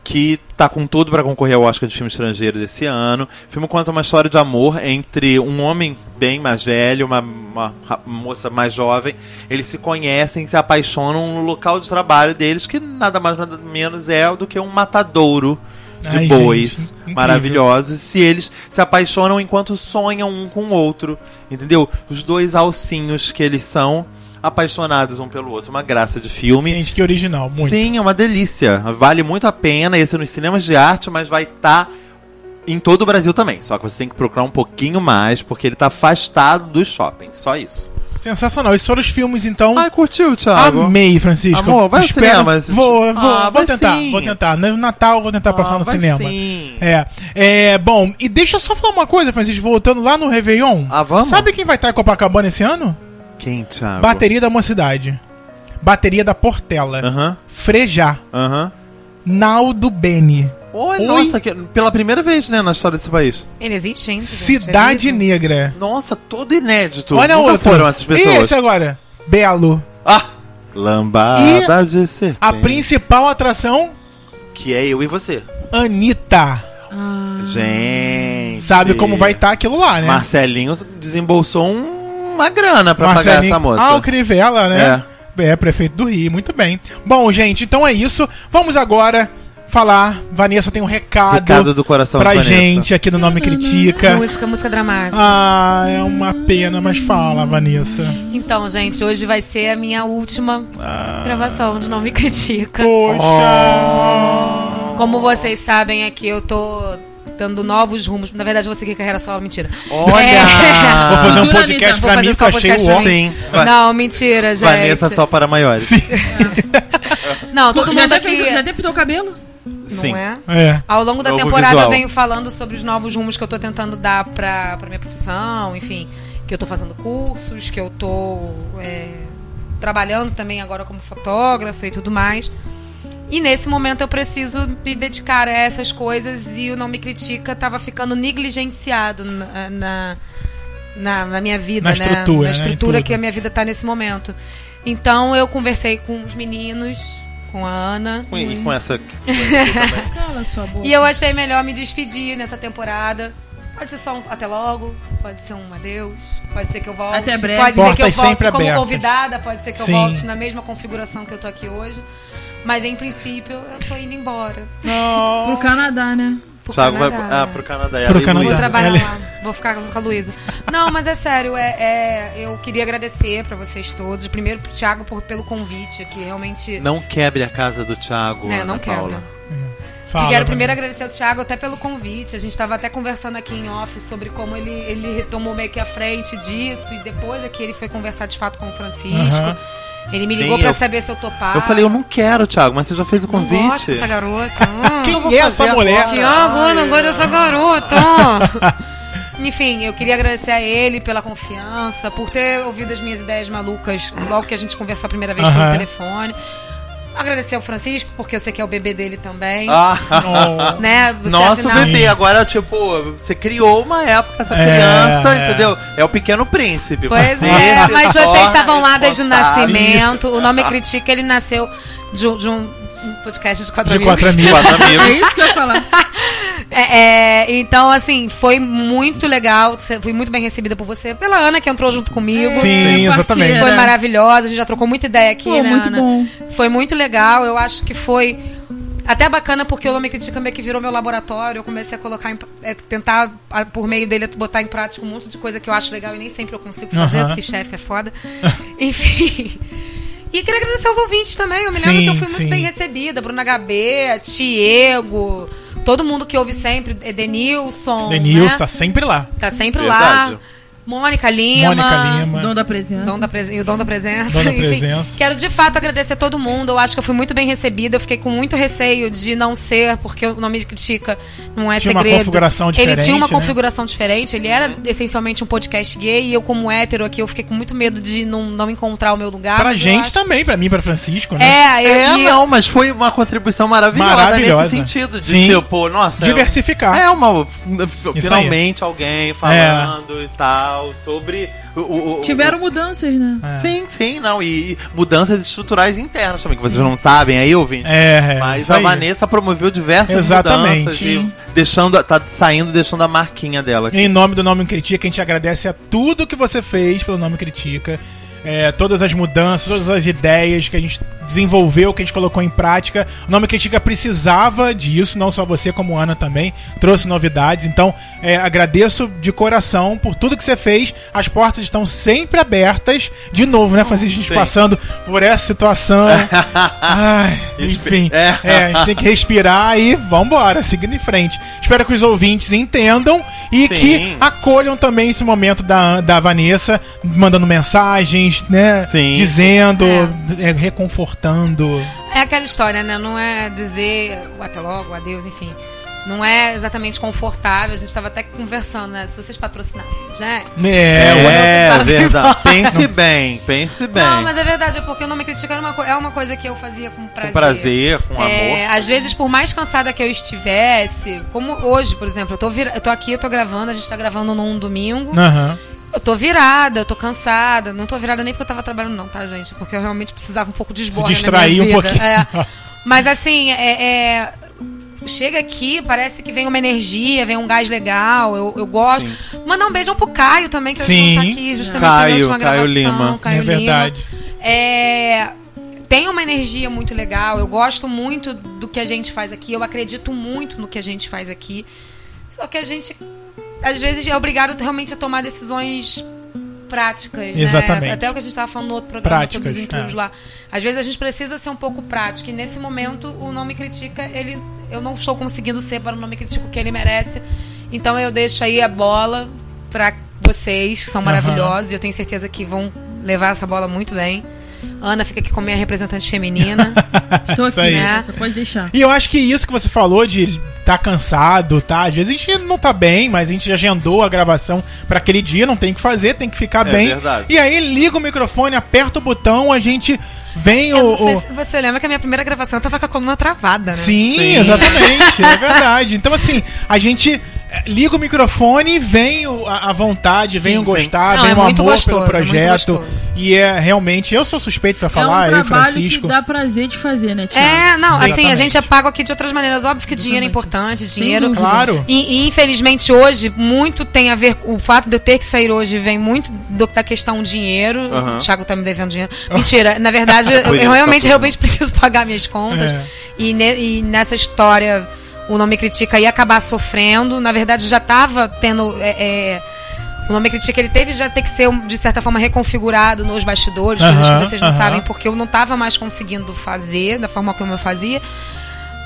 Speaker 2: que tá com tudo pra concorrer ao Oscar de filme estrangeiro desse ano. O filme conta uma história de amor entre um homem bem mais velho, uma, uma ra- moça mais jovem. Eles se conhecem, se apaixonam no local de trabalho deles, que nada mais nada menos é do que um matadouro de
Speaker 1: Ai,
Speaker 2: bois
Speaker 1: gente, incrível.
Speaker 2: maravilhosos. Se eles se apaixonam enquanto sonham um com o outro, entendeu? Os dois alcinhos que eles são, apaixonados um pelo outro. Uma graça de filme.
Speaker 1: Gente, que original. Muito.
Speaker 2: Sim, é uma delícia. Vale muito a pena esse é nos cinemas de arte, mas vai estar em todo o Brasil também. Só que você tem que procurar um pouquinho mais, porque ele tá afastado dos shoppings. Só isso.
Speaker 1: Sensacional. Esses foram os filmes, então.
Speaker 2: Ai, curtiu, Thiago?
Speaker 1: Amei, Francisco.
Speaker 2: Amor, vai ao cinema assistir.
Speaker 1: Vou, vou,
Speaker 2: Ah,
Speaker 1: vou
Speaker 2: vai
Speaker 1: tentar.
Speaker 2: sim.
Speaker 1: Vou tentar. No Natal, vou tentar passar
Speaker 2: Ah,
Speaker 1: no
Speaker 2: vai
Speaker 1: cinema.
Speaker 2: sim.
Speaker 1: É. é. Bom, e deixa eu só falar uma coisa, Francisco, voltando lá no Réveillon.
Speaker 2: Ah, vamos? Ah,
Speaker 1: Sabe quem vai estar em Copacabana esse ano?
Speaker 2: Quem, Thiago?
Speaker 1: Bateria da Mocidade. Bateria da Portela.
Speaker 2: Aham,
Speaker 1: Frejá.
Speaker 2: aham.
Speaker 1: Naldo Beni.
Speaker 2: Oi,
Speaker 1: Oi.
Speaker 2: nossa, que- pela primeira vez, né, na história desse país.
Speaker 4: Ele existe ainda? gente?
Speaker 1: Cidade
Speaker 4: É mesmo?
Speaker 1: Negra.
Speaker 2: Nossa, todo inédito.
Speaker 1: Olha
Speaker 2: Nunca
Speaker 1: outra.
Speaker 2: foram essas
Speaker 1: E
Speaker 2: pessoas.
Speaker 1: esse é agora? Belo.
Speaker 2: Ah! Lambada de serpente.
Speaker 1: A principal atração,
Speaker 2: Que é eu e você.
Speaker 1: Anitta.
Speaker 2: Gente.
Speaker 1: Ah. Sabe como vai estar aquilo lá, né?
Speaker 2: Marcelinho desembolsou um- uma grana pra pagar
Speaker 1: Marcelinho Ah,
Speaker 2: essa moça.
Speaker 1: Alcrivela, né? É. prefeito do Rio, muito bem. Bom, gente, então é isso. Vamos agora falar. Vanessa tem um recado,
Speaker 2: Recado do coração
Speaker 1: pra
Speaker 2: de Vanessa.
Speaker 1: gente aqui no Nome Critica.
Speaker 4: Música, música dramática.
Speaker 1: Ah, é uma pena, mas fala, Vanessa.
Speaker 4: Então, gente, hoje vai ser a minha última
Speaker 1: Ah.
Speaker 4: gravação de Não Me Critica.
Speaker 1: Poxa!
Speaker 4: Como vocês sabem aqui, eu tô dando novos rumos. Na verdade, eu vou seguir carreira solo, mentira.
Speaker 2: Olha!
Speaker 4: É.
Speaker 1: Vou fazer um
Speaker 3: Anitta,
Speaker 1: podcast
Speaker 4: vou
Speaker 1: pra
Speaker 4: fazer
Speaker 1: mim que
Speaker 4: só
Speaker 1: eu
Speaker 4: um
Speaker 1: achei o
Speaker 4: podcast pra
Speaker 1: ó.
Speaker 4: mim.
Speaker 2: Sim. Va-
Speaker 4: Não, mentira, gente.
Speaker 2: Vanessa só para maiores.
Speaker 4: Não, todo
Speaker 3: já
Speaker 4: mundo
Speaker 3: até
Speaker 4: aqui...
Speaker 3: fez- já até pintou o cabelo?
Speaker 2: Sim.
Speaker 4: Não é?
Speaker 1: É.
Speaker 4: Ao longo da
Speaker 2: Novo
Speaker 4: temporada
Speaker 2: visual.
Speaker 4: eu venho falando sobre os novos rumos que eu tô tentando dar pra, pra minha profissão, enfim, que eu tô fazendo cursos, que eu tô é, trabalhando também agora como fotógrafa e tudo mais. E nesse momento eu preciso me dedicar a essas coisas e o Não Me Critica tava ficando negligenciado na, na, na- na minha vida,
Speaker 1: Na
Speaker 4: né?
Speaker 1: estrutura, né?
Speaker 4: na
Speaker 1: Em
Speaker 4: estrutura
Speaker 1: tudo.
Speaker 4: que a minha vida tá nesse momento. Então eu conversei com os meninos, com a Ana.
Speaker 2: Com- E com essa.
Speaker 6: Cala sua boca.
Speaker 4: E eu achei melhor me despedir nessa temporada. Pode ser só um até logo, pode ser um adeus, pode ser que eu volte.
Speaker 3: Até breve.
Speaker 4: Pode ser que eu
Speaker 1: Portas
Speaker 4: volte
Speaker 1: sempre
Speaker 4: como
Speaker 1: abertas.
Speaker 4: convidada, pode ser que eu
Speaker 1: Sim.
Speaker 4: volte na mesma configuração que eu tô aqui hoje. Mas em princípio eu tô indo embora.
Speaker 3: Pro Canadá, né?
Speaker 4: Pro
Speaker 2: Thiago vai
Speaker 4: Canadá.
Speaker 2: ah, pro Canadá.
Speaker 1: Pro
Speaker 2: Ela e
Speaker 1: Canadá.
Speaker 4: Vou
Speaker 2: Luísa.
Speaker 4: trabalhar
Speaker 1: Ela-
Speaker 4: lá. Vou ficar com a Luísa. Não, mas é sério, é, é- eu queria agradecer pra vocês todos. Primeiro pro Thiago por, pelo convite, que realmente.
Speaker 2: Não quebre a casa do Thiago.
Speaker 4: né,
Speaker 2: Ana
Speaker 4: não
Speaker 2: Paula.
Speaker 4: quebra.
Speaker 1: Fala,
Speaker 4: Quero primeiro
Speaker 1: Vanessa.
Speaker 4: agradecer ao Thiago até pelo convite. A gente estava até conversando aqui em off sobre como ele, ele retomou meio que a frente disso e depois aqui ele foi conversar de fato com o Francisco.
Speaker 1: Aham.
Speaker 4: Ele me
Speaker 2: Sim,
Speaker 4: ligou para
Speaker 2: eu-
Speaker 4: saber se eu topava.
Speaker 2: Eu falei, eu não quero, Thiago, mas você já fez o
Speaker 4: Ah. Não gosto
Speaker 2: convite.
Speaker 4: dessa garota. Hum.
Speaker 1: Quem
Speaker 2: vou
Speaker 1: é
Speaker 2: fazer
Speaker 1: essa mulher?
Speaker 4: um
Speaker 2: agora.
Speaker 4: Thiago, não gosto dessa garota. Enfim, eu queria agradecer a ele pela confiança, por ter ouvido as minhas ideias malucas logo que a gente conversou a primeira vez
Speaker 1: Aham.
Speaker 4: pelo telefone. Agradecer ao Francisco, porque eu sei que é o bebê dele também.
Speaker 2: Ah,
Speaker 1: Oh.
Speaker 4: Né? Você
Speaker 2: nosso
Speaker 4: afinal-
Speaker 2: bebê, agora, tipo, você criou uma época essa
Speaker 1: É,
Speaker 2: criança,
Speaker 1: é.
Speaker 2: entendeu? É o pequeno príncipe.
Speaker 4: Pois
Speaker 2: Você
Speaker 4: é,
Speaker 1: tá
Speaker 2: se
Speaker 4: mas
Speaker 2: torna
Speaker 4: vocês estavam lá desde o
Speaker 2: responsável.
Speaker 4: nascimento. O nome critica, ele nasceu de, um- de um podcast de quatro
Speaker 1: De
Speaker 4: amigos.
Speaker 1: quatro amigos.
Speaker 2: Quatro
Speaker 3: É
Speaker 2: amigos.
Speaker 3: isso que eu ia falar.
Speaker 4: É, é, então, assim, foi muito legal. cê- Fui muito bem recebida por você. Pela Ana, que entrou junto comigo.
Speaker 1: Sim, exatamente.
Speaker 4: É. Foi maravilhosa, a gente já trocou muita ideia aqui,
Speaker 6: Pô,
Speaker 4: né,
Speaker 6: muito
Speaker 4: Ana?
Speaker 6: bom.
Speaker 4: Foi muito legal, eu acho que foi até bacana porque o Nome Critica meio que virou meu laboratório, eu comecei a colocar, em- é, tentar a- por meio dele botar em prática um monte de coisa que eu acho legal e nem sempre eu consigo fazer,
Speaker 1: Aham.
Speaker 4: porque chefe é foda. Enfim... E queria agradecer aos ouvintes também. Eu me lembro
Speaker 1: Sim,
Speaker 4: que eu fui muito
Speaker 1: sim.
Speaker 4: bem recebida. Bruna Gabê, Diego, todo mundo que ouve sempre. Edenilson.
Speaker 1: Denilson
Speaker 4: né?
Speaker 1: tá sempre lá.
Speaker 4: Tá sempre
Speaker 5: Verdade.
Speaker 4: lá. Mônica Lima.
Speaker 1: Mônica Lima.
Speaker 6: Dom da presença.
Speaker 4: Dom da presen- o dom da presença.
Speaker 1: Dom da
Speaker 4: Enfim,
Speaker 1: presença.
Speaker 4: quero de fato agradecer a todo mundo. Eu acho que eu fui muito bem recebida. Eu fiquei com muito receio de não ser, porque o nome de critica não é
Speaker 1: Tinha uma
Speaker 4: segredo.
Speaker 1: configuração
Speaker 4: Ele
Speaker 1: diferente,
Speaker 4: tinha uma
Speaker 1: né?
Speaker 4: configuração diferente. Ele era essencialmente um podcast gay. E eu, como hétero aqui, eu fiquei com muito medo de não, não encontrar o meu lugar.
Speaker 1: pra
Speaker 4: mas Ah, eu
Speaker 1: gente
Speaker 4: acho-
Speaker 1: também, pra mim, pra Francisco, né?
Speaker 4: É, eu,
Speaker 2: É,
Speaker 4: e-
Speaker 2: não, mas foi uma contribuição maravilhosa,
Speaker 1: Maravilhosa.
Speaker 2: nesse sentido. De
Speaker 1: Sim.
Speaker 2: tipo, nossa.
Speaker 1: Diversificar.
Speaker 2: É uma.
Speaker 1: aí. É.
Speaker 2: Finalmente alguém falando e tal sobre. O, o- o-
Speaker 6: Tiveram mudanças, né?
Speaker 1: É.
Speaker 2: Sim, sim, não. E mudanças estruturais internas também, que vocês não sabem aí, ouvinte.
Speaker 1: É, é,
Speaker 2: Mas
Speaker 1: isso
Speaker 2: a
Speaker 1: aí.
Speaker 2: Vanessa promoveu diversas
Speaker 1: Exatamente.
Speaker 2: mudanças
Speaker 1: Sim.
Speaker 2: e deixando, a- tá saindo, deixando a marquinha dela. aqui.
Speaker 1: Em nome do Nome Critica, a gente agradece a tudo que você fez pelo Nome Critica. É, todas as mudanças, todas as ideias que a gente desenvolveu, que a gente colocou em prática. O Nome Critica precisava disso, não só você, como Ana também. Trouxe novidades. Então, é, agradeço de coração por tudo que você fez. As portas estão sempre abertas. De novo, né, Francisco? A gente
Speaker 2: Sim.
Speaker 1: passando por essa situação. Ai, enfim.
Speaker 2: Respi- é.
Speaker 1: É, a gente tem que respirar e vambora, seguindo em frente. Espero que os ouvintes entendam e
Speaker 2: Sim.
Speaker 1: que acolham também esse momento da, da Vanessa, mandando mensagens, né?
Speaker 2: Sim.
Speaker 1: Dizendo, é, reconfortando.
Speaker 4: É aquela história, né? Não é dizer o até logo, adeus, enfim. Não é exatamente confortável. A gente estava até conversando, né? Se vocês patrocinassem, né? gente.
Speaker 1: Né? É,
Speaker 2: é verdade. Pense bem, pense bem.
Speaker 4: Não, mas é verdade, é porque o nome critica era uma co- é uma coisa que eu fazia com prazer.
Speaker 2: Com prazer, com
Speaker 4: É,
Speaker 2: amor.
Speaker 4: às vezes, por mais cansada que eu estivesse, como hoje, por exemplo, eu tô, vir... eu tô aqui, eu tô gravando, a gente tá gravando num domingo.
Speaker 1: Aham.
Speaker 4: Eu tô virada, eu tô cansada. Não tô virada nem porque eu tava trabalhando, não, tá, gente? Porque eu realmente precisava um pouco de esborne na
Speaker 1: distrair
Speaker 4: minha
Speaker 1: um
Speaker 4: vida.
Speaker 1: pouquinho.
Speaker 4: É. Mas assim, é, é, Chega aqui, parece que vem uma energia, vem um gás legal, eu, eu gosto. Mandar um beijão pro Caio também, que
Speaker 1: Sim.
Speaker 4: hoje não tá aqui, justamente
Speaker 2: Caio,
Speaker 4: na última
Speaker 2: Caio
Speaker 4: gravação.
Speaker 2: Lima.
Speaker 4: Caio
Speaker 1: É verdade.
Speaker 4: Lima. É, Tem uma energia muito legal, eu gosto muito do que a gente faz aqui, eu acredito muito no que a gente faz aqui. Só que a gente, às vezes, é obrigado realmente a tomar decisões práticas, né?
Speaker 1: Exatamente.
Speaker 4: Até o que a gente estava falando no outro programa sobre
Speaker 1: Práticas,
Speaker 4: os intrusos
Speaker 1: é.
Speaker 4: lá. Às vezes a gente precisa ser um pouco prático e nesse momento o Não Me Critica, ele eu não estou conseguindo ser para o Não Me Critica o que ele merece. Então eu deixo aí a bola para vocês, que são
Speaker 1: Aham.
Speaker 4: maravilhosos, e eu tenho certeza que vão levar essa bola muito bem. Ana fica aqui com a minha representante feminina.
Speaker 6: Estou
Speaker 1: É, Isso
Speaker 6: aqui,
Speaker 1: aí.
Speaker 6: né? Você pode deixar.
Speaker 1: E eu acho que isso que você falou de tá cansado, tá? Às vezes a gente não tá bem, mas a gente já agendou a gravação pra aquele dia, não tem o que fazer, tem que ficar
Speaker 2: É
Speaker 1: bem.
Speaker 2: verdade.
Speaker 1: E aí liga o microfone, aperta o botão, a gente vem
Speaker 4: eu
Speaker 1: o.
Speaker 4: não sei
Speaker 1: o-
Speaker 4: se você lembra que a minha primeira gravação eu tava com a coluna travada, né?
Speaker 1: Sim,
Speaker 2: Sim.
Speaker 1: exatamente, é verdade. Então, assim, a gente eh, liga o microfone e vem o- a, a vontade, vem o
Speaker 2: sim.
Speaker 1: gostar,
Speaker 4: Não,
Speaker 1: vem
Speaker 4: é
Speaker 1: o amor
Speaker 4: muito gostoso,
Speaker 1: pelo
Speaker 4: é muito
Speaker 1: projeto.
Speaker 4: gostoso.
Speaker 1: e é realmente, eu sou suspeito pra falar,
Speaker 6: é um
Speaker 1: eu,
Speaker 6: trabalho
Speaker 1: Francisco.
Speaker 6: que dá prazer de fazer, né, Thiago?
Speaker 4: É, não, assim,
Speaker 1: Exatamente.
Speaker 4: a gente é pago aqui de outras maneiras. Óbvio que dinheiro é importante, dinheiro.
Speaker 6: dúvida.
Speaker 1: Claro.
Speaker 4: E, e, infelizmente hoje muito tem a ver com o fato de eu ter que sair hoje vem muito do- da questão dinheiro.
Speaker 2: Aham.
Speaker 4: O Thiago tá me devendo dinheiro. Mentira, na verdade eu, eu
Speaker 2: Podia,
Speaker 4: realmente
Speaker 2: tá tudo.
Speaker 4: realmente preciso pagar minhas contas.
Speaker 1: É.
Speaker 4: E, ne- e nessa história o nome critica ia acabar sofrendo. Na verdade já tava tendo é, é, o nome critica ele teve já ter que ser de certa forma reconfigurado nos bastidores, coisas
Speaker 1: Aham,
Speaker 4: que vocês não
Speaker 1: aham.
Speaker 4: sabem porque eu não tava mais conseguindo fazer da forma como eu fazia.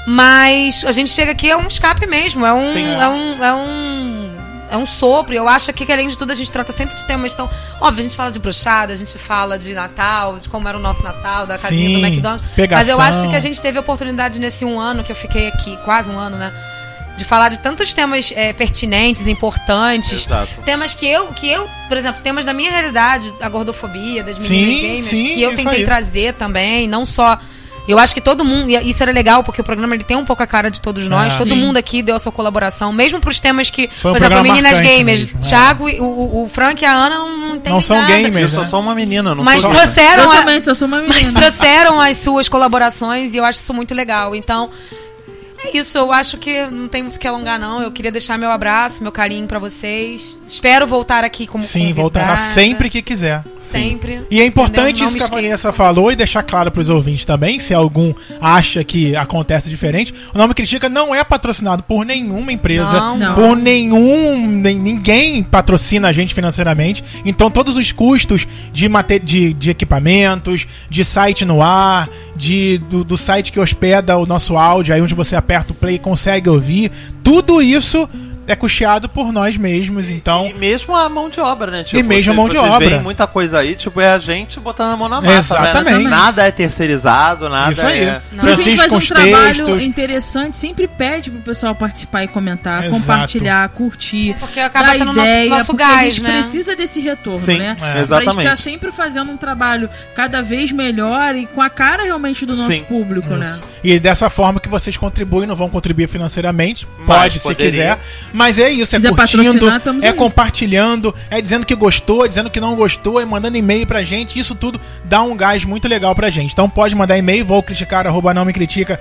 Speaker 4: Mas a gente chega aqui é um escape mesmo, é um,
Speaker 1: Sim, é.
Speaker 4: é. um, é um, é um sopro. Eu acho que, que, além de tudo, a gente trata sempre de temas tão. Óbvio, a gente fala de bruxada, a gente fala de Natal, de como era o nosso Natal, da casinha
Speaker 1: Sim,
Speaker 4: do McDonald's. Mas
Speaker 1: pegação.
Speaker 4: eu acho que a gente teve a oportunidade nesse um ano que eu fiquei aqui, quase um ano, né? De falar de tantos temas eh, pertinentes, importantes.
Speaker 2: Exato.
Speaker 1: É
Speaker 4: Temas que eu, que eu, por exemplo, temas da minha realidade, a gordofobia, das meninas
Speaker 1: Sim,
Speaker 4: gamers,
Speaker 1: sim,
Speaker 4: que eu
Speaker 1: isso
Speaker 4: tentei
Speaker 1: aí.
Speaker 4: trazer também, não só. Eu acho que todo mundo, e isso era legal, porque o programa ele tem um pouco a cara de todos nós,
Speaker 1: Ah,
Speaker 4: todo
Speaker 1: sim.
Speaker 4: mundo aqui deu a sua colaboração, mesmo pros temas que,
Speaker 1: Foi um
Speaker 4: por exemplo,
Speaker 1: programa
Speaker 4: meninas
Speaker 1: marcante
Speaker 4: gamers,
Speaker 1: mesmo, é.
Speaker 4: Thiago, e o- o, o Frank e a Ana não, não tem
Speaker 1: Não são
Speaker 4: nada.
Speaker 1: gamers.
Speaker 2: Eu
Speaker 1: Mas,
Speaker 2: sou
Speaker 1: né?
Speaker 2: só uma menina, não
Speaker 4: Mas
Speaker 2: sou
Speaker 4: trouxeram
Speaker 6: eu
Speaker 4: a-
Speaker 6: também, só sou uma menina.
Speaker 4: mas trouxeram as suas colaborações e eu acho isso muito legal. Então, É isso, eu acho que não tem muito o que alongar, não. Eu queria deixar meu abraço, meu carinho pra vocês. Espero voltar aqui como
Speaker 1: Sim,
Speaker 4: convidada.
Speaker 1: voltará sempre que quiser.
Speaker 4: Sempre.
Speaker 1: E é importante
Speaker 4: Entendeu? Não
Speaker 1: isso
Speaker 4: me
Speaker 1: que a
Speaker 4: esqueça.
Speaker 1: Vanessa falou e deixar claro pros ouvintes também, se algum acha que acontece diferente. O Não Me Critica não é patrocinado por nenhuma empresa,
Speaker 4: Não,
Speaker 3: não.
Speaker 1: por nenhum. nem- ninguém patrocina a gente financeiramente. Então todos os custos de, mate, de, de equipamentos, de site no ar, de, do, do site que hospeda o nosso áudio, aí onde você aperta o play e consegue ouvir, tudo isso é custeado por nós mesmos. Então.
Speaker 2: E mesmo a mão de obra, né? Tipo,
Speaker 1: E mesmo a mão de
Speaker 2: vocês
Speaker 1: obra.
Speaker 2: veem muita coisa aí, tipo, é a gente botando a mão na massa,
Speaker 1: Exatamente.
Speaker 2: né? Nada é terceirizado, nada
Speaker 1: Isso aí.
Speaker 2: é...
Speaker 1: Não.
Speaker 3: Por isso a gente faz um
Speaker 1: os
Speaker 3: trabalho
Speaker 1: textos.
Speaker 3: interessante, sempre pede pro pessoal participar e comentar,
Speaker 1: Exato.
Speaker 3: compartilhar, curtir.
Speaker 4: Porque acaba
Speaker 3: dar
Speaker 4: sendo nosso- nosso
Speaker 3: porque
Speaker 4: gás,
Speaker 3: a gente
Speaker 4: né?
Speaker 3: precisa desse retorno,
Speaker 7: Sim,
Speaker 3: né?
Speaker 7: é,
Speaker 3: Pra gente tá
Speaker 7: exatamente.
Speaker 3: sempre fazendo um trabalho cada vez melhor e com a cara realmente do nosso
Speaker 7: Sim.
Speaker 3: público, né?
Speaker 1: E dessa forma que vocês contribuem, não vão contribuir financeiramente,
Speaker 2: Mas
Speaker 1: pode se
Speaker 2: poderia.
Speaker 1: quiser, mas é isso, é
Speaker 3: quiser
Speaker 1: curtindo,
Speaker 3: patrocinar, estamos
Speaker 1: é
Speaker 3: aí.
Speaker 1: compartilhando, é dizendo que gostou, é dizendo que não gostou, é mandando e-mail pra gente, isso tudo dá um gás muito legal pra gente. Então pode mandar e-mail, vou criticar, arroba não me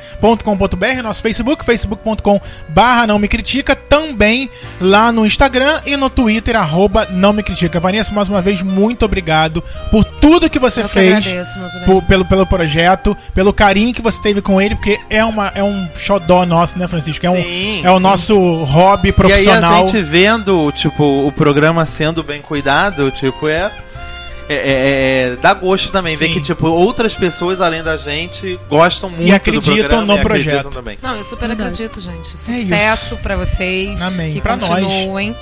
Speaker 1: critica.com.br, nosso Facebook, facebook.com barra não me critica, também lá no Instagram e no Twitter, arroba não me critica. Vanessa, mais uma vez, muito obrigado por tudo que você
Speaker 4: Eu que
Speaker 1: fez
Speaker 4: agradeço, meus amigos.
Speaker 1: po- pelo, pelo projeto, pelo carinho que você teve com ele, porque é, uma, é um xodó nosso, né, Francisco? É, um,
Speaker 2: Sim,
Speaker 1: é o
Speaker 2: sim.
Speaker 1: nosso hobby
Speaker 2: E aí a
Speaker 1: profissional.
Speaker 2: gente vendo, tipo, o programa sendo bem cuidado, tipo, é... É, é- é- dá gosto também, ver
Speaker 1: Sim.
Speaker 2: que, tipo, outras pessoas além da gente gostam muito
Speaker 1: acreditam no
Speaker 2: do programa e acreditam
Speaker 1: projeto.
Speaker 2: também.
Speaker 4: Não, eu super acredito, gente.
Speaker 1: É isso.
Speaker 4: Sucesso pra vocês.
Speaker 1: Amém.
Speaker 4: Que
Speaker 1: Pra nós. É
Speaker 4: continuem.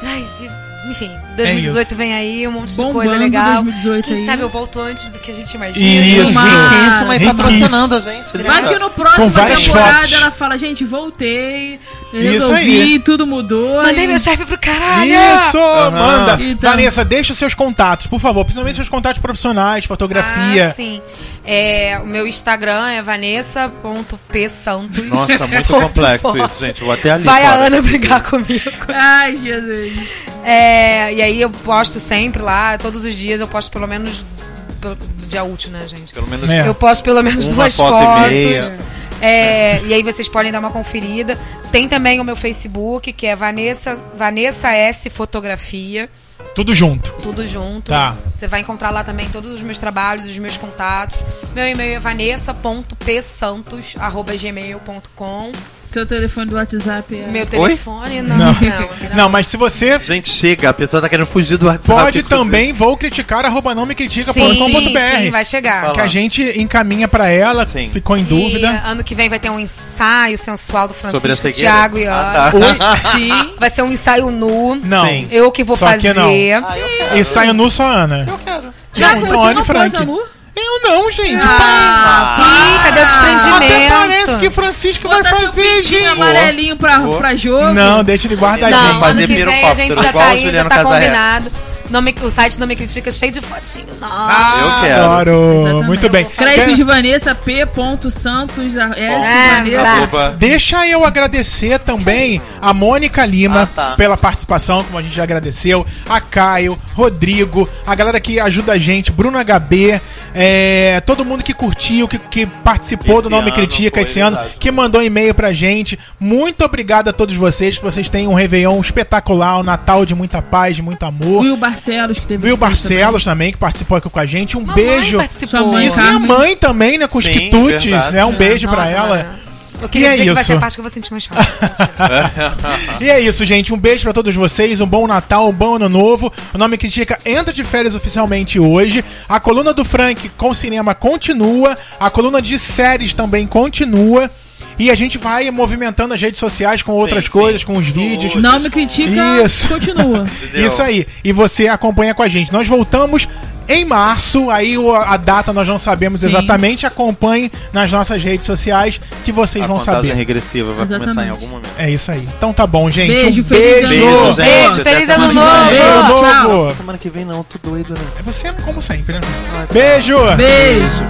Speaker 4: Ai, que- enfim, 2018 vem aí, um monte de
Speaker 3: Bombando
Speaker 4: coisa legal.
Speaker 3: 2018
Speaker 4: Quem
Speaker 3: aí.
Speaker 4: sabe eu volto antes do que a gente imagina.
Speaker 1: Isso.
Speaker 2: Riquíssima e
Speaker 1: Riquíssimo.
Speaker 2: patrocinando a gente. né,
Speaker 3: Vai
Speaker 2: cara?
Speaker 3: que no próximo
Speaker 1: Com várias
Speaker 3: temporada
Speaker 1: fotos.
Speaker 3: ela fala, gente, voltei,
Speaker 1: Isso
Speaker 3: resolvi,
Speaker 1: aí.
Speaker 3: tudo mudou.
Speaker 4: Mandei
Speaker 3: e-
Speaker 4: meu chefe pro caralho!
Speaker 1: Isso,
Speaker 2: Aham.
Speaker 1: manda!
Speaker 3: Então-
Speaker 1: Vanessa, deixa os seus contatos, por favor. Principalmente seus contatos profissionais,
Speaker 4: Ah,
Speaker 1: fotografia.
Speaker 4: sim. É, o meu Instagram é vanessa.psantos.
Speaker 7: Nossa, muito complexo isso, gente. Vou até ali.
Speaker 4: Vai a
Speaker 7: fora.
Speaker 4: Ana brigar comigo.
Speaker 3: Ai, Jesus.
Speaker 4: É, e aí eu posto sempre lá, todos os dias eu posto pelo menos pelo dia útil, né, gente?
Speaker 7: Pelo menos
Speaker 1: É.
Speaker 4: Eu posto pelo menos
Speaker 7: Uma
Speaker 4: duas
Speaker 7: foto e
Speaker 4: fotos.
Speaker 7: meia.
Speaker 4: É, e aí vocês podem dar uma conferida. Tem também o meu Facebook, que é Vanessa, Vanessa S Fotografia.
Speaker 1: Tudo junto.
Speaker 4: Tudo junto.
Speaker 1: Tá.
Speaker 4: Você vai encontrar lá também todos os meus trabalhos, os meus contatos. Meu e-mail é vanessa.psantos.gmail.com.
Speaker 3: Seu telefone do WhatsApp é...
Speaker 4: Meu telefone, não, não. não.
Speaker 1: Não, mas se você
Speaker 2: Gente, chega, a pessoa tá querendo fugir do WhatsApp.
Speaker 1: pode
Speaker 2: inclusive.
Speaker 1: também, vou criticar, arroba não me
Speaker 4: sim,
Speaker 1: critica.com.br.
Speaker 4: vai chegar.
Speaker 1: Que a gente encaminha pra ela,
Speaker 2: Sim.
Speaker 1: ficou em
Speaker 4: E
Speaker 1: dúvida.
Speaker 4: ano que vem vai ter um ensaio sensual do
Speaker 2: Sobre a
Speaker 4: Francisco,
Speaker 2: cegueira?
Speaker 4: Thiago e
Speaker 2: Ah,
Speaker 4: Ana.
Speaker 2: tá.
Speaker 4: Sim. Vai ser um ensaio nu.
Speaker 1: Não.
Speaker 2: Sim.
Speaker 4: Eu que vou
Speaker 1: Só que
Speaker 4: fazer.
Speaker 1: não. E saiu nu só a Ana.
Speaker 3: Thiago,
Speaker 1: Não,
Speaker 3: você
Speaker 1: Tony
Speaker 3: não
Speaker 1: Frank.
Speaker 3: pôs a nu?
Speaker 1: Eu não, gente.
Speaker 2: Ah.
Speaker 4: Ih, cadê
Speaker 1: Ah,
Speaker 4: o
Speaker 1: Até
Speaker 4: desprendimento?
Speaker 1: parece que Francisco vai
Speaker 3: Bota seu
Speaker 1: fazer, gente.
Speaker 3: pintinho amarelinho pra,
Speaker 2: Boa.
Speaker 3: pra jogo.
Speaker 1: Não, deixa ele guardadinho.
Speaker 4: Não,
Speaker 2: Vai fazer
Speaker 4: ano que vem a gente
Speaker 2: pirocóptero,
Speaker 4: já
Speaker 2: igual
Speaker 4: tá
Speaker 2: o
Speaker 4: aí, já
Speaker 2: Juliano
Speaker 4: tá
Speaker 2: Casaré.
Speaker 4: combinado. Não me, o site não me critica, cheio de fotinho.
Speaker 1: Ah,
Speaker 4: Nossa.
Speaker 2: Eu quero.
Speaker 1: Adoro. Muito bem.
Speaker 3: Crédito
Speaker 1: Quero-
Speaker 3: de Vanessa, p.santos, S. Vanessa.
Speaker 1: É,
Speaker 4: tá.
Speaker 2: Arroba-
Speaker 1: Deixa eu agradecer também a Mônica Lima
Speaker 2: Ah, tá.
Speaker 1: pela participação, como a gente já agradeceu, a Caio, Rodrigo, a galera que ajuda a gente, Bruno HB, é, todo mundo que curtiu, que, que participou
Speaker 2: Esse
Speaker 1: do Nome
Speaker 2: ano
Speaker 1: Critica
Speaker 2: foi
Speaker 1: esse ano,
Speaker 2: verdade.
Speaker 1: que mandou e-mail pra gente. Muito obrigado a todos vocês, que vocês tenham um Réveillon espetacular, um Natal de muita paz, de muito amor.
Speaker 3: Will Barcelos, que teve...
Speaker 1: Will Barcelos também, que participou aqui com a gente. Um beijo.
Speaker 3: Sua
Speaker 4: Participou. É.
Speaker 3: mãe
Speaker 1: Isso, minha
Speaker 3: Carmen.
Speaker 1: mãe também, né? Com os
Speaker 2: Sim,
Speaker 1: quitutes,
Speaker 2: verdade.
Speaker 1: né? Um beijo pra
Speaker 4: tá- Nossa,
Speaker 1: ela.
Speaker 4: mano. Eu
Speaker 1: E
Speaker 4: queria
Speaker 1: é
Speaker 4: dizer que vai
Speaker 1: isso.
Speaker 4: ser a parte que eu vou sentir mais falta.
Speaker 1: E é isso, gente. Um beijo pra todos vocês. Um bom Natal, um bom Ano Novo. O Nome Critica entra de férias oficialmente hoje. A coluna do Frank com cinema continua. A coluna de séries também continua. E a gente vai movimentando as redes sociais com outras
Speaker 2: sim.
Speaker 1: coisas, com os vídeos.
Speaker 3: Não me critica,
Speaker 1: Isso.
Speaker 3: continua.
Speaker 2: Entendeu?
Speaker 1: Isso aí. E você acompanha com a gente. Nós voltamos em março, aí o- a data nós não sabemos exatamente. Acompanhe nas nossas redes sociais que vocês
Speaker 7: a
Speaker 1: vão
Speaker 7: contagem
Speaker 1: saber.
Speaker 7: regressiva vai começar
Speaker 3: Exatamente.
Speaker 7: em algum momento.
Speaker 1: É isso aí. Então tá bom, gente.
Speaker 3: Beijo,
Speaker 1: um
Speaker 3: feliz ano
Speaker 1: beijo.
Speaker 3: novo.
Speaker 4: Beijo,
Speaker 2: até
Speaker 4: feliz
Speaker 1: tá
Speaker 2: semana
Speaker 4: ano
Speaker 2: que vem.
Speaker 4: novo.
Speaker 1: Beijo
Speaker 3: Tchau.
Speaker 1: novo.
Speaker 7: Semana que vem não, tô doido, né?
Speaker 1: É você, como sempre, né? Beijo.
Speaker 3: Beijo.